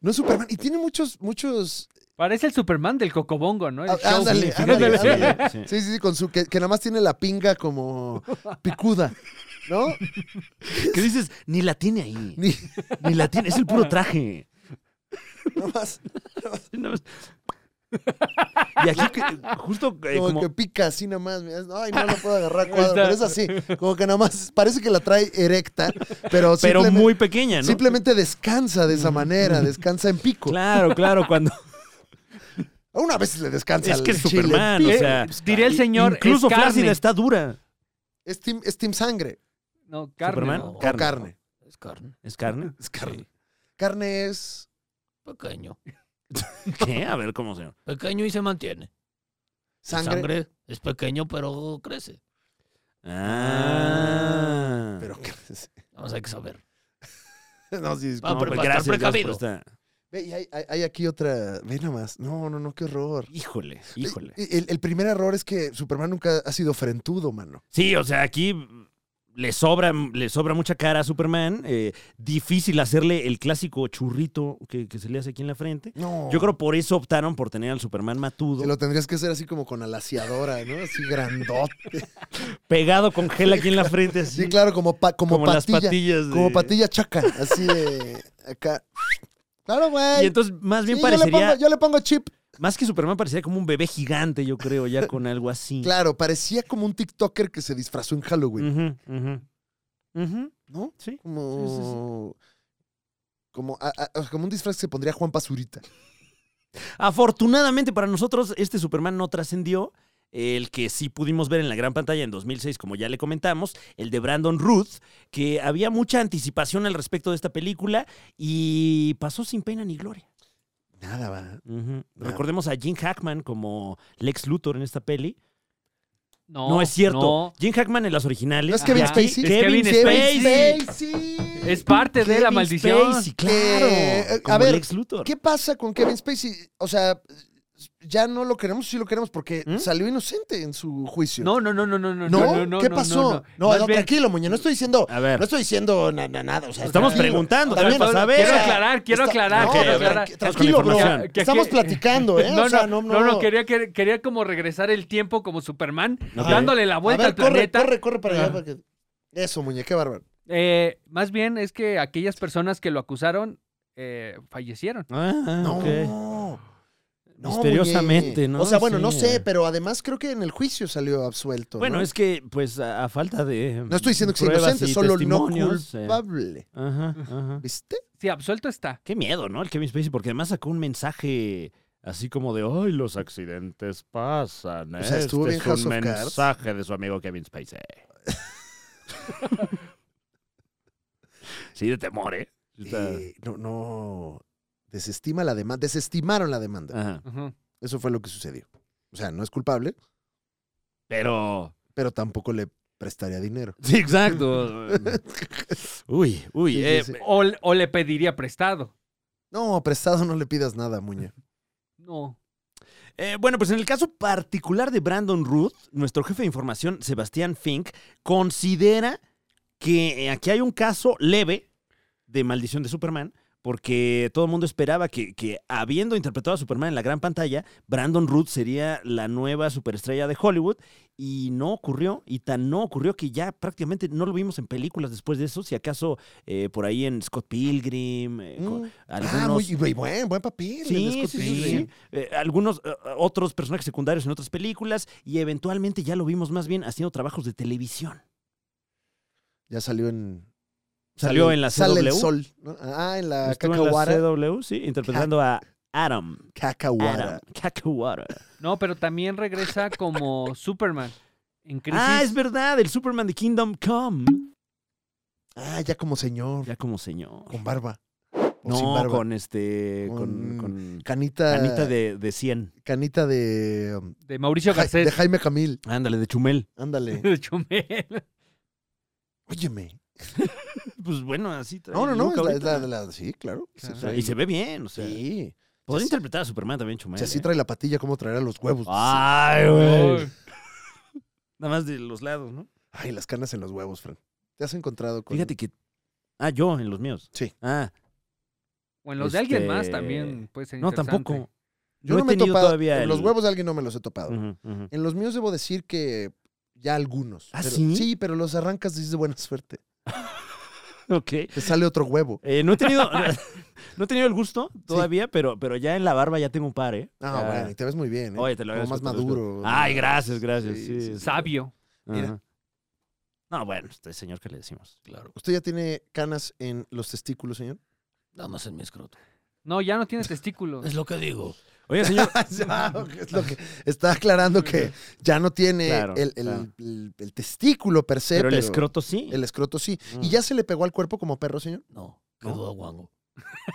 Speaker 5: No es Superman. Y tiene muchos, muchos.
Speaker 6: Parece el Superman del Cocobongo, ¿no? El
Speaker 5: Ah,
Speaker 6: show.
Speaker 5: ándale,
Speaker 6: Sí,
Speaker 5: ándale,
Speaker 6: fíjate.
Speaker 5: ándale.
Speaker 4: Sí.
Speaker 5: (laughs) Sí, sí, sí, con su. Que, que nada más tiene la pinga como picuda. ¿No?
Speaker 4: Que dices, ni la tiene ahí,
Speaker 5: Ni,
Speaker 4: ni la tiene, es el puro traje.
Speaker 5: nada más.
Speaker 4: Nada más. Y aquí, que- justo eh,
Speaker 5: Como,
Speaker 4: como-
Speaker 5: que pica así nada más. mira, Ay, no lo puedo
Speaker 4: (laughs)
Speaker 5: agarrar cuadro.
Speaker 6: Está.
Speaker 5: Pero es así. Como que nada más. Parece que la trae erecta. Pero,
Speaker 4: pero
Speaker 5: simplemente-
Speaker 4: muy pequeña, ¿no?
Speaker 5: Simplemente descansa de esa manera, descansa en pico.
Speaker 4: Claro, claro, (laughs) cuando.
Speaker 5: Una vez le descansa
Speaker 4: es que
Speaker 5: al
Speaker 4: es
Speaker 5: chile.
Speaker 4: Superman, o
Speaker 6: Eh,
Speaker 4: sea.
Speaker 6: diría el señor,
Speaker 4: Incluso
Speaker 6: es carne.
Speaker 4: Flácida está dura.
Speaker 5: Es team, es team sangre
Speaker 6: No, carne.
Speaker 4: Superman.
Speaker 6: ¿no?
Speaker 5: o
Speaker 4: Carne.
Speaker 5: carne.
Speaker 7: Es carne.
Speaker 4: ¿Es (laughs) carne?
Speaker 5: Es carne. Carne es...
Speaker 7: Pequeño.
Speaker 4: ¿Qué? A ver cómo se llama.
Speaker 7: Pequeño y se mantiene.
Speaker 5: Sangre,
Speaker 7: es pequeño, pero crece.
Speaker 4: Ah.
Speaker 5: pero...
Speaker 7: Vamos, hay que saber.
Speaker 5: (laughs) no, sí, disculpa.
Speaker 7: Ah,
Speaker 4: No,
Speaker 7: pero
Speaker 4: pues
Speaker 7: para
Speaker 4: gracias,
Speaker 7: estar
Speaker 4: gracias por
Speaker 7: precavido.
Speaker 4: esta-
Speaker 5: Ve, y hay, hay- hay aquí otra... Ve nada más. No, no, no, qué horror.
Speaker 4: Híjole, híjole.
Speaker 5: Y- y El, el primer error es que Superman nunca ha sido frentudo, mano.
Speaker 4: Sí, o sea, aquí le sobra, le sobra mucha cara a Superman. eh, difícil hacerle el clásico churrito que, que se le hace aquí en la frente.
Speaker 5: No.
Speaker 4: Yo creo por eso optaron por tener al Superman matudo.
Speaker 5: que lo tendrías que hacer así como con alaciadora, ¿no? Así
Speaker 4: (laughs)
Speaker 5: grandote.
Speaker 4: pegado con gel aquí en la frente.
Speaker 5: (laughs)
Speaker 4: Así,
Speaker 5: Sí, claro, como, pa- como,
Speaker 4: como
Speaker 5: patilla.
Speaker 4: las patillas. de-
Speaker 5: Como patilla chaca, así de acá. Claro,
Speaker 4: Y
Speaker 5: güey.
Speaker 4: entonces, más bien
Speaker 5: Sí, yo, le
Speaker 4: parecería,
Speaker 5: pongo, yo le pongo chip.
Speaker 4: más que Superman, parecería como un bebé gigante, yo creo, ya con algo así.
Speaker 5: (laughs) Mm. Claro, parecía como un TikToker que se disfrazó en Halloween,
Speaker 4: Ujú, ujú. Ujú,
Speaker 5: ¿no?
Speaker 4: Mm. sí.
Speaker 5: Como. Como, a- a- como un disfraz que se pondría Juan Pazurita.
Speaker 4: Afortunadamente para nosotros, este Superman no trascendió. El que sí pudimos ver en la gran pantalla en 2006, como ya le comentamos, el de Brandon Ruth, que había mucha anticipación al respecto de esta película y pasó sin pena ni gloria.
Speaker 5: Nada, va.
Speaker 4: Ujú. Recordemos a Jim Hackman como Lex Luthor en esta peli.
Speaker 6: No,
Speaker 4: No, es cierto.
Speaker 6: no.
Speaker 4: Jim Hackman en las originales.
Speaker 5: No es Kevin
Speaker 6: Ajá.
Speaker 5: Spacey.
Speaker 6: Es
Speaker 4: Ah, Kevin
Speaker 6: Kevin
Speaker 4: Spacey.
Speaker 6: Spacey.
Speaker 5: Spacey.
Speaker 6: Es parte de la
Speaker 4: Kevin
Speaker 6: maldición.
Speaker 4: Spacey, claro.
Speaker 5: Eh, a
Speaker 4: como
Speaker 5: ver,
Speaker 4: Lex Luthor.
Speaker 5: ¿Qué pasa con Kevin Spacey? O sea, ya no lo queremos, sí lo queremos, porque
Speaker 4: ¿Mm?
Speaker 5: salió inocente en su juicio.
Speaker 6: No, no, no, no, no, no,
Speaker 5: ¿No?
Speaker 6: no, no,
Speaker 5: ¿Qué
Speaker 6: no,
Speaker 5: pasó?
Speaker 6: no, no.
Speaker 5: No,
Speaker 6: Más
Speaker 5: no,
Speaker 6: bien,
Speaker 5: tranquilo, Muñe, no estoy diciendo.
Speaker 4: A
Speaker 5: No
Speaker 4: ver,
Speaker 5: estoy diciendo na- na- nada. o sea,
Speaker 4: estamos
Speaker 5: tranquilo.
Speaker 4: preguntando.
Speaker 5: También,
Speaker 4: también, para
Speaker 6: Quiero
Speaker 4: saber.
Speaker 6: aclarar, quiero aclarar.
Speaker 5: No,
Speaker 4: Ok,
Speaker 6: quiero
Speaker 5: pero
Speaker 4: ok.
Speaker 6: aclarar.
Speaker 5: tranqui-
Speaker 4: Vamos con la
Speaker 5: tranquilo, bro.
Speaker 4: información.
Speaker 6: Que-
Speaker 4: (laughs)
Speaker 6: que-
Speaker 5: Estamos
Speaker 6: que- (laughs)
Speaker 5: platicando, ¿eh?
Speaker 6: No,
Speaker 5: O sea,
Speaker 6: no, no, no, quería, que- quería como regresar el tiempo como Superman,
Speaker 4: Ok.
Speaker 6: dándole la vuelta
Speaker 5: A ver,
Speaker 6: al
Speaker 5: corre,
Speaker 6: planeta.
Speaker 5: Corre, corre para allá.
Speaker 6: Ah.
Speaker 5: porque- Eso, muñe, qué bárbaro.
Speaker 6: Eh, más bien es que aquellas personas que lo acusaron eh, fallecieron.
Speaker 4: Ah,
Speaker 5: No.
Speaker 4: ok.
Speaker 5: no,
Speaker 4: Misteriosamente,
Speaker 5: Muñe.
Speaker 4: ¿no?
Speaker 5: O sea, bueno,
Speaker 4: Sí.
Speaker 5: no sé, pero además creo que en el juicio salió absuelto.
Speaker 4: Bueno,
Speaker 5: ¿no?
Speaker 4: es que, pues, a, a falta de.
Speaker 5: No estoy diciendo que sea
Speaker 4: pruebas
Speaker 5: inocente,
Speaker 4: y
Speaker 5: solo no
Speaker 4: testimonios, eh,
Speaker 5: culpable.
Speaker 4: Ajá, ajá.
Speaker 5: ¿Viste?
Speaker 6: Sí, absuelto está.
Speaker 4: Qué miedo, ¿no? El Kevin Spacey, porque además sacó un mensaje así como de: ¡Ay, los accidentes pasan!
Speaker 5: O sea, estuvo
Speaker 4: este
Speaker 5: bien House
Speaker 4: es un
Speaker 5: of Cards.
Speaker 4: mensaje de su amigo
Speaker 5: (laughs)
Speaker 4: Kevin Spacey. sí, de temor, ¿eh? Está-
Speaker 5: Eh, no, no. Desestima la demanda. Desestimaron la demanda.
Speaker 4: Ajá.
Speaker 6: Ujú.
Speaker 5: Eso fue lo que sucedió. O sea, no es culpable,
Speaker 4: Pero.
Speaker 5: pero tampoco le prestaría dinero. (laughs)
Speaker 4: Sí, exacto. uy, uy.
Speaker 5: Sí, sí,
Speaker 4: eh,
Speaker 5: sí.
Speaker 6: O, o le pediría prestado.
Speaker 4: (laughs)
Speaker 5: No, prestado no le pidas nada, muñe.
Speaker 6: No.
Speaker 4: Eh, bueno, pues en el caso particular de Brandon Ruth, nuestro jefe de información, Sebastián Fink, considera que eh, aquí hay un caso leve de maldición de Superman, porque todo el mundo esperaba que, que habiendo interpretado a Superman en la gran pantalla, Brandon Ruth sería la nueva superestrella de Hollywood, y no ocurrió, y tan no ocurrió que ya prácticamente no lo vimos en películas después de eso, si acaso eh, por ahí en Scott Pilgrim, eh, con
Speaker 5: Mm.
Speaker 4: algunos...
Speaker 5: Ah, muy, y buen, buen papel.
Speaker 4: Sí,
Speaker 5: el Scott
Speaker 4: sí, sí, sí,
Speaker 5: Pilgrim.
Speaker 4: sí. Eh, algunos eh, otros personajes secundarios en otras películas y eventualmente ya lo vimos más bien haciendo trabajos de televisión.
Speaker 5: Ya salió en.
Speaker 4: Salió
Speaker 5: sale-
Speaker 4: en la
Speaker 5: Sale el
Speaker 4: CW.
Speaker 5: sol. ¿no? Ah, en la
Speaker 4: Estuvo en la
Speaker 5: cacahuara.
Speaker 4: CW, sí, interpretando a Adam. Adam
Speaker 5: Cacahuara.
Speaker 4: Cacahuara.
Speaker 6: No, pero también regresa como Superman en Crisis.
Speaker 4: Ah, es verdad, el Superman de Kingdom Come.
Speaker 5: Ah, ya como señor.
Speaker 4: Ya como señor.
Speaker 5: Con barba. O
Speaker 4: No,
Speaker 5: Oh, sin barba.
Speaker 4: con este. Con.
Speaker 5: Con- Ah.
Speaker 4: con
Speaker 5: Canita.
Speaker 4: Anita de, de 100.
Speaker 5: Canita de. um,
Speaker 6: De Mauricio
Speaker 5: Ja- de
Speaker 6: Garcés. (laughs)
Speaker 5: Jaime Camil.
Speaker 4: Ándale, de Chumel. (laughs)
Speaker 5: Ándale.
Speaker 6: De Chumel.
Speaker 5: Óyeme.
Speaker 4: Pues bueno, así. trae
Speaker 5: No, no,
Speaker 4: el
Speaker 5: no.
Speaker 4: look
Speaker 5: es la-
Speaker 4: ahorita.
Speaker 5: es la- la- la- sí, claro. Sí,
Speaker 6: Claro.
Speaker 5: trae-
Speaker 4: Y se ve bien, o sea.
Speaker 5: Sí.
Speaker 4: Podría
Speaker 5: Sí.
Speaker 4: interpretar a Superman también, Chumel.
Speaker 5: Si así
Speaker 4: ¿eh?
Speaker 5: trae la patilla, ¿cómo traerá los huevos?
Speaker 4: Ay,
Speaker 6: Ay,
Speaker 4: güey. Nada más de los lados, ¿no?
Speaker 5: Ay, las canas en los huevos, Fran. ¿Te has encontrado con.?
Speaker 4: Fíjate que. Ah, yo, en los míos.
Speaker 5: Sí.
Speaker 4: Ah,
Speaker 6: O en los de alguien más
Speaker 4: Este,
Speaker 6: también puede ser
Speaker 4: no,
Speaker 6: interesante.
Speaker 4: tampoco.
Speaker 5: Yo
Speaker 4: no
Speaker 5: no,
Speaker 4: he
Speaker 5: me he
Speaker 4: tenido
Speaker 5: topado.
Speaker 4: todavía
Speaker 5: en
Speaker 4: el-
Speaker 5: los huevos de alguien no me los he topado.
Speaker 4: Ujú, ujú.
Speaker 5: En los míos debo decir que ya algunos.
Speaker 4: ¿Ah,
Speaker 5: pero-
Speaker 4: sí?
Speaker 5: pero los arrancas dices de buena suerte.
Speaker 4: Ok.
Speaker 5: Te sale otro huevo.
Speaker 4: Eh, no he tenido. (laughs) no he tenido el gusto todavía, pero, pero ya en la barba ya tengo un par, ¿eh?
Speaker 5: Ah,
Speaker 4: Ya.
Speaker 5: bueno, y te ves muy bien, ¿eh?
Speaker 4: Oye, te lo
Speaker 5: Como
Speaker 4: agradezco.
Speaker 5: más
Speaker 4: te lo agradezco.
Speaker 5: maduro.
Speaker 4: Ay, gracias, gracias.
Speaker 5: Sí,
Speaker 4: sí,
Speaker 5: sí,
Speaker 4: sí.
Speaker 6: Sabio.
Speaker 4: Ajá.
Speaker 5: Mira.
Speaker 4: No, bueno, este señor que le decimos. Claro.
Speaker 5: ¿Usted ya tiene canas en los testículos,
Speaker 4: (laughs)
Speaker 5: señor?
Speaker 7: Nada más en mi escroto.
Speaker 6: No, ya no tiene testículos.
Speaker 7: Es lo que digo.
Speaker 4: Oye,
Speaker 5: (laughs)
Speaker 4: señor.
Speaker 5: Ah, ok, es lo que- está aclarando que ya no tiene
Speaker 4: Claro,
Speaker 5: el, el-
Speaker 4: claro.
Speaker 5: el- el testículo per se.
Speaker 4: pero el escroto sí.
Speaker 5: El escroto sí.
Speaker 4: Mm.
Speaker 5: ¿Y ya se le pegó al cuerpo como perro, señor?
Speaker 7: No, quedó aguango.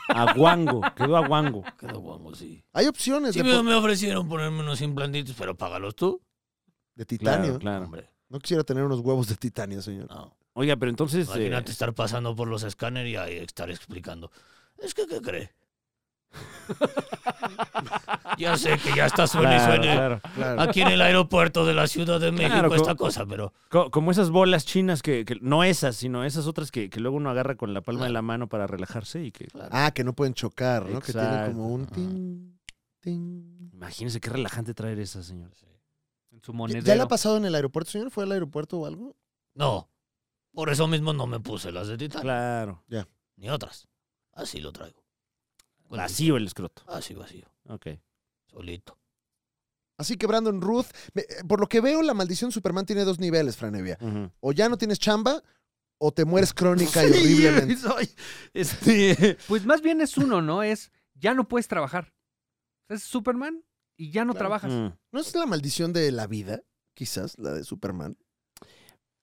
Speaker 4: A guango. Quedó a guango.
Speaker 7: Quedó aguango, sí.
Speaker 5: Hay opciones
Speaker 7: Sí
Speaker 5: de,
Speaker 7: me,
Speaker 5: po-
Speaker 7: me ofrecieron ponerme unos implantitos, pero págalos tú.
Speaker 5: de
Speaker 4: Claro,
Speaker 5: titanio.
Speaker 4: claro.
Speaker 7: Hombre,
Speaker 5: No quisiera tener unos huevos de titanio, señor.
Speaker 7: no.
Speaker 4: Oiga, pero entonces. eh,
Speaker 7: Imagínate estar pasando por los escáneres y ahí estar explicando. Es que, ¿qué cree? (laughs) ya sé que ya está suene y
Speaker 4: claro,
Speaker 7: suene.
Speaker 4: claro.
Speaker 5: Claro.
Speaker 7: Aquí en el aeropuerto de la Ciudad de México
Speaker 4: Claro,
Speaker 7: esta
Speaker 4: co-
Speaker 7: cosa, pero
Speaker 4: Co- Como esas bolas chinas que, que- no esas, sino esas otras que, que luego uno agarra con la palma de la mano para relajarse y que
Speaker 5: Ah, que no pueden chocar, ¿no? Que tienen
Speaker 4: Exacto.
Speaker 5: como un
Speaker 4: Ajá.
Speaker 5: ting, ting.
Speaker 4: imagínense qué relajante traer esas, señores.
Speaker 6: En su
Speaker 5: ¿Ya-
Speaker 6: monedero.
Speaker 5: ¿Ya le ha pasado en el aeropuerto, señor? ¿Fue al aeropuerto o algo?
Speaker 7: no. Por eso mismo no me puse las de titanio,
Speaker 4: Claro.
Speaker 7: ni otras. Así lo traigo. Con
Speaker 4: Vacío el escroto.
Speaker 7: titanio. Así vacío,
Speaker 4: Ok.
Speaker 7: solito.
Speaker 5: Así que Brandon Ruth, me- eh, por lo que veo, la maldición Superman tiene dos niveles, Franevia.
Speaker 4: Ujú.
Speaker 5: O ya no tienes chamba, o te
Speaker 4: (laughs)
Speaker 5: mueres crónica y horriblemente.
Speaker 4: Soy- este,
Speaker 6: Pues más bien es uno, ¿no? Es ya no puedes trabajar. Es Superman y ya no
Speaker 5: Claro.
Speaker 6: trabajas.
Speaker 4: mm.
Speaker 5: ¿No es la maldición de la vida, quizás, la de Superman?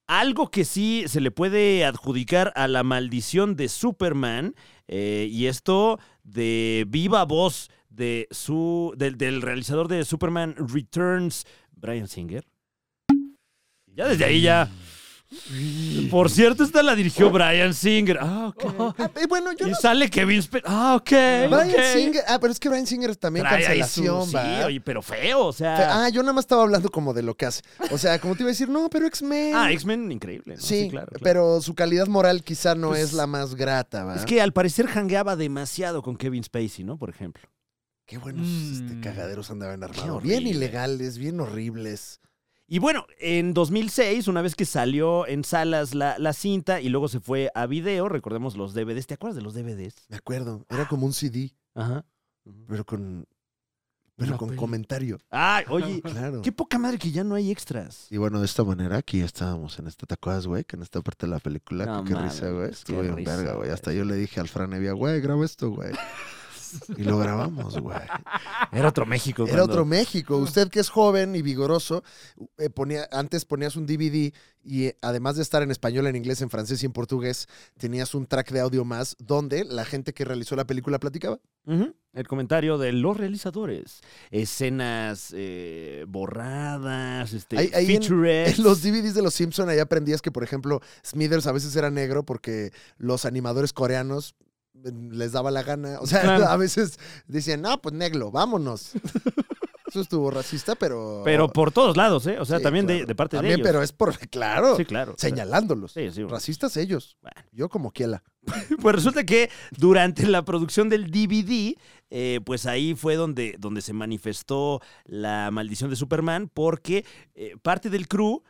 Speaker 4: Algo que sí se le puede adjudicar a la maldición de Superman, eh, y esto de viva voz de su, del, del realizador de Superman Returns, Brian Singer. Ya desde ahí ya. Por cierto, esta la dirigió Brian Singer. (laughs) Ah, ok.
Speaker 5: Ah, eh, bueno, Oh. yo
Speaker 4: Y
Speaker 5: no...
Speaker 4: sale Kevin Spe- Ah, ok.
Speaker 5: (laughs) Brian
Speaker 4: ok.
Speaker 5: Singer... Ah, pero es que Brian Singer también
Speaker 4: Trae ahí su-
Speaker 5: cancelación,
Speaker 4: sí,
Speaker 5: ¿va?
Speaker 4: oye, pero feo, o sea.
Speaker 5: Ah, yo nada más estaba hablando como de lo que hace. O sea, como te iba a decir, no, pero X-Men...
Speaker 4: Ah, X-Men, increíble. ¿no?
Speaker 5: Sí,
Speaker 4: claro, claro.
Speaker 5: pero su calidad moral quizá no
Speaker 4: Pues,
Speaker 5: es la más grata, ¿va?
Speaker 4: Es que al parecer jangueaba demasiado con Kevin Spacey, ¿no? Por ejemplo.
Speaker 5: Qué buenos este,
Speaker 6: Mm.
Speaker 5: cagaderos andaban armados.
Speaker 4: horrible.
Speaker 5: Bien ilegales, bien horribles.
Speaker 4: Y bueno, en 2006, una vez que salió en salas la, la cinta y luego se fue a video, recordemos los DVDs. ¿Te acuerdas de los DVDs?
Speaker 5: Me acuerdo, era como un CD,
Speaker 4: Ajá.
Speaker 5: pero con... Pero
Speaker 6: Una
Speaker 5: con
Speaker 6: peli.
Speaker 5: comentario,
Speaker 4: Ay, oye,
Speaker 5: claro.
Speaker 4: qué poca madre que ya no hay extras.
Speaker 5: Y bueno, de esta manera, aquí estábamos en esta tacos, güey, que en esta parte de la película,
Speaker 4: No
Speaker 5: que qué
Speaker 4: mames,
Speaker 5: risa, güey.
Speaker 4: qué
Speaker 5: Estuvo bien
Speaker 4: risa,
Speaker 5: verga, güey.
Speaker 4: güey.
Speaker 5: Hasta yo le dije al Fran Evia, güey, graba esto,
Speaker 4: (laughs)
Speaker 5: güey. Y lo grabamos, güey.
Speaker 4: Era otro México.
Speaker 5: Era
Speaker 4: Pues cuando-
Speaker 5: otro México. Usted que es joven y vigoroso, eh, ponía, antes ponías un DVD y eh, además de estar en español, en inglés, en francés y en portugués, tenías un track de audio más donde la gente que realizó la película platicaba.
Speaker 4: Ujú. El comentario de los realizadores. Escenas eh, borradas, este,
Speaker 5: Ahí- ahí en-
Speaker 4: featurettes.
Speaker 5: En los DVDs de Los Simpson ahí aprendías que, por ejemplo, Smithers a veces era negro porque los animadores coreanos eh, les daba la gana. O sea, (laughs)
Speaker 4: Claro.
Speaker 5: a veces decían, no, pues negro, vámonos. (laughs) Eso estuvo racista, pero.
Speaker 4: Pero por todos lados, ¿eh? O sea,
Speaker 5: Sí,
Speaker 4: también de,
Speaker 5: claro.
Speaker 4: de parte
Speaker 5: También,
Speaker 4: de ellos.
Speaker 5: pero es por. (laughs) Claro.
Speaker 4: Sí, claro.
Speaker 5: Señalándolos.
Speaker 4: Sí, sí.
Speaker 5: Racistas ellos.
Speaker 4: Bueno.
Speaker 5: Yo como quiera.
Speaker 4: (laughs) Pues resulta que durante la producción del DVD, eh, pues ahí fue donde, donde se manifestó la maldición de Superman, porque eh, parte del crew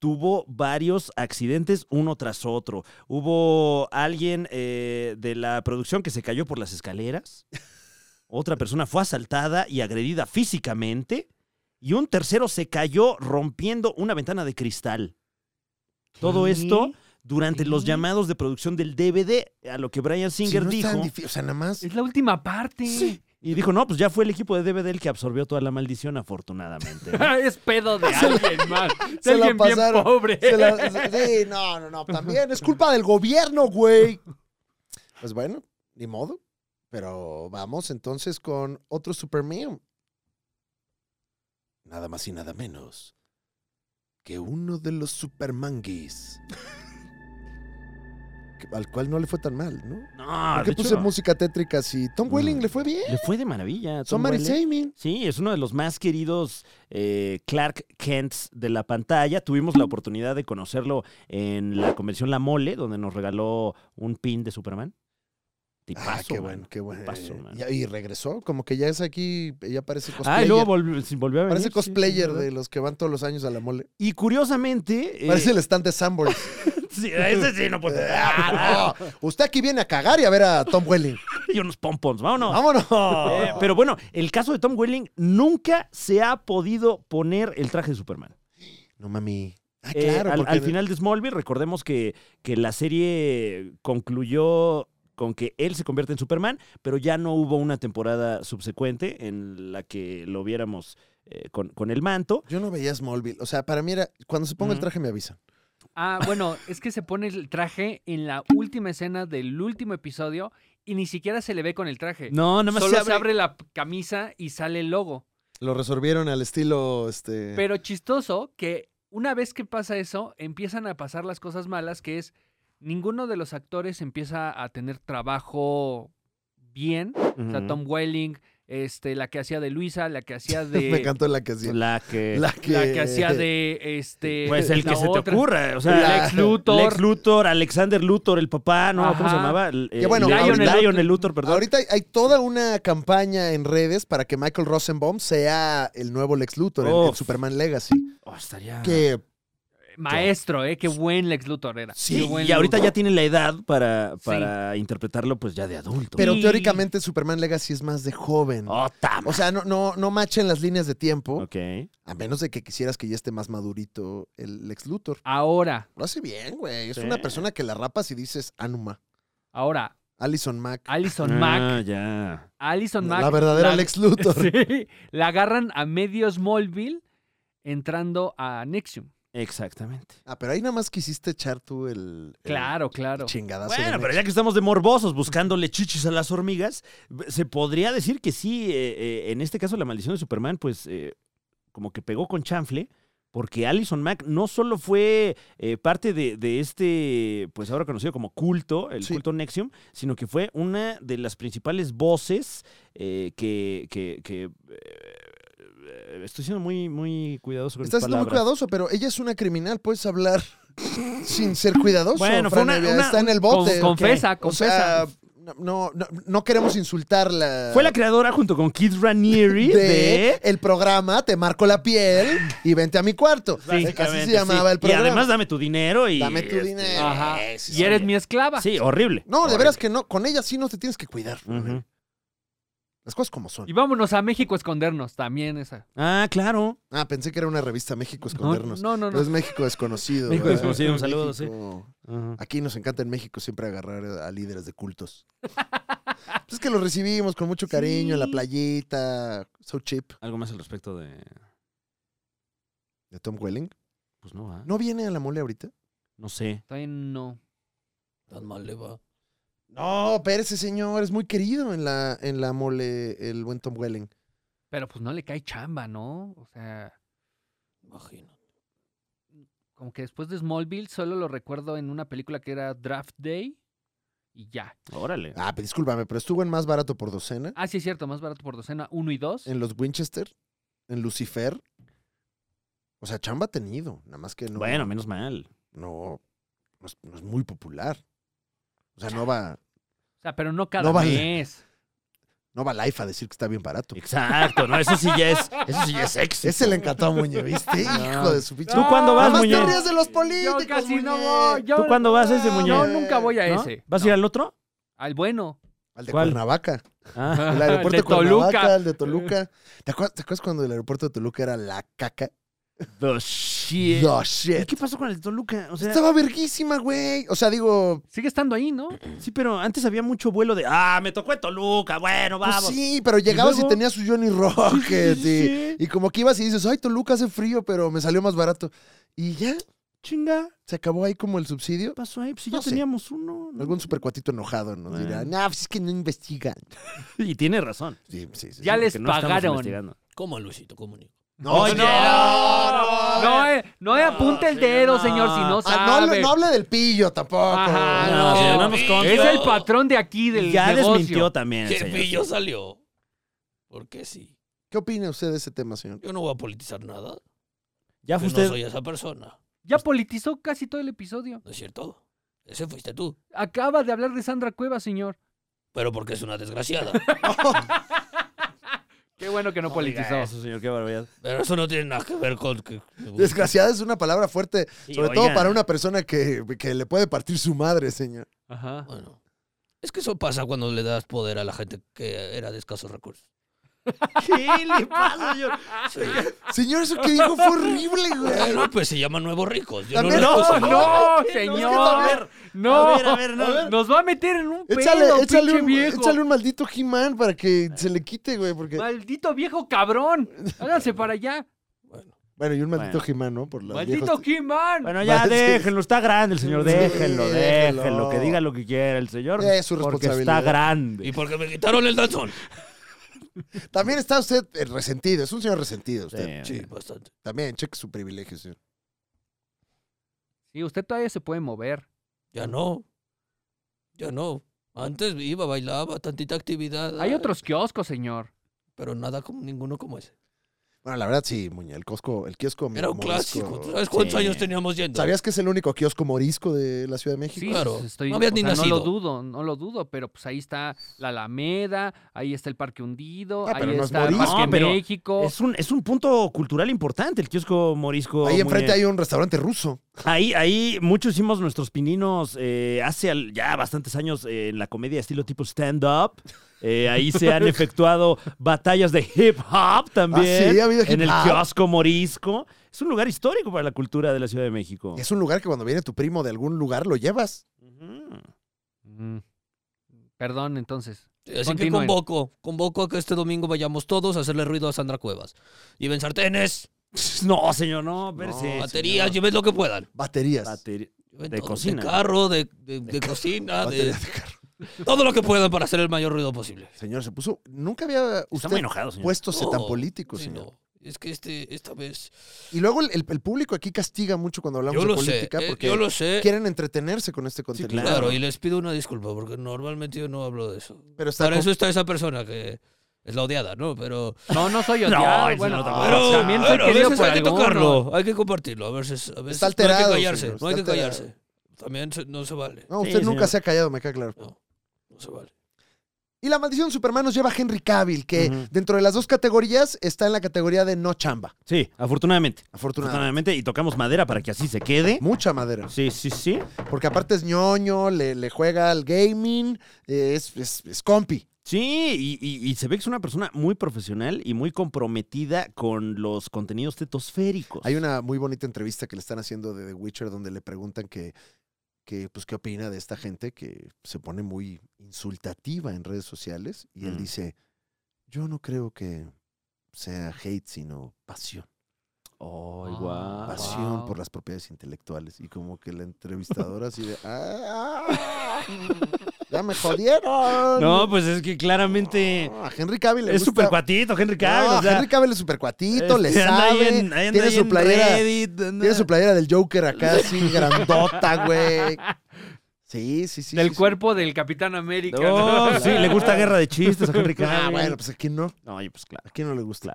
Speaker 4: tuvo varios accidentes uno tras otro. Hubo alguien eh, de la producción que se cayó por las escaleras, otra persona fue asaltada y agredida físicamente, y un tercero se cayó rompiendo una ventana de cristal. Todo esto durante los llamados de producción del DVD, a lo que Brian Singer
Speaker 5: Sí, no es
Speaker 4: dijo.
Speaker 5: tan difí- O sea, nada
Speaker 4: (laughs)
Speaker 5: más.
Speaker 6: Es la última parte.
Speaker 4: Y dijo, no, pues ya fue el equipo de DVD el que absorbió toda la maldición, afortunadamente.
Speaker 5: (laughs)
Speaker 4: ¿no?
Speaker 6: (laughs) es pedo de alguien más. De
Speaker 5: se la
Speaker 6: alguien bien
Speaker 5: pasaron.
Speaker 6: pobre.
Speaker 5: Se la- sí, no, no, no. También es culpa del gobierno, güey. Pues bueno, ni modo. Pero vamos entonces con otro Superman. Nada más y nada menos que uno de los Supermanguis. (laughs) Que- Al cual no le fue tan mal, ¿no?
Speaker 4: No,
Speaker 5: ¿Por qué
Speaker 4: Ah, de
Speaker 5: puse
Speaker 4: hecho,
Speaker 5: música tétrica si Tom Welling
Speaker 4: Mm.
Speaker 5: le fue bien?
Speaker 4: Le fue de maravilla. a Tom
Speaker 5: Somebody
Speaker 4: Welling.
Speaker 5: save me.
Speaker 4: Sí, es uno de los más queridos eh, Clark Kents de la pantalla. Tuvimos la oportunidad de conocerlo en la convención La Mole, donde nos regaló un pin de Superman. Tipazo,
Speaker 5: Ah, qué
Speaker 4: mano.
Speaker 5: bueno, qué bueno.
Speaker 4: Tipazo, mano.
Speaker 5: Y, y regresó, como que ya es aquí, ya parece cosplayer.
Speaker 4: Ah, y luego volvió, sí, volvió a venir.
Speaker 5: Parece
Speaker 4: sí, sí,
Speaker 5: cosplayer
Speaker 4: es verdad.
Speaker 5: de los que van todos los años a la mole.
Speaker 4: Y curiosamente... eh,
Speaker 5: Parece el stand de Sanborns.
Speaker 4: sí, (laughs) ese sí no puede...
Speaker 5: (laughs) Ah, no. Usted aquí viene a cagar y a ver a Tom Welling.
Speaker 4: (laughs) y unos pompons, vámonos.
Speaker 5: Vámonos.
Speaker 4: (laughs) Eh, pero bueno, el caso de Tom Welling nunca se ha podido poner el traje de Superman.
Speaker 5: No mami. Ah,
Speaker 4: Eh,
Speaker 5: claro,
Speaker 4: al,
Speaker 5: porque
Speaker 4: al final de Smallville, recordemos que, que la serie concluyó con que él se convierte en Superman, pero ya no hubo una temporada subsecuente en la que lo viéramos eh, con, con el manto.
Speaker 5: yo no veía Smallville. O sea, para mí era cuando se ponga el
Speaker 4: Ujú.
Speaker 5: traje me avisan.
Speaker 6: Ah, bueno, es que se pone el traje en la última escena del último episodio y ni siquiera se le ve con el traje.
Speaker 4: No, nada más
Speaker 6: Solo
Speaker 4: se abre.
Speaker 6: la p- camisa y sale el logo.
Speaker 5: Lo resolvieron al estilo este
Speaker 6: Pero chistoso que una vez que pasa eso, empiezan a pasar las cosas malas, que es ninguno de los actores empieza a tener trabajo bien. O sea,
Speaker 4: Ujú.
Speaker 6: Tom Welling, este, la que hacía de Luisa, la
Speaker 4: (laughs)
Speaker 6: que hacía de.
Speaker 5: (laughs) me encantó la que hacía.
Speaker 4: eh, La que...
Speaker 5: La que,
Speaker 6: La que hacía de este.
Speaker 4: Pues el
Speaker 6: la
Speaker 4: que se te
Speaker 6: otra.
Speaker 4: ocurra, o sea,
Speaker 5: La-
Speaker 6: Lex Luthor.
Speaker 4: Lex Luthor, Alexander Luthor, el papá, no, ¿cómo se
Speaker 6: Ajá.
Speaker 4: llamaba? El, eh,
Speaker 5: bueno,
Speaker 4: Lionel,
Speaker 5: ahorita-
Speaker 4: Lionel Luthor, perdón.
Speaker 5: Ahorita hay- hay toda una campaña en redes para que Michael Rosenbaum sea el nuevo Lex Luthor, el- el,
Speaker 4: Uf.
Speaker 5: Superman Legacy.
Speaker 4: Oh, estaría-
Speaker 5: Que
Speaker 6: Maestro, ¿eh? Qué buen Lex Luthor era.
Speaker 5: Sí,
Speaker 6: Qué
Speaker 4: Y,
Speaker 6: buen
Speaker 4: y ahorita ya
Speaker 6: Luthor.
Speaker 4: tiene la edad para,
Speaker 6: Sí.
Speaker 4: para interpretarlo pues ya de adulto.
Speaker 5: pero
Speaker 6: Y-
Speaker 5: teóricamente Superman Legacy es más de joven.
Speaker 4: Oh, tam.
Speaker 5: O sea, no, no, no machen las líneas de tiempo,
Speaker 4: Ok.
Speaker 5: a menos de que quisieras que ya esté más madurito el Lex Luthor.
Speaker 6: Ahora,
Speaker 5: Lo hace bien, güey. Es
Speaker 4: Sí.
Speaker 5: una persona que la rapas y dices Anuma,
Speaker 6: ahora,
Speaker 5: Allison Mack,
Speaker 6: Alison Mack.
Speaker 4: Ah, ya.
Speaker 6: Alison Mack.
Speaker 5: la verdadera
Speaker 6: (laughs)
Speaker 5: Lex Luthor.
Speaker 6: Sí, la agarran a medio Smallville entrando a Nexium.
Speaker 4: Exactamente.
Speaker 5: Ah, pero ahí nada más quisiste echar tú el, el
Speaker 6: Claro, claro.
Speaker 5: chingadazo. de
Speaker 4: Bueno,
Speaker 5: Lex.
Speaker 4: pero ya que estamos de morbosos buscándole chichis a las hormigas, se podría decir que sí, eh, eh, en este caso la maldición de Superman, pues eh, como que pegó con chanfle, porque Allison Mack no solo fue eh, parte de, de este, pues ahora conocido como culto, el
Speaker 5: Sí.
Speaker 4: culto Nexium, sino que fue una de las principales voces eh, que... que- que, eh, eh, Estoy siendo muy, muy cuidadoso con mis
Speaker 5: Estás siendo muy
Speaker 4: palabras.
Speaker 5: cuidadoso, pero ella es una criminal, puedes hablar (laughs) sin ser cuidadoso.
Speaker 4: Bueno, fue
Speaker 5: Fran
Speaker 4: una-
Speaker 5: Evia,
Speaker 4: una-
Speaker 5: está en el
Speaker 6: Con-
Speaker 5: bote.
Speaker 6: confesa,
Speaker 5: O sea,
Speaker 6: confesa.
Speaker 5: no, no, no queremos insultarla.
Speaker 4: Fue la creadora junto con Keith Ranieri de
Speaker 5: (laughs) de el programa Te marco la piel y vente a mi cuarto.
Speaker 4: Sí,
Speaker 5: Así se
Speaker 4: básicamente,
Speaker 5: llamaba
Speaker 4: sí.
Speaker 5: el programa.
Speaker 4: Y además dame tu dinero y...
Speaker 5: Dame tu
Speaker 4: este,
Speaker 5: dinero.
Speaker 6: Ajá.
Speaker 5: Eh, sí,
Speaker 6: Y eres
Speaker 5: oye.
Speaker 6: mi esclava.
Speaker 4: Sí, horrible.
Speaker 5: No, de
Speaker 4: Horrible.
Speaker 5: veras que no. Con ella sí no te tienes que cuidar.
Speaker 4: Ujú.
Speaker 5: Las cosas como son.
Speaker 6: Y vámonos a México a escondernos también esa.
Speaker 4: Ah, claro.
Speaker 5: Ah, pensé que era una revista México
Speaker 6: No,
Speaker 5: Escondernos.
Speaker 6: no, no. no.
Speaker 5: Es México Desconocido.
Speaker 4: México
Speaker 5: ¿verdad?
Speaker 4: Desconocido, un saludo, sí.
Speaker 5: México- Aquí nos encanta en México siempre agarrar a líderes de cultos. (laughs) Pues es que los recibimos con mucho cariño en la playita. So cheap.
Speaker 4: Algo más al respecto de...
Speaker 5: De Tom Welling.
Speaker 4: Pues no, ¿ah? no.
Speaker 5: ¿No viene a la mole ahorita?
Speaker 4: sé.
Speaker 6: Todavía no.
Speaker 7: Tan mal le va.
Speaker 5: No, pero ese señor es muy querido en la, en la mole, el buen Tom Welling.
Speaker 6: Pero pues no le cae chamba, ¿no? O sea,
Speaker 7: Imagino.
Speaker 6: como que después de Smallville solo lo recuerdo en una película que era Draft Day y ya.
Speaker 4: Órale.
Speaker 5: Ah, pero
Speaker 4: Ah,
Speaker 5: discúlpame, pero estuvo en más barato por docena.
Speaker 6: Ah, sí, es cierto, más barato por docena, uno y dos.
Speaker 5: En los Winchester. en Lucifer. O sea, chamba ha tenido, nada más que no.
Speaker 4: Bueno, menos mal.
Speaker 5: No, no es, no es muy popular. O sea, no va,
Speaker 6: O sea, pero no cada
Speaker 5: No vale.
Speaker 6: mes.
Speaker 5: no va Life a decir que está bien barato.
Speaker 4: Exacto, ¿no? Eso sí ya es, eso sí ya es éxito.
Speaker 5: Ese le encantó a Muñe,
Speaker 4: (laughs)
Speaker 5: ¿viste? Hijo de su pinche.
Speaker 4: ¿Tú cuándo vas,
Speaker 5: Además,
Speaker 4: Muñe?
Speaker 5: te ríes de los políticos,
Speaker 6: Yo casi
Speaker 5: Muñe.
Speaker 6: no voy. Yo,
Speaker 4: ¿Tú cuándo vas a ese, Muñe?
Speaker 6: No, nunca voy a
Speaker 4: ¿No?
Speaker 6: ese.
Speaker 4: ¿Vas a
Speaker 6: No,
Speaker 4: ir al otro?
Speaker 6: al bueno.
Speaker 5: Al de
Speaker 4: ¿Cuál? (laughs)
Speaker 5: Cuernavaca.
Speaker 4: Ah,
Speaker 5: El aeropuerto de,
Speaker 6: de
Speaker 5: Cuernavaca,
Speaker 6: Toluca.
Speaker 5: el de Toluca. ¿Te acuerdas, te acuerdas cuando el aeropuerto de Toluca era la caca?
Speaker 4: the shit.
Speaker 5: No,
Speaker 4: ¿Y
Speaker 5: shit.
Speaker 4: qué pasó con el Toluca? O sea,
Speaker 5: Estaba verguísima, güey. O sea, digo,
Speaker 6: Sigue estando ahí, ¿no?
Speaker 4: sí, pero antes había mucho vuelo de, ah, me tocó el Toluca, bueno,
Speaker 5: pues
Speaker 4: vamos.
Speaker 5: sí, pero llegabas y,
Speaker 4: luego?
Speaker 5: tenías su Johnny Rocket.
Speaker 4: (laughs) Sí, sí,
Speaker 5: y-
Speaker 4: sí.
Speaker 5: Y, como que ibas y dices, ay, Toluca hace frío, pero me salió más barato. Y ya,
Speaker 4: Chinga,
Speaker 5: se acabó ahí como el subsidio.
Speaker 4: ¿qué pasó ahí? Pues si
Speaker 5: No
Speaker 4: ya
Speaker 5: sé.
Speaker 4: teníamos uno. ¿no?
Speaker 5: Algún supercuatito enojado nos
Speaker 4: Bueno.
Speaker 5: dirá, nah, pues es que no investigan.
Speaker 4: Y tiene razón.
Speaker 5: Sí, sí, sí.
Speaker 6: Ya
Speaker 5: sí.
Speaker 6: les
Speaker 4: que no estamos
Speaker 6: pagaron.
Speaker 4: investigando.
Speaker 7: ¿Cómo a Luisito Comunica?
Speaker 5: No,
Speaker 4: Oye,
Speaker 5: no,
Speaker 4: no,
Speaker 6: No, eh, no le apunte el
Speaker 4: señor,
Speaker 6: dedo,
Speaker 4: no.
Speaker 6: señor, si no
Speaker 5: Ah, no, hable-
Speaker 6: sabe.
Speaker 5: no hable del pillo tampoco.
Speaker 6: Ajá,
Speaker 4: No,
Speaker 6: no.
Speaker 4: señor, no nos consta.
Speaker 6: Es el patrón de aquí del
Speaker 4: ya
Speaker 6: negocio.
Speaker 4: desmintió también. el
Speaker 7: ¿Qué
Speaker 4: señor.
Speaker 7: pillo salió? ¿Por qué sí?
Speaker 5: ¿Qué opina usted de ese tema, señor?
Speaker 7: Yo no voy a politizar nada.
Speaker 4: Ya
Speaker 7: Yo
Speaker 4: fue usted.
Speaker 7: no soy esa persona,
Speaker 6: Ya politizó casi todo el episodio.
Speaker 7: ¿no es cierto? Ese fuiste tú,
Speaker 6: Acaba de hablar de Sandra Cueva, señor.
Speaker 7: pero porque es
Speaker 4: (laughs)
Speaker 7: una desgraciada.
Speaker 6: Qué bueno que no politizó.
Speaker 4: Eso, señor, qué barbaridad.
Speaker 7: pero eso no tiene nada que ver con... que-
Speaker 5: Desgraciada es una palabra fuerte,
Speaker 4: Sí,
Speaker 5: sobre
Speaker 4: oigan.
Speaker 5: todo (laughs) para una persona que, que le puede partir su madre, señor.
Speaker 6: Ajá.
Speaker 7: Bueno, es que eso pasa cuando le das poder a la gente que era de escasos recursos.
Speaker 4: ¿Qué le pasa, señor?
Speaker 5: Señor, eso que dijo fue horrible, güey.
Speaker 7: Bueno, pues se llaman nuevos ricos. Yo no,
Speaker 5: También-
Speaker 7: les
Speaker 5: No,
Speaker 7: puse-
Speaker 6: (laughs) No,
Speaker 4: a
Speaker 6: señor.
Speaker 4: ver,
Speaker 6: No.
Speaker 4: a ver, a ver, no.
Speaker 6: Nos va a meter en un pedo,
Speaker 5: Échale, échale,
Speaker 6: pinche
Speaker 5: un,
Speaker 6: viejo.
Speaker 5: échale un maldito he para que se le quite, güey. Porque...
Speaker 6: Maldito viejo cabrón. Háganse para allá.
Speaker 5: Bueno, y un maldito
Speaker 4: Bueno.
Speaker 5: he ¿no? Por los
Speaker 6: Maldito
Speaker 5: viejos-
Speaker 6: He-Man.
Speaker 4: Bueno, ya
Speaker 5: Vale.
Speaker 4: déjenlo, está grande el señor,
Speaker 5: Sí,
Speaker 4: déjenlo,
Speaker 5: déjelo.
Speaker 4: déjenlo, que diga lo que quiera el señor.
Speaker 5: Es su
Speaker 4: porque está
Speaker 5: responsabilidad.
Speaker 7: Y
Speaker 4: grande.
Speaker 7: porque me quitaron el danzón.
Speaker 5: También está usted eh, resentido, es un señor resentido usted.
Speaker 4: Sí.
Speaker 7: Sí, bastante.
Speaker 5: También, cheque su privilegio, señor.
Speaker 6: Sí, usted todavía se puede mover.
Speaker 7: Ya no. Ya no. Antes iba, bailaba, tantita actividad.
Speaker 6: Hay otros kioscos, señor.
Speaker 7: Pero nada como ninguno como ese.
Speaker 5: Bueno, la verdad sí, Muñe, el kiosco, el kiosco
Speaker 7: Era un
Speaker 5: morisco.
Speaker 7: clásico. ¿Tú sabes cuántos
Speaker 4: Sí.
Speaker 7: años teníamos yendo?
Speaker 5: ¿Sabías que es el único kiosco morisco de la Ciudad de México?
Speaker 6: Sí,
Speaker 7: Claro,
Speaker 6: pues, estoy,
Speaker 7: no habías ni
Speaker 6: o sea, No
Speaker 7: nacido.
Speaker 6: lo dudo, no lo dudo, pero pues ahí está la Alameda, ahí está el Parque Hundido,
Speaker 5: Ah, pero
Speaker 6: ahí
Speaker 5: no es
Speaker 6: está el
Speaker 5: morisco.
Speaker 6: Parque
Speaker 4: No, pero
Speaker 6: México.
Speaker 4: Es un, es un punto cultural importante el kiosco morisco.
Speaker 5: Ahí
Speaker 4: Muñe.
Speaker 5: enfrente hay un restaurante ruso.
Speaker 4: Ahí, ahí mucho hicimos nuestros pininos eh, hace al- ya bastantes años eh, en la comedia estilo tipo stand-up. Eh, ahí
Speaker 5: (laughs)
Speaker 4: se han efectuado batallas de hip hop también.
Speaker 5: Ah, sí, ha habido
Speaker 4: en el
Speaker 5: hip hop.
Speaker 4: kiosco morisco. Es un lugar histórico para la cultura de la Ciudad de México.
Speaker 5: Es un lugar que cuando viene tu primo de algún lugar lo llevas.
Speaker 4: Ujú.
Speaker 6: Mm. Perdón, entonces.
Speaker 7: Así
Speaker 6: Continúen.
Speaker 7: que convoco, convoco a que este domingo vayamos todos a hacerle ruido a Sandra Cuevas. Lleven sartenes,
Speaker 4: No, señor, no, espérese,
Speaker 7: baterías,
Speaker 4: señor.
Speaker 7: lleven lo que puedan.
Speaker 5: Baterías.
Speaker 4: Bateri-
Speaker 7: Lleven
Speaker 4: De
Speaker 7: todo,
Speaker 4: cocina.
Speaker 7: De carro, de, de- de
Speaker 4: (laughs)
Speaker 7: cocina, de,
Speaker 5: Baterías de carro.
Speaker 7: todo lo que puedan para hacer el mayor ruido posible.
Speaker 5: Señor, se puso. Nunca había
Speaker 4: Está
Speaker 5: usted pues
Speaker 4: muy enojado, señor.
Speaker 5: puesto tan
Speaker 7: No,
Speaker 5: político,
Speaker 7: sí,
Speaker 5: señor.
Speaker 7: no. Es que este, esta vez.
Speaker 5: Y luego el, el- el público aquí castiga mucho cuando hablamos
Speaker 7: Yo
Speaker 5: de
Speaker 7: lo, sé,
Speaker 5: política
Speaker 7: eh,
Speaker 5: porque
Speaker 7: yo lo sé.
Speaker 5: quieren entretenerse con este contenido.
Speaker 4: claro.
Speaker 7: Claro, y les pido una disculpa porque normalmente yo no hablo de eso.
Speaker 5: Pero está
Speaker 7: Para
Speaker 5: con-
Speaker 7: eso está esa persona que es la odiada, ¿no? Pero.
Speaker 6: No, no soy
Speaker 4: No,
Speaker 6: odiado.
Speaker 4: ese
Speaker 6: bueno,
Speaker 4: no te
Speaker 6: pero
Speaker 4: puedo-
Speaker 6: también soy
Speaker 7: bueno, a
Speaker 6: querido
Speaker 7: veces
Speaker 6: por
Speaker 7: hay que
Speaker 6: algunos.
Speaker 7: tocarlo, hay que compartirlo. A veces, a veces no hay
Speaker 5: alterado,
Speaker 7: que callarse,
Speaker 5: señor,
Speaker 7: no hay que
Speaker 5: está alterado.
Speaker 7: callarse. También se- no se vale.
Speaker 5: No,
Speaker 4: Sí,
Speaker 5: usted nunca
Speaker 4: señor.
Speaker 5: se ha callado, me queda claro.
Speaker 7: No se vale.
Speaker 5: Y la maldición de Superman nos lleva a Henry Cavill, que
Speaker 4: Ujú.
Speaker 5: dentro de las dos categorías está en la categoría de no chamba.
Speaker 4: Sí, afortunadamente.
Speaker 5: Ah. Afortunadamente.
Speaker 4: Afortunadamente, y tocamos madera para que así se quede.
Speaker 5: Mucha madera.
Speaker 4: Sí, sí, sí.
Speaker 5: Porque aparte es ñoño, le, le juega al gaming, eh, es, es, es compi.
Speaker 4: Sí, y, y- y se ve que es una persona muy profesional y muy comprometida con los contenidos tetosféricos.
Speaker 5: Hay una muy bonita entrevista que le están haciendo de The Witcher donde le preguntan que, que pues, qué opina de esta gente que se pone muy insultativa en redes sociales. Y él
Speaker 4: Mm.
Speaker 5: dice, yo no creo que sea hate, sino pasión.
Speaker 4: Ay,
Speaker 6: Ah,
Speaker 4: guau.
Speaker 5: Pasión
Speaker 6: wow.
Speaker 5: por las propiedades intelectuales. Y como que la entrevistadora así
Speaker 4: (laughs)
Speaker 5: de, "Ah, ¡Ya me jodieron!
Speaker 4: No, pues es que claramente
Speaker 5: Ah, a Henry Cavill le
Speaker 4: es
Speaker 5: gusta-
Speaker 4: súper cuatito, Henry Cavill.
Speaker 5: No,
Speaker 4: o sea,
Speaker 5: Henry Cavill es super cuatito, le
Speaker 4: este, anda (laughs) ahí
Speaker 5: sabe.
Speaker 4: en- ahí anda
Speaker 5: tiene
Speaker 4: ahí
Speaker 5: su
Speaker 4: en
Speaker 5: playera.
Speaker 4: Reddit, anda-
Speaker 5: Tiene su playera del Joker acá, así grandota, güey. Sí, sí, sí.
Speaker 6: Del
Speaker 5: sí, sí.
Speaker 6: cuerpo del Capitán América. (laughs)
Speaker 4: No, sí, le gusta guerra de chistes a Henry
Speaker 5: Ah,
Speaker 4: Cavill.
Speaker 5: bueno, pues aquí no.
Speaker 4: No, oye, pues claro.
Speaker 5: Aquí no le gusta.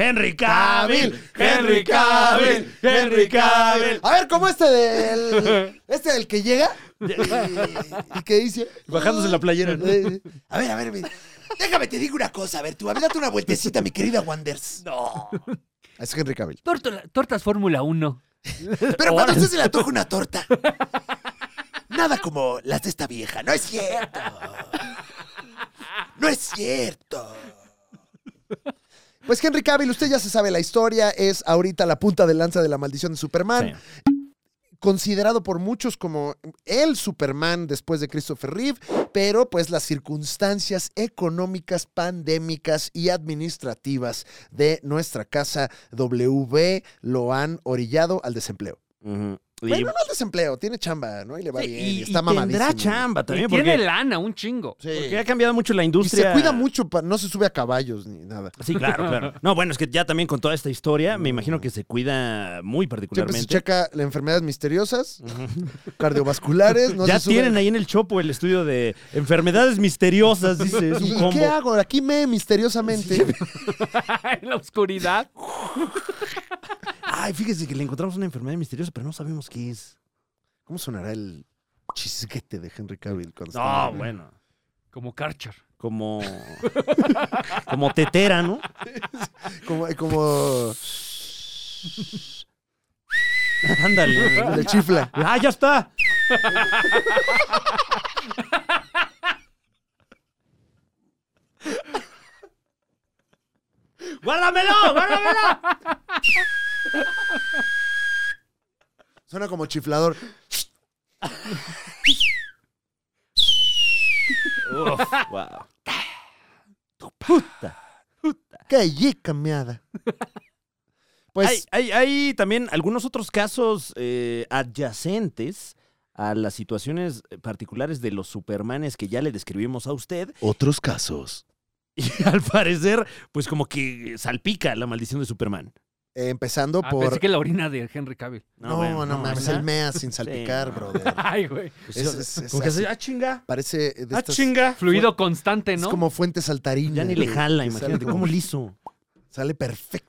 Speaker 4: Henry Cavill, Henry Cavill, Henry Cavill.
Speaker 5: A ver, ¿cómo este
Speaker 4: (laughs)
Speaker 5: del. Este del que llega? ¿Y, y que dice?
Speaker 4: Bajándose la playera, ¿no?
Speaker 5: Eh,
Speaker 1: A ver, a ver, mira. déjame te digo una cosa. A ver, tú, a ver, date una vueltecita, mi querida Wanders. No.
Speaker 5: Es Henry Cavill.
Speaker 6: Tortola- tortas Fórmula 1.
Speaker 1: Pero cuando usted se le antoja una torta. Nada como las de esta vieja. No es cierto. No es cierto.
Speaker 5: Pues Henry Cavill, usted ya se sabe la historia, es ahorita la punta de lanza de la maldición de Superman. Considerado por muchos como el Superman después de Christopher Reeve, pero pues las circunstancias económicas, pandémicas y administrativas de nuestra casa W lo han orillado al desempleo.
Speaker 4: Ujú. Y-
Speaker 5: Bueno, Pues, no al desempleo, tiene chamba, ¿no? Y le va
Speaker 4: Sí,
Speaker 5: bien,
Speaker 4: y,
Speaker 5: y está
Speaker 4: y
Speaker 5: mamadísimo.
Speaker 4: tendrá chamba
Speaker 6: Y
Speaker 4: también,
Speaker 6: tiene
Speaker 4: porque,
Speaker 6: lana, un chingo.
Speaker 5: Sí.
Speaker 4: porque ha cambiado mucho la
Speaker 5: Y
Speaker 4: industria.
Speaker 5: se cuida mucho, pa- no se sube a caballos ni nada.
Speaker 4: Sí, claro, claro. No, bueno, es que ya también con toda esta historia, me imagino que se cuida
Speaker 5: Siempre
Speaker 4: muy
Speaker 5: se pues,
Speaker 4: particularmente.
Speaker 5: checa las enfermedades misteriosas, (laughs) cardiovasculares. No
Speaker 4: ya
Speaker 5: se sube-
Speaker 4: tienen ahí en el Chopo el estudio de enfermedades misteriosas, dice,
Speaker 5: (laughs)
Speaker 4: es
Speaker 5: ¿Y
Speaker 4: un combo.
Speaker 5: qué hago? Aquí me misteriosamente.
Speaker 6: en la oscuridad.
Speaker 4: Ay, fíjese que le encontramos una enfermedad misteriosa, pero no sabemos qué es.
Speaker 5: (laughs) ¿Cómo sonará el chisguete de Henry Cavill? cuando
Speaker 4: No,
Speaker 5: está-
Speaker 4: bueno.
Speaker 6: Como Karcher.
Speaker 4: Como. Como tetera, ¿no?
Speaker 5: Como, como
Speaker 4: Ándale.
Speaker 5: le chifla.
Speaker 4: ¡Ah, ya está! ¡Guárdamelo! ¡Guárdamelo!
Speaker 5: Suena como chiflador.
Speaker 4: wow.
Speaker 5: ¡Qué allí cambiada!
Speaker 4: hay,
Speaker 5: Pues,
Speaker 4: hay- hay también algunos otros casos eh, adyacentes a las situaciones particulares de los supermanes que ya le describimos a usted.
Speaker 1: Otros casos.
Speaker 4: Y (laughs) al parecer, pues como que salpica la maldición de Superman.
Speaker 5: eh, empezando
Speaker 6: Ah,
Speaker 5: por.
Speaker 6: Pensé que la orina de Henry Cavill.
Speaker 5: No, no, mames,
Speaker 4: ¿verdad?
Speaker 5: el mea sin salpicar,
Speaker 4: no.
Speaker 5: brother.
Speaker 6: (laughs) Ay, güey.
Speaker 4: Pues
Speaker 5: Es-
Speaker 4: sí,
Speaker 5: es- es
Speaker 4: como que
Speaker 5: así.
Speaker 4: se- ¡Ah, chinga!
Speaker 5: Parece de
Speaker 4: (laughs) ¡Ah,
Speaker 5: estas- (laughs)
Speaker 4: chinga!
Speaker 6: Fluido constante,
Speaker 5: Es
Speaker 6: ¿no?
Speaker 5: como fuente saltarina.
Speaker 4: Ya ni le
Speaker 5: que
Speaker 4: jala,
Speaker 5: sale
Speaker 4: imagínate,
Speaker 5: como- (laughs)
Speaker 4: cómo liso.
Speaker 5: Sale perfecto.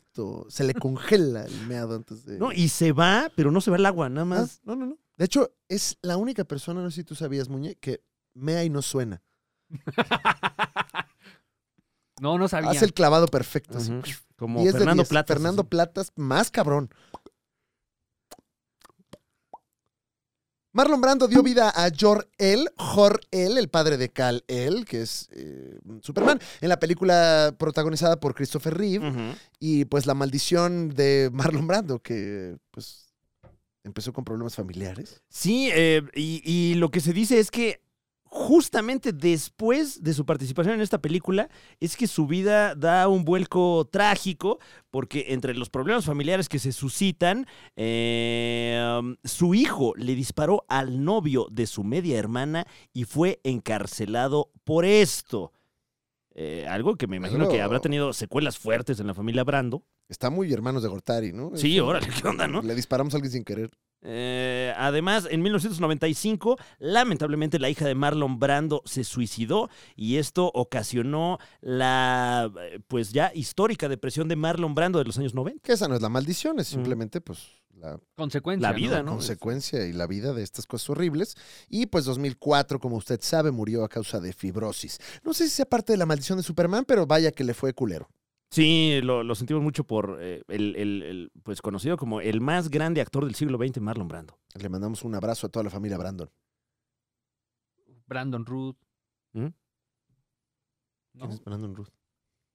Speaker 5: Se le congela el meado antes de.
Speaker 4: No, y se va, pero no se va el agua, nada
Speaker 5: Ah,
Speaker 4: más.
Speaker 5: no, no, no. De hecho, es la única persona, no sé si tú sabías, Muñe, que mea y no suena.
Speaker 6: No, no sabía.
Speaker 5: Hace el clavado perfecto. así.
Speaker 4: Ujú. Como
Speaker 5: 10 Ah, de
Speaker 4: Fernando
Speaker 5: 10.
Speaker 4: Plata.
Speaker 5: Fernando Platas, más cabrón. Marlon Brando dio vida a Jor-El, Jor-El, el padre de Kal-El, que es eh, Superman, en la película protagonizada por Christopher Reeve,
Speaker 4: Mm.
Speaker 5: y pues la maldición de Marlon Brando, que pues empezó con problemas familiares.
Speaker 4: Sí, eh, y, y lo que se dice es que justamente después de su participación en esta película es que su vida da un vuelco trágico porque entre los problemas familiares que se suscitan, eh, um, su hijo le disparó al novio de su media hermana y fue encarcelado por esto. Eh, algo que me imagino que
Speaker 5: Claro.
Speaker 4: habrá tenido secuelas fuertes en la familia Brando.
Speaker 5: Está muy hermanos de Gortari, ¿no?
Speaker 4: Eh, Sí, órale, ¿qué onda, no?
Speaker 5: Le disparamos a alguien sin querer.
Speaker 4: Eh, además, en 1995, lamentablemente, la hija de Marlon Brando se suicidó y esto ocasionó la, eh, pues ya histórica depresión de Marlon Brando de los años 90.
Speaker 5: Que esa no es la maldición, es
Speaker 4: Mm.
Speaker 5: simplemente pues la
Speaker 6: Consecuencia.
Speaker 4: La vida,
Speaker 6: ¿no?
Speaker 4: ¿no? Este.
Speaker 5: consecuencia y la vida de estas cosas horribles. Y pues 2004, como usted sabe, murió a causa de fibrosis. No sé si sea parte de la maldición de Superman, pero vaya que le fue culero.
Speaker 4: Sí, lo, lo sentimos mucho por eh, el, el- el, pues conocido como el más grande actor del siglo XX, Marlon Brando.
Speaker 5: Le mandamos un abrazo a toda la familia Brandon.
Speaker 6: Brandon Root.
Speaker 4: ¿Mm?
Speaker 6: No,
Speaker 5: ¿Quién es Brandon Ruth?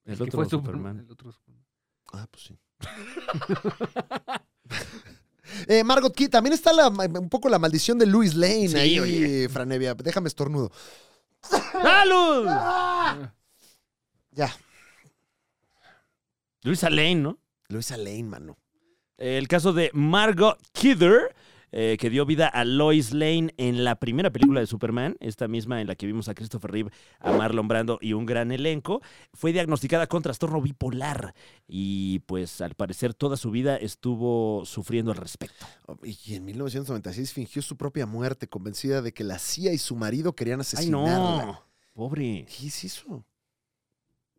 Speaker 4: El
Speaker 6: que
Speaker 4: otro
Speaker 6: fue Superman,
Speaker 5: (laughs)
Speaker 4: Superman.
Speaker 6: el otro Superman.
Speaker 5: Ah, pues
Speaker 4: (laughs)
Speaker 5: sí. Eh, Margot Key, también está la- un poco la maldición de Louis Lane
Speaker 4: Sí,
Speaker 5: ahí,
Speaker 4: oye.
Speaker 5: Franevia. Déjame estornudo.
Speaker 4: ¡Salud!
Speaker 5: Ah. Ya,
Speaker 4: Luisa Lane, ¿no?
Speaker 5: Luisa Lane, mano.
Speaker 4: El caso de Margot Kidder, eh, que dio vida a Lois Lane en la primera película de Superman, esta misma en la que vimos a Christopher Reeve, a Marlon Brando y un gran elenco, fue diagnosticada con trastorno bipolar y pues al parecer toda su vida estuvo sufriendo al respecto.
Speaker 5: Y en 1996 fingió su propia muerte, convencida de que la CIA y su marido querían
Speaker 4: ¡Ay
Speaker 5: asesinarla.
Speaker 4: no! Pobre.
Speaker 5: ¿Qué es eso?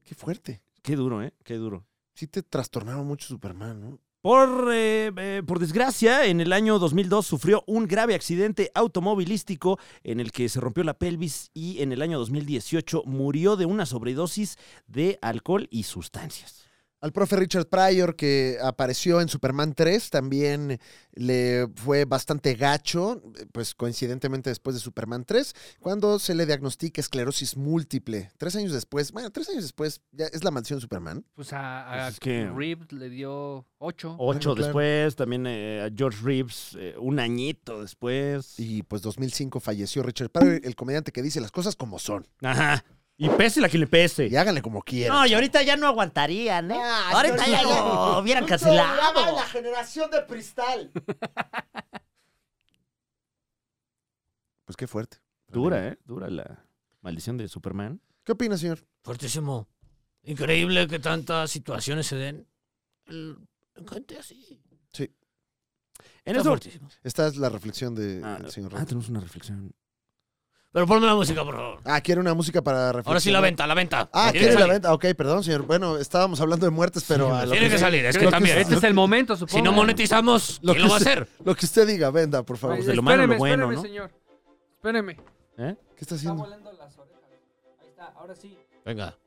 Speaker 5: Qué fuerte.
Speaker 4: Qué duro, ¿eh? Qué duro.
Speaker 5: Sí te trastornaron mucho Superman, ¿no?
Speaker 4: Por, eh, eh, por desgracia, en el año 2002 sufrió un grave accidente automovilístico en el que se rompió la pelvis y en el año 2018 murió de una sobredosis de alcohol y sustancias.
Speaker 5: Al profe Richard Pryor, que apareció en Superman 3, también le fue bastante gacho, pues coincidentemente después de Superman 3, cuando se le diagnostica esclerosis múltiple. Tres años después, bueno, tres años después, ya es la mansión Superman.
Speaker 6: Pues a, a
Speaker 4: Pues es que-
Speaker 6: Reeves le dio ocho.
Speaker 4: Ocho
Speaker 5: Bueno, claro.
Speaker 4: después, también eh, a George Reeves, eh, un añito después.
Speaker 5: Y pues 2005 falleció Richard Pryor, el comediante que dice las cosas como son.
Speaker 4: Ajá. Y pese la que le pese.
Speaker 5: Y háganle como quieran.
Speaker 10: No, y ahorita ya no aguantarían, ¿eh?
Speaker 1: Ah,
Speaker 5: Ah,
Speaker 10: ahorita ya lo hubieran cancelado.
Speaker 1: generación de cristal.
Speaker 5: Pues qué fuerte.
Speaker 4: Dura, ¿eh? Dura la maldición de Superman.
Speaker 5: ¿Qué opina, señor?
Speaker 7: Fuertísimo. Increíble que tantas situaciones se den. El- Gente así.
Speaker 4: En
Speaker 7: Está
Speaker 4: eso.
Speaker 7: fuertísimo.
Speaker 5: Esta es la reflexión del
Speaker 4: Ah,
Speaker 5: señor
Speaker 4: ah,
Speaker 5: Roth.
Speaker 4: tenemos una reflexión.
Speaker 7: Pero ponme la música, por favor.
Speaker 5: Ah, quiere una música para reflexionar.
Speaker 7: Ahora sí, la venta, la venta.
Speaker 5: Ah,
Speaker 7: Tiene que
Speaker 5: quiere la
Speaker 7: salir.
Speaker 5: venta. Ok, perdón, señor. Bueno, estábamos hablando de muertes, pero a lo
Speaker 7: Tiene que salir, es que
Speaker 6: Creo
Speaker 7: también.
Speaker 6: Este es el momento, supongo.
Speaker 7: Si no monetizamos,
Speaker 5: Lo
Speaker 7: ¿quién
Speaker 5: que
Speaker 7: lo va a
Speaker 5: se-
Speaker 7: hacer?
Speaker 5: Lo que usted diga, venda, por favor.
Speaker 6: Ay,
Speaker 4: de lo malo a lo
Speaker 6: espéreme,
Speaker 4: bueno,
Speaker 6: espéreme,
Speaker 4: ¿no?
Speaker 6: señor. Espéreme.
Speaker 5: ¿Qué está
Speaker 6: Está
Speaker 5: haciendo?
Speaker 6: volando las orejas. Ahí está, ahora sí.
Speaker 7: Venga.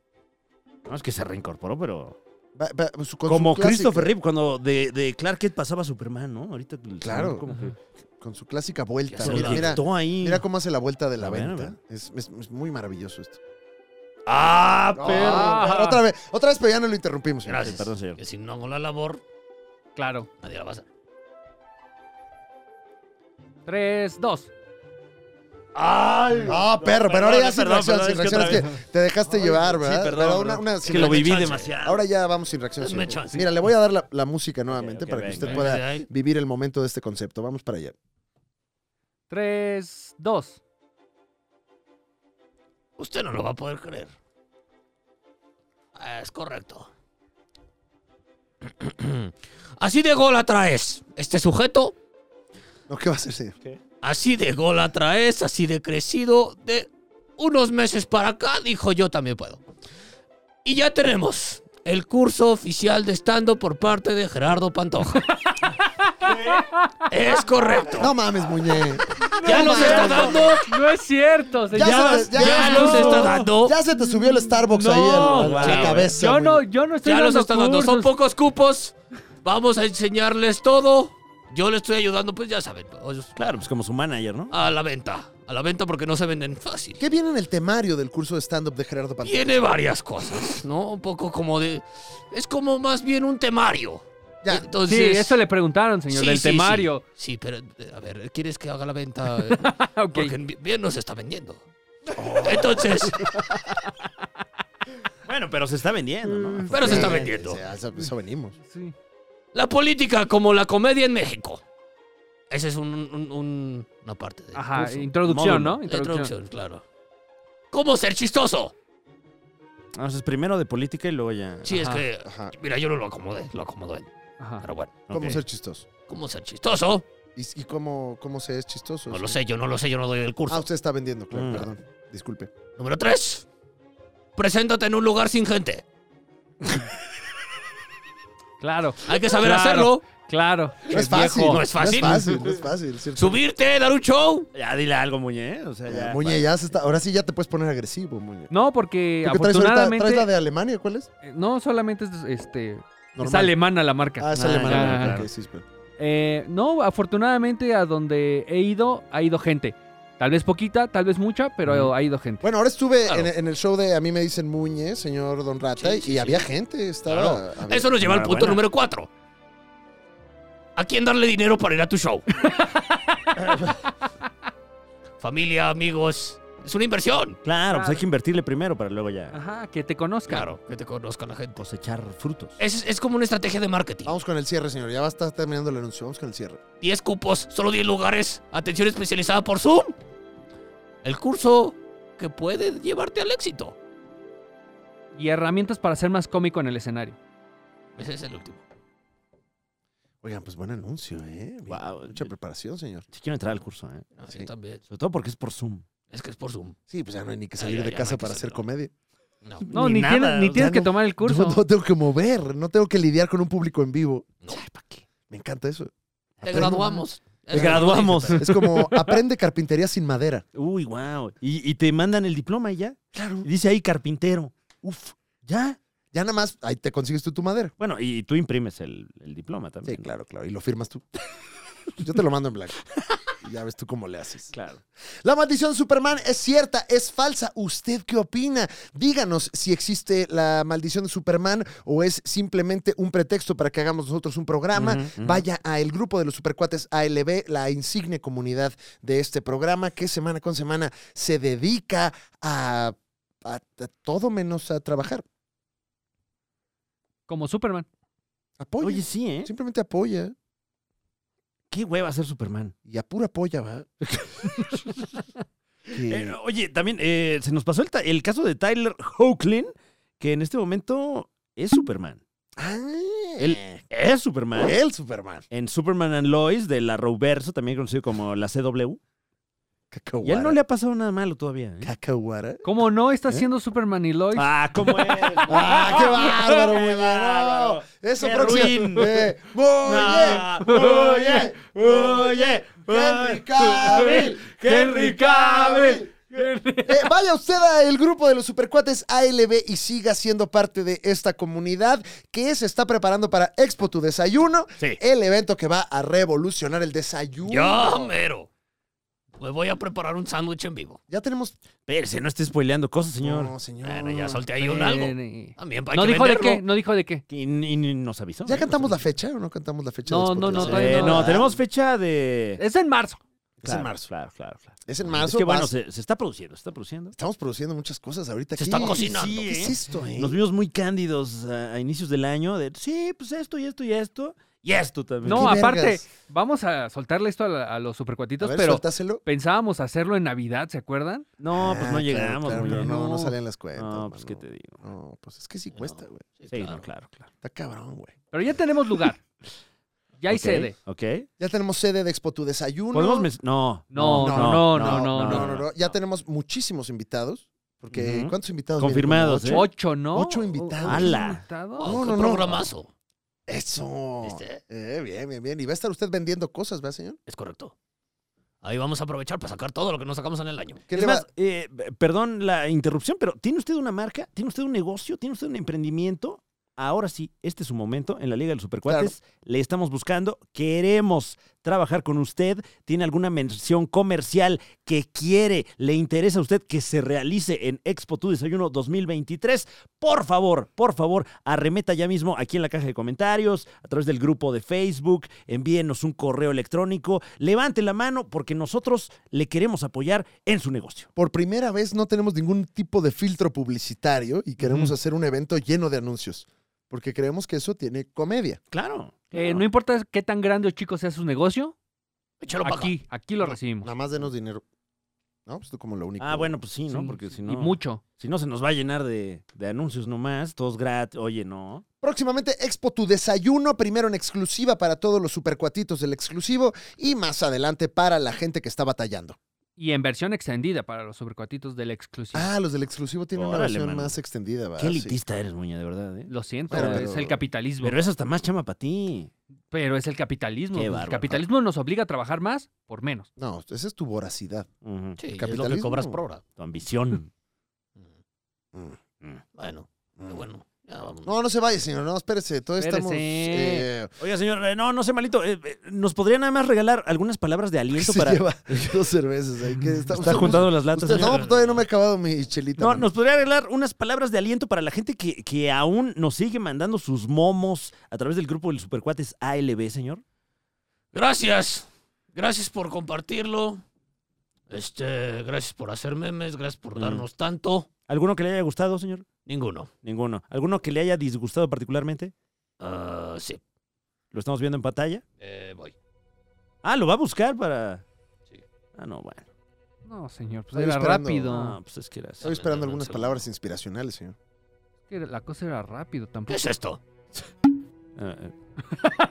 Speaker 4: No, es que se reincorporó, pero.
Speaker 5: Va- va- su- pues, con su
Speaker 4: Como
Speaker 5: clásica-
Speaker 4: Christopher Reeve, cuando de, de Clark Kent pasaba Superman, ¿no? Ahorita. el
Speaker 5: Claro.
Speaker 4: señor Como que
Speaker 5: Con su clásica
Speaker 7: Ya
Speaker 5: vuelta.
Speaker 7: se
Speaker 5: Mira,
Speaker 7: lo
Speaker 5: mira,
Speaker 4: dictó ahí.
Speaker 5: mira cómo hace la vuelta de la
Speaker 4: A ver, a
Speaker 5: venta.
Speaker 4: ver.
Speaker 5: Es, es- es muy maravilloso esto.
Speaker 7: ¡Ah!
Speaker 6: perro.
Speaker 5: Ah, otra vez, otra vez, pero ya no lo interrumpimos. señor.
Speaker 7: Gracias.
Speaker 4: perdón, señor.
Speaker 7: Que si no hago la labor,
Speaker 6: Claro.
Speaker 7: nadie la va a hacer.
Speaker 6: Tres, dos.
Speaker 4: ¡Ay!
Speaker 5: Ah, perro, pero ahora ya sin
Speaker 4: perdón,
Speaker 5: reacción,
Speaker 4: perdón,
Speaker 5: sin
Speaker 4: es que
Speaker 5: reacción. Es
Speaker 4: otra
Speaker 5: que te dejaste llevar, ¿verdad?
Speaker 4: perdón,
Speaker 5: Pero
Speaker 4: perdón.
Speaker 5: una- una
Speaker 4: Es
Speaker 5: sin
Speaker 4: que lo
Speaker 5: reacción.
Speaker 4: viví
Speaker 7: chance.
Speaker 4: demasiado.
Speaker 5: Ahora ya vamos sin reacción.
Speaker 7: Denme
Speaker 5: señor.
Speaker 7: chance.
Speaker 5: Mira, le voy a dar la, la música nuevamente
Speaker 4: ok,
Speaker 5: para que
Speaker 4: venga,
Speaker 5: usted
Speaker 4: venga.
Speaker 5: pueda
Speaker 7: Ahí.
Speaker 5: vivir el momento de este concepto. Vamos para allá.
Speaker 6: Tres, dos.
Speaker 7: Usted no lo va a poder creer. Ah, Es correcto. (clears throat) Así de gol atraes. Este sujeto,
Speaker 5: No, ¿qué va a hacer, señor?
Speaker 7: así de gol atraes, así de crecido, de unos meses para acá, dijo yo también puedo. Y ya tenemos el curso oficial de estando por parte de Gerardo Pantoja. Es correcto.
Speaker 5: No mames, muñe.
Speaker 7: ya nos está dando.
Speaker 6: No es cierto,
Speaker 5: Ya,
Speaker 6: señor.
Speaker 5: se te, ya,
Speaker 7: Ya
Speaker 5: se
Speaker 7: nos
Speaker 5: te-
Speaker 7: está dando.
Speaker 5: ya se te subió el Starbucks ahí a la, a la
Speaker 7: wow.
Speaker 5: cabeza.
Speaker 6: Yo
Speaker 5: muñe.
Speaker 6: no, yo no estoy
Speaker 7: Ya los
Speaker 6: dando
Speaker 7: están dando. Son
Speaker 6: cursos.
Speaker 7: pocos cupos. Vamos a enseñarles todo. Yo le estoy ayudando, pues ya saben, pues,
Speaker 4: Claro, pues como su manager, ¿no?
Speaker 7: a la venta. A la venta porque no se venden fácil.
Speaker 5: ¿Qué viene en el temario del curso de stand-up de Gerardo Pantoja?
Speaker 7: Tiene varias cosas, ¿no? Un poco como de... Es como más bien un temario.
Speaker 5: Ya.
Speaker 6: Sí,
Speaker 7: Entonces,
Speaker 6: eso le preguntaron, señor,
Speaker 7: sí,
Speaker 6: del
Speaker 7: sí,
Speaker 6: temario.
Speaker 7: Sí, Sí, pero eh, a ver, ¿quieres que haga la venta? Eh,
Speaker 6: (laughs) Ok.
Speaker 7: Porque bi- bien nos está vendiendo. Entonces,
Speaker 4: Bueno, pero se está vendiendo,
Speaker 5: Mm.
Speaker 4: ¿no?
Speaker 7: pero se está vendiendo.
Speaker 5: Sí, a eso, eso venimos.
Speaker 6: Sí.
Speaker 7: La política como la comedia en México. Esa es un- un- un- una parte de
Speaker 6: Ajá, introducción, ¿no?
Speaker 7: La
Speaker 6: Introducción.
Speaker 7: introducción, claro. ¿Cómo ser chistoso?
Speaker 4: Entonces, primero de política y luego ya.
Speaker 7: Sí,
Speaker 6: Ajá.
Speaker 7: es que.
Speaker 5: Ajá.
Speaker 7: Mira, yo no lo acomodé, lo acomodó él.
Speaker 6: Ajá.
Speaker 7: Pero bueno,
Speaker 5: ¿Cómo
Speaker 4: Ok.
Speaker 5: ser chistoso?
Speaker 7: ¿cómo ser chistoso?
Speaker 5: ¿Y, y cómo, cómo se es chistoso?
Speaker 7: No
Speaker 5: Pues Sí.
Speaker 7: lo sé, yo no lo sé, yo no doy el
Speaker 5: Ah,
Speaker 7: curso.
Speaker 5: usted está vendiendo, claro,
Speaker 4: Mm.
Speaker 5: perdón. Disculpe.
Speaker 7: Número 3. Preséntate en un lugar sin gente.
Speaker 6: Claro,
Speaker 7: Hay que saber
Speaker 6: Claro.
Speaker 7: hacerlo.
Speaker 6: claro.
Speaker 5: No es fácil.
Speaker 7: No es fácil.
Speaker 5: No es fácil, no es fácil. ¿cierto?
Speaker 7: Subirte, dar un show.
Speaker 4: Ya dile algo, Muñe, ¿eh? O sea,
Speaker 5: Ya,
Speaker 4: ya.
Speaker 5: Muñe, ya se está. Ahora sí ya te puedes poner agresivo, Muñe.
Speaker 6: No, porque
Speaker 5: ¿Tú qué traes ahorita?
Speaker 6: afortunadamente.
Speaker 5: ¿Traes la de Alemania? ¿Cuál es?
Speaker 6: eh, No, solamente es este. Es
Speaker 5: Normal.
Speaker 6: alemana la marca.
Speaker 5: Ah, es
Speaker 4: Ah,
Speaker 5: Alemania.
Speaker 6: ya,
Speaker 5: ok,
Speaker 4: claro.
Speaker 5: sí, espera.
Speaker 6: Eh, no, afortunadamente a donde he ido, ha ido gente. Tal vez poquita, tal vez mucha, pero ha ido gente.
Speaker 5: Bueno, ahora estuve
Speaker 7: Claro.
Speaker 5: en, en el show de A mí me dicen Muñe, señor Don Rata,
Speaker 7: Sí,
Speaker 5: y,
Speaker 7: sí,
Speaker 5: y
Speaker 7: sí.
Speaker 5: había gente. Estaba, había-
Speaker 7: Eso nos lleva al punto
Speaker 4: Enhorabuena.
Speaker 7: número 4. ¿A quién darle dinero para ir a tu show? Familia, amigos. Es una inversión.
Speaker 4: Claro, pues
Speaker 6: Claro.
Speaker 4: hay que invertirle primero para luego ya
Speaker 6: Ajá, que te conozca.
Speaker 7: Claro, que te conozca la gente.
Speaker 4: cosechar frutos.
Speaker 5: Eh,
Speaker 7: Es, es como una estrategia de marketing.
Speaker 5: Vamos con el cierre, señor. Ya va a estar terminando el anuncio. Vamos con el cierre.
Speaker 7: 10 cupos, solo 10 lugares, atención especializada por Zoom. El curso que puede llevarte al éxito.
Speaker 6: Y herramientas para ser más cómico en el escenario.
Speaker 7: Ese es el último.
Speaker 5: Oigan, pues buen anuncio, ¿eh?
Speaker 4: Wow.
Speaker 5: Mucha preparación, señor.
Speaker 4: Si quiero entrar al curso, ¿eh?
Speaker 7: Así
Speaker 5: Sí.
Speaker 7: también.
Speaker 4: Sobre todo porque es por Zoom.
Speaker 7: Es que es por Zoom.
Speaker 5: Sí, pues ya no hay ni que
Speaker 7: Ah,
Speaker 5: salir
Speaker 7: ya,
Speaker 5: de
Speaker 7: ya, no
Speaker 5: casa
Speaker 7: hay que
Speaker 5: para hacer
Speaker 7: salir, no.
Speaker 5: comedia.
Speaker 6: No, ni, tienes,
Speaker 4: nada,
Speaker 6: ni
Speaker 4: o
Speaker 6: tienes
Speaker 4: sea,
Speaker 6: que
Speaker 4: no-
Speaker 6: tomar el curso.
Speaker 5: (laughs) No, no tengo que mover, no tengo que lidiar con un público en vivo.
Speaker 4: Ay, ¿pa' qué?
Speaker 5: Me encanta eso.
Speaker 7: Te
Speaker 5: Aprende-
Speaker 7: graduamos.
Speaker 4: Te
Speaker 7: (laughs)
Speaker 4: graduamos.
Speaker 5: Es como aprende carpintería sin madera.
Speaker 4: Uy, wow. Y, y te mandan el diploma y ya.
Speaker 5: Claro.
Speaker 4: Y dice ahí carpintero. Uf, ya.
Speaker 5: Ya nada más ahí te consigues tú tu madera.
Speaker 4: Bueno, y tú imprimes el, el diploma
Speaker 5: Sí,
Speaker 4: también. ¿no?
Speaker 5: claro, claro. Y lo firmas tú. (laughs) Yo te lo mando en blanco. Y ya ves tú cómo le haces.
Speaker 4: Claro.
Speaker 5: La maldición de Superman es cierta, es falsa. ¿Usted qué opina? Díganos si existe la maldición de Superman o es simplemente un pretexto para que hagamos nosotros un programa.
Speaker 4: Ujú, ujú.
Speaker 5: Vaya a el grupo de los supercuates ALB, la insigne comunidad de este programa que semana con semana se dedica a, a- a todo menos a trabajar.
Speaker 6: Como Superman.
Speaker 5: Apoya.
Speaker 4: Oye, sí, ¿eh?
Speaker 5: Simplemente apoya.
Speaker 4: Qué hueva ser Superman.
Speaker 5: Y a pura apoya,
Speaker 4: (laughs)
Speaker 5: va. Que-
Speaker 4: Eh, oye, también eh, se nos pasó el, ta- el caso de Tyler Hoechlin, que en este momento es Superman.
Speaker 5: Ah,
Speaker 4: Él es Superman.
Speaker 5: el Superman.
Speaker 4: En Superman and Lois de la Roverso, también conocido como la CW. Y a él no le ha pasado nada malo todavía. ¿eh?
Speaker 5: Cacahuara.
Speaker 6: ¿Cómo no está
Speaker 4: ¿Eh?
Speaker 6: siendo Superman y Lois?
Speaker 4: (laughs) Ah, ¿cómo es?
Speaker 5: (laughs) ¡Ah, qué bárbaro,
Speaker 4: Qué
Speaker 5: muy bien!
Speaker 4: bárbaro.
Speaker 5: No, Eso
Speaker 4: Qué
Speaker 5: próximo.
Speaker 4: ruin. eh.
Speaker 5: Eh, muy bien, muy bien.
Speaker 4: oye,
Speaker 5: eh. Henry Cavill,
Speaker 4: Henry Cavill.
Speaker 5: Eh, vaya usted al grupo de los supercuates ALB y siga siendo parte de esta comunidad que se está preparando para Expo Tu Desayuno,
Speaker 4: Sí.
Speaker 5: el evento que va a revolucionar el desayuno.
Speaker 7: Ya, mero. Me voy a preparar un sándwich en vivo.
Speaker 5: Ya tenemos.
Speaker 4: Espérese, no esté spoileando cosas, señor.
Speaker 5: No, señor.
Speaker 7: Bueno, ya solté ahí un algo.
Speaker 6: Viene.
Speaker 7: También para
Speaker 6: No
Speaker 7: que
Speaker 6: dijo de
Speaker 7: venderlo.
Speaker 6: qué, no dijo de qué.
Speaker 4: Y, y- y nos avisó.
Speaker 5: ¿Ya
Speaker 4: ¿eh?
Speaker 5: cantamos la
Speaker 4: Nos
Speaker 5: fecha o no cantamos la fecha?
Speaker 6: No,
Speaker 5: de Expo Tu
Speaker 6: no, no,
Speaker 4: avisó.
Speaker 5: Desayuno?
Speaker 6: todavía
Speaker 4: Eh, no, tenemos fecha de...
Speaker 6: Es en marzo.
Speaker 5: Es en marzo.
Speaker 4: Claro, claro, claro.
Speaker 5: Es en marzo.
Speaker 4: es que bueno,
Speaker 5: vas-
Speaker 4: se, se está produciendo, se está produciendo.
Speaker 5: Estamos produciendo muchas cosas ahorita.
Speaker 7: Se
Speaker 5: aquí.
Speaker 7: está cocinando.
Speaker 5: ¿Qué es esto, eh?
Speaker 4: Nos vimos muy cándidos a, a inicios del año de, sí, pues esto y esto y esto. Y esto también.
Speaker 6: No,
Speaker 5: Pues ¿Qué
Speaker 6: aparte,
Speaker 5: vergas?
Speaker 6: vamos a soltarle esto a, la- a los
Speaker 5: A
Speaker 6: supercuatitos,
Speaker 5: ver,
Speaker 6: pero
Speaker 5: suéltaselo.
Speaker 6: pensábamos hacerlo en Navidad, ¿se acuerdan?
Speaker 4: No, pues no
Speaker 5: Ah, claro,
Speaker 4: llegamos.
Speaker 5: claro,
Speaker 4: güey.
Speaker 5: no, no, no salían las cuentas.
Speaker 4: No, pues qué
Speaker 5: mano.
Speaker 4: te digo.
Speaker 5: No, pues es que sí cuesta, güey.
Speaker 4: Sí, no, claro, claro.
Speaker 5: Está cabrón, güey.
Speaker 6: Pero ya tenemos lugar. Ya hay
Speaker 4: Ok,
Speaker 6: sede.
Speaker 4: Ok.
Speaker 5: Ya tenemos sede de Expo Tu Desayuno.
Speaker 4: ¿Podemos mes- No.
Speaker 6: No, no, no, no,
Speaker 5: No,
Speaker 6: no,
Speaker 5: no, no, Ya tenemos muchísimos invitados. Porque,
Speaker 4: Ujú.
Speaker 5: ¿cuántos invitados? vienen?
Speaker 4: Confirmados,
Speaker 5: ¿Como
Speaker 4: ¿eh?
Speaker 6: Ocho, ¿no?
Speaker 5: Ocho invitados. Oh,
Speaker 4: ¡Hala!
Speaker 6: invitados?
Speaker 7: Wow,
Speaker 5: No,
Speaker 7: qué
Speaker 5: no, no.
Speaker 7: programazo.
Speaker 4: ¿eh?
Speaker 5: Eso.
Speaker 7: ¿Viste?
Speaker 5: Eh, bien, bien, bien. Y va a estar usted vendiendo cosas, ¿verdad, señor?
Speaker 7: Es correcto. Ahí vamos a aprovechar para sacar todo lo que nos sacamos en el año.
Speaker 5: ¿Qué
Speaker 4: Es
Speaker 5: le va-
Speaker 4: más, eh, perdón la interrupción, pero ¿tiene usted una marca? ¿Tiene usted un negocio? ¿Tiene usted un emprendimiento? Ahora sí, este es su momento. En la Liga de los Supercuates le estamos buscando. Queremos trabajar con usted. ¿Tiene alguna mención comercial que quiere, le interesa a usted que se realice en Expo Tu Desayuno 2023? Por favor, por favor, arremeta ya mismo aquí en la caja de comentarios, a través del grupo de Facebook, envíenos un correo electrónico, levante la mano porque nosotros le queremos apoyar en su negocio.
Speaker 5: Por primera vez no tenemos ningún tipo de filtro publicitario y queremos
Speaker 4: Ujú.
Speaker 5: hacer un evento lleno de anuncios. Porque creemos que eso tiene comedia.
Speaker 4: Claro.
Speaker 6: Eh, no importa qué tan grande o chico sea su negocio,
Speaker 7: Échalo para aquí.
Speaker 6: aquí, aquí lo recibimos.
Speaker 5: Nada más denos dinero. No, pues tú como lo único.
Speaker 4: Ah, bueno, pues sí, ¿no?
Speaker 6: Sí,
Speaker 4: Porque
Speaker 6: sí.
Speaker 4: si no,
Speaker 6: Y mucho.
Speaker 4: si no se nos va a llenar de, de anuncios nomás, todos gratis. Oye, no.
Speaker 5: Próximamente Expo Tu Desayuno, primero en exclusiva para todos los supercuatitos del exclusivo y más adelante para la gente que está batallando.
Speaker 6: Y en versión extendida para los supercuatitos del exclusivo.
Speaker 5: Ah, los del exclusivo tienen una
Speaker 4: Órale,
Speaker 5: versión
Speaker 4: mano.
Speaker 5: más extendida, ¿verdad?
Speaker 4: Qué
Speaker 5: Pues Sí.
Speaker 4: elitista eres, Muña, de verdad. ¿eh?
Speaker 6: Lo siento,
Speaker 5: Bueno,
Speaker 6: es
Speaker 5: pero-
Speaker 6: el capitalismo.
Speaker 4: Pero eso está más chama para ti.
Speaker 6: Pero es el capitalismo.
Speaker 4: Qué
Speaker 6: pues, el
Speaker 4: bárbaro.
Speaker 6: capitalismo nos obliga a trabajar más por menos.
Speaker 5: No, esa es tu voracidad.
Speaker 4: Ujú,
Speaker 7: Sí, es lo que
Speaker 5: capitalismo.
Speaker 7: cobras por hora.
Speaker 5: (laughs)
Speaker 4: Tu ambición.
Speaker 5: Mm.
Speaker 4: Mm.
Speaker 7: Bueno, qué bueno. Ya vámonos.
Speaker 5: No, no se vaya, señor. No, espérese. Todos
Speaker 6: Espérese.
Speaker 5: estamos. eh,
Speaker 4: Oiga, señor, eh, no, no sea malito. eh, eh, ¿Nos podría nada más regalar algunas palabras de
Speaker 5: (laughs)
Speaker 4: aliento
Speaker 5: se
Speaker 4: para.
Speaker 5: lleva dos cervezas ahí. que está
Speaker 4: Está juntando las latas.
Speaker 5: usted-
Speaker 4: señor.
Speaker 5: no, todavía no me he acabado mi chelita.
Speaker 4: No,
Speaker 5: mano.
Speaker 4: nos podría arreglar unas palabras de aliento para la gente que, que aún nos sigue mandando sus momos a través del grupo del Supercuates ALB, señor.
Speaker 7: Gracias. Gracias por compartirlo. Este, gracias por hacer memes, gracias por
Speaker 4: Mm.
Speaker 7: darnos tanto.
Speaker 4: ¿Alguno que le haya gustado, señor?
Speaker 7: Ninguno.
Speaker 4: Ninguno. ¿Alguno que le haya disgustado particularmente?
Speaker 7: Ah, sí.
Speaker 4: Lo estamos viendo en pantalla.
Speaker 7: Eh, voy.
Speaker 4: Ah, lo va a buscar para.
Speaker 7: Sí.
Speaker 4: Ah, no, bueno.
Speaker 6: No, señor, pues
Speaker 5: Estoy
Speaker 6: era
Speaker 5: esperando.
Speaker 6: rápido.
Speaker 4: Ah, pues es que era así.
Speaker 5: Estoy esperando
Speaker 7: Dame un
Speaker 5: algunas
Speaker 7: segundo.
Speaker 5: palabras inspiracionales, señor.
Speaker 6: Que La cosa era rápido
Speaker 7: ¿Qué
Speaker 4: (laughs)
Speaker 6: tampoco.
Speaker 7: es esto?
Speaker 4: Ah, eh,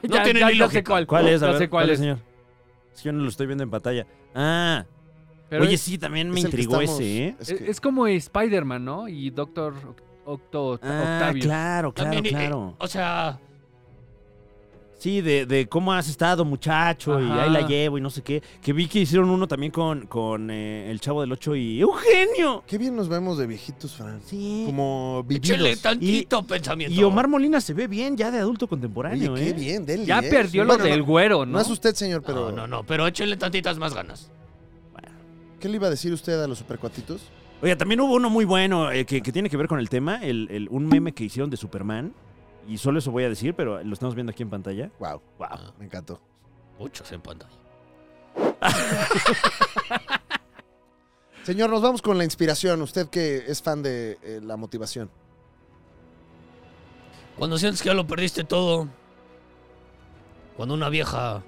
Speaker 7: No tiene ni
Speaker 6: ya sé
Speaker 7: lógica.
Speaker 6: cuál.
Speaker 4: ¿Cuál es? A
Speaker 6: Ya
Speaker 4: ver,
Speaker 6: sé cuál es.
Speaker 4: señor? Es que yo no lo estoy viendo en pantalla. Ah,
Speaker 6: Pero
Speaker 4: Oye,
Speaker 6: es,
Speaker 4: sí, también me
Speaker 5: Es el que
Speaker 4: intrigó
Speaker 5: estamos-
Speaker 4: ese, ¿eh?
Speaker 5: es
Speaker 6: es-
Speaker 5: que-
Speaker 6: es como Spider-Man, ¿no? Y Doctor Oct- Octo
Speaker 4: Ah,
Speaker 6: Octavio.
Speaker 4: claro, claro,
Speaker 7: También, eh,
Speaker 4: claro.
Speaker 7: o sea,
Speaker 4: Sí, de, de cómo has estado, muchacho, y
Speaker 6: Ajá.
Speaker 4: ahí la llevo y no sé qué. Que vi que hicieron uno también con, con eh, el Chavo del Ocho y Eugenio.
Speaker 5: Qué bien nos vemos de viejitos, Fran.
Speaker 4: Sí.
Speaker 5: Como
Speaker 7: échale
Speaker 5: vividos.
Speaker 7: tantito pensamiento.
Speaker 4: Y Omar Molina se ve bien ya de adulto contemporáneo,
Speaker 5: Oye, qué
Speaker 4: ¿eh?
Speaker 5: bien, Deli.
Speaker 6: Ya
Speaker 5: ¿eh?
Speaker 6: perdió lo
Speaker 5: Bueno,
Speaker 6: del
Speaker 5: no,
Speaker 6: güero,
Speaker 5: ¿no?
Speaker 6: ¿no?
Speaker 5: es usted, señor, pero
Speaker 7: No, no, no, pero échenle tantitas más ganas.
Speaker 5: ¿qué le iba a decir usted a los supercuatitos?
Speaker 4: Oye, también hubo uno muy bueno eh, que, que tiene que ver con el tema, el, el- un meme que hicieron de Superman. Y solo eso voy a decir, pero lo estamos viendo aquí en pantalla.
Speaker 5: Wow,
Speaker 4: Wow.
Speaker 5: me encantó.
Speaker 7: Muchos en pantalla.
Speaker 5: Señor, nos vamos con la inspiración. Usted que es fan de eh, la motivación.
Speaker 7: Cuando sientes que ya lo perdiste todo. Cuando una vieja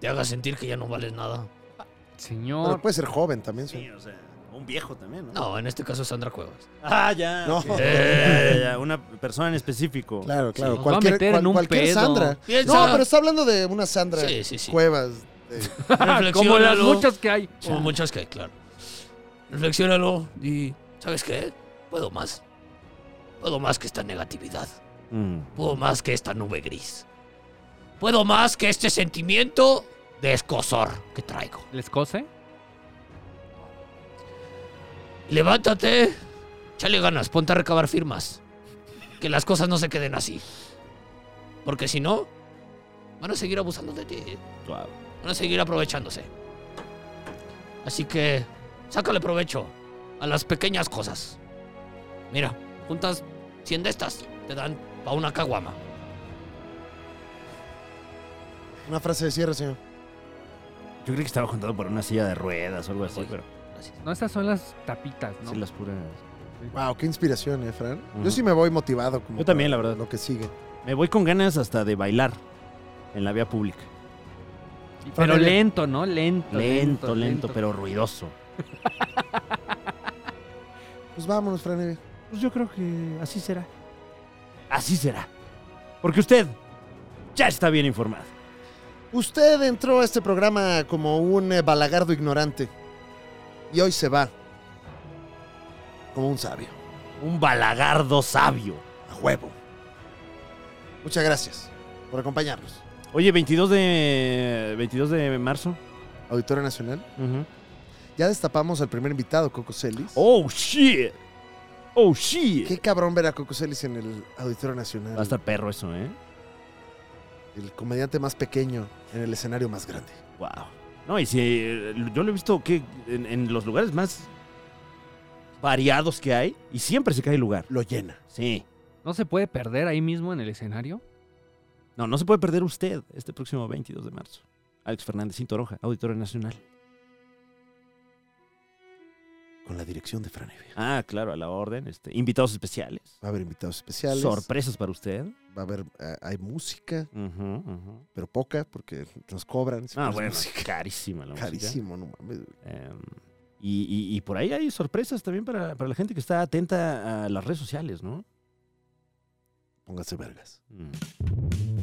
Speaker 7: te haga sentir que ya no vales nada.
Speaker 5: Pero
Speaker 6: Señor.
Speaker 5: puede ser joven también, sí.
Speaker 4: Sí, o sea, un viejo también, ¿no?
Speaker 7: No, en este caso es Sandra Cuevas.
Speaker 4: Ah, ya.
Speaker 5: No.
Speaker 4: (laughs) ok. Ya, Eh, ya, ya, Una persona en específico.
Speaker 5: Claro, claro.
Speaker 6: nos va a
Speaker 5: cualquier
Speaker 6: meter
Speaker 5: cual-
Speaker 6: en un
Speaker 5: cualquier
Speaker 6: pedo.
Speaker 5: Sandra.
Speaker 7: Piensa.
Speaker 5: No, pero está hablando de una Sandra
Speaker 7: Sí, sí, sí.
Speaker 5: Cuevas. de-
Speaker 6: Ah, como las
Speaker 7: Reflexiónalo.
Speaker 6: muchas que hay.
Speaker 7: Como muchas que hay, claro. Reflexiónalo y. ¿Sabes qué? Puedo más. Puedo más que esta negatividad.
Speaker 4: Mm.
Speaker 7: Puedo más que esta nube gris. Puedo más que este sentimiento de escosor que traigo.
Speaker 6: Ah, ¿Les cose?
Speaker 7: Levántate. Chale ganas, ponte a recabar firmas. Que las cosas no se queden así. Porque si no, van a seguir abusando de ti. ¿eh?
Speaker 4: Suave.
Speaker 7: Van a seguir aprovechándose. Así que, sácale provecho a las pequeñas cosas. Mira, juntas 100 de estas, te dan pa' una caguama.
Speaker 5: Una frase de cierre, señor.
Speaker 4: Yo creo que estaba contado por una silla de ruedas o algo así,
Speaker 7: Oye.
Speaker 4: pero
Speaker 7: Gracias.
Speaker 6: No, estas son las tapitas, ¿no?
Speaker 4: sí las puras.
Speaker 5: Wow, qué inspiración, ¿eh, Fran?
Speaker 4: Ujú.
Speaker 5: Yo sí me voy motivado. Como
Speaker 4: Yo también,
Speaker 5: para
Speaker 4: la verdad.
Speaker 5: Lo que sigue.
Speaker 4: Me voy con ganas hasta de bailar en la vía pública.
Speaker 6: Pero
Speaker 5: Ponele.
Speaker 6: lento, ¿no? Lento.
Speaker 4: Lento, lento, pero ruidoso.
Speaker 5: Pues vámonos, Fran. Evia.
Speaker 4: Pues yo creo que así será. Así será. Porque usted ya está bien informado.
Speaker 5: Usted entró a este programa como un eh, balagardo ignorante. Y hoy se va. Como un sabio.
Speaker 4: Un balagardo sabio.
Speaker 5: A huevo. Muchas gracias por acompañarnos.
Speaker 4: Oye, 22 de 22 de marzo.
Speaker 5: Auditorio Nacional. Ya destapamos al primer invitado, Coco Celis.
Speaker 4: Oh shit. Oh shit.
Speaker 5: Qué cabrón ver a Coco Celis en el Auditorio Nacional.
Speaker 4: Va a estar perro eso, ¿eh?
Speaker 5: El comediante más pequeño en el escenario más grande.
Speaker 4: Wow. No, y si eh, yo lo he visto que en, en los lugares más variados que hay y siempre se cae el lugar.
Speaker 5: Lo llena.
Speaker 4: Sí.
Speaker 6: ¿No se puede perder ahí mismo en el escenario?
Speaker 4: No, no se puede perder usted este próximo 22 de marzo. Alex Fernández Cintoronja, Auditorio Nacional.
Speaker 5: Con la dirección de Fran Evia.
Speaker 4: Ah, claro, a la orden. Este, invitados especiales.
Speaker 5: Va a haber invitados especiales.
Speaker 4: Sorpresas para usted.
Speaker 5: Va a haber, eh, hay música,
Speaker 4: Ujú, ujú.
Speaker 5: pero poca, porque nos cobran. si
Speaker 4: Ah,
Speaker 5: pones
Speaker 4: bueno, pues
Speaker 5: música.
Speaker 4: carísima la música.
Speaker 5: Carísimo, no mames. güey.
Speaker 4: Em, y, y- y por ahí hay sorpresas también para, para la gente que está atenta a las redes sociales, ¿no?
Speaker 5: Póngase vergas.
Speaker 4: Mm.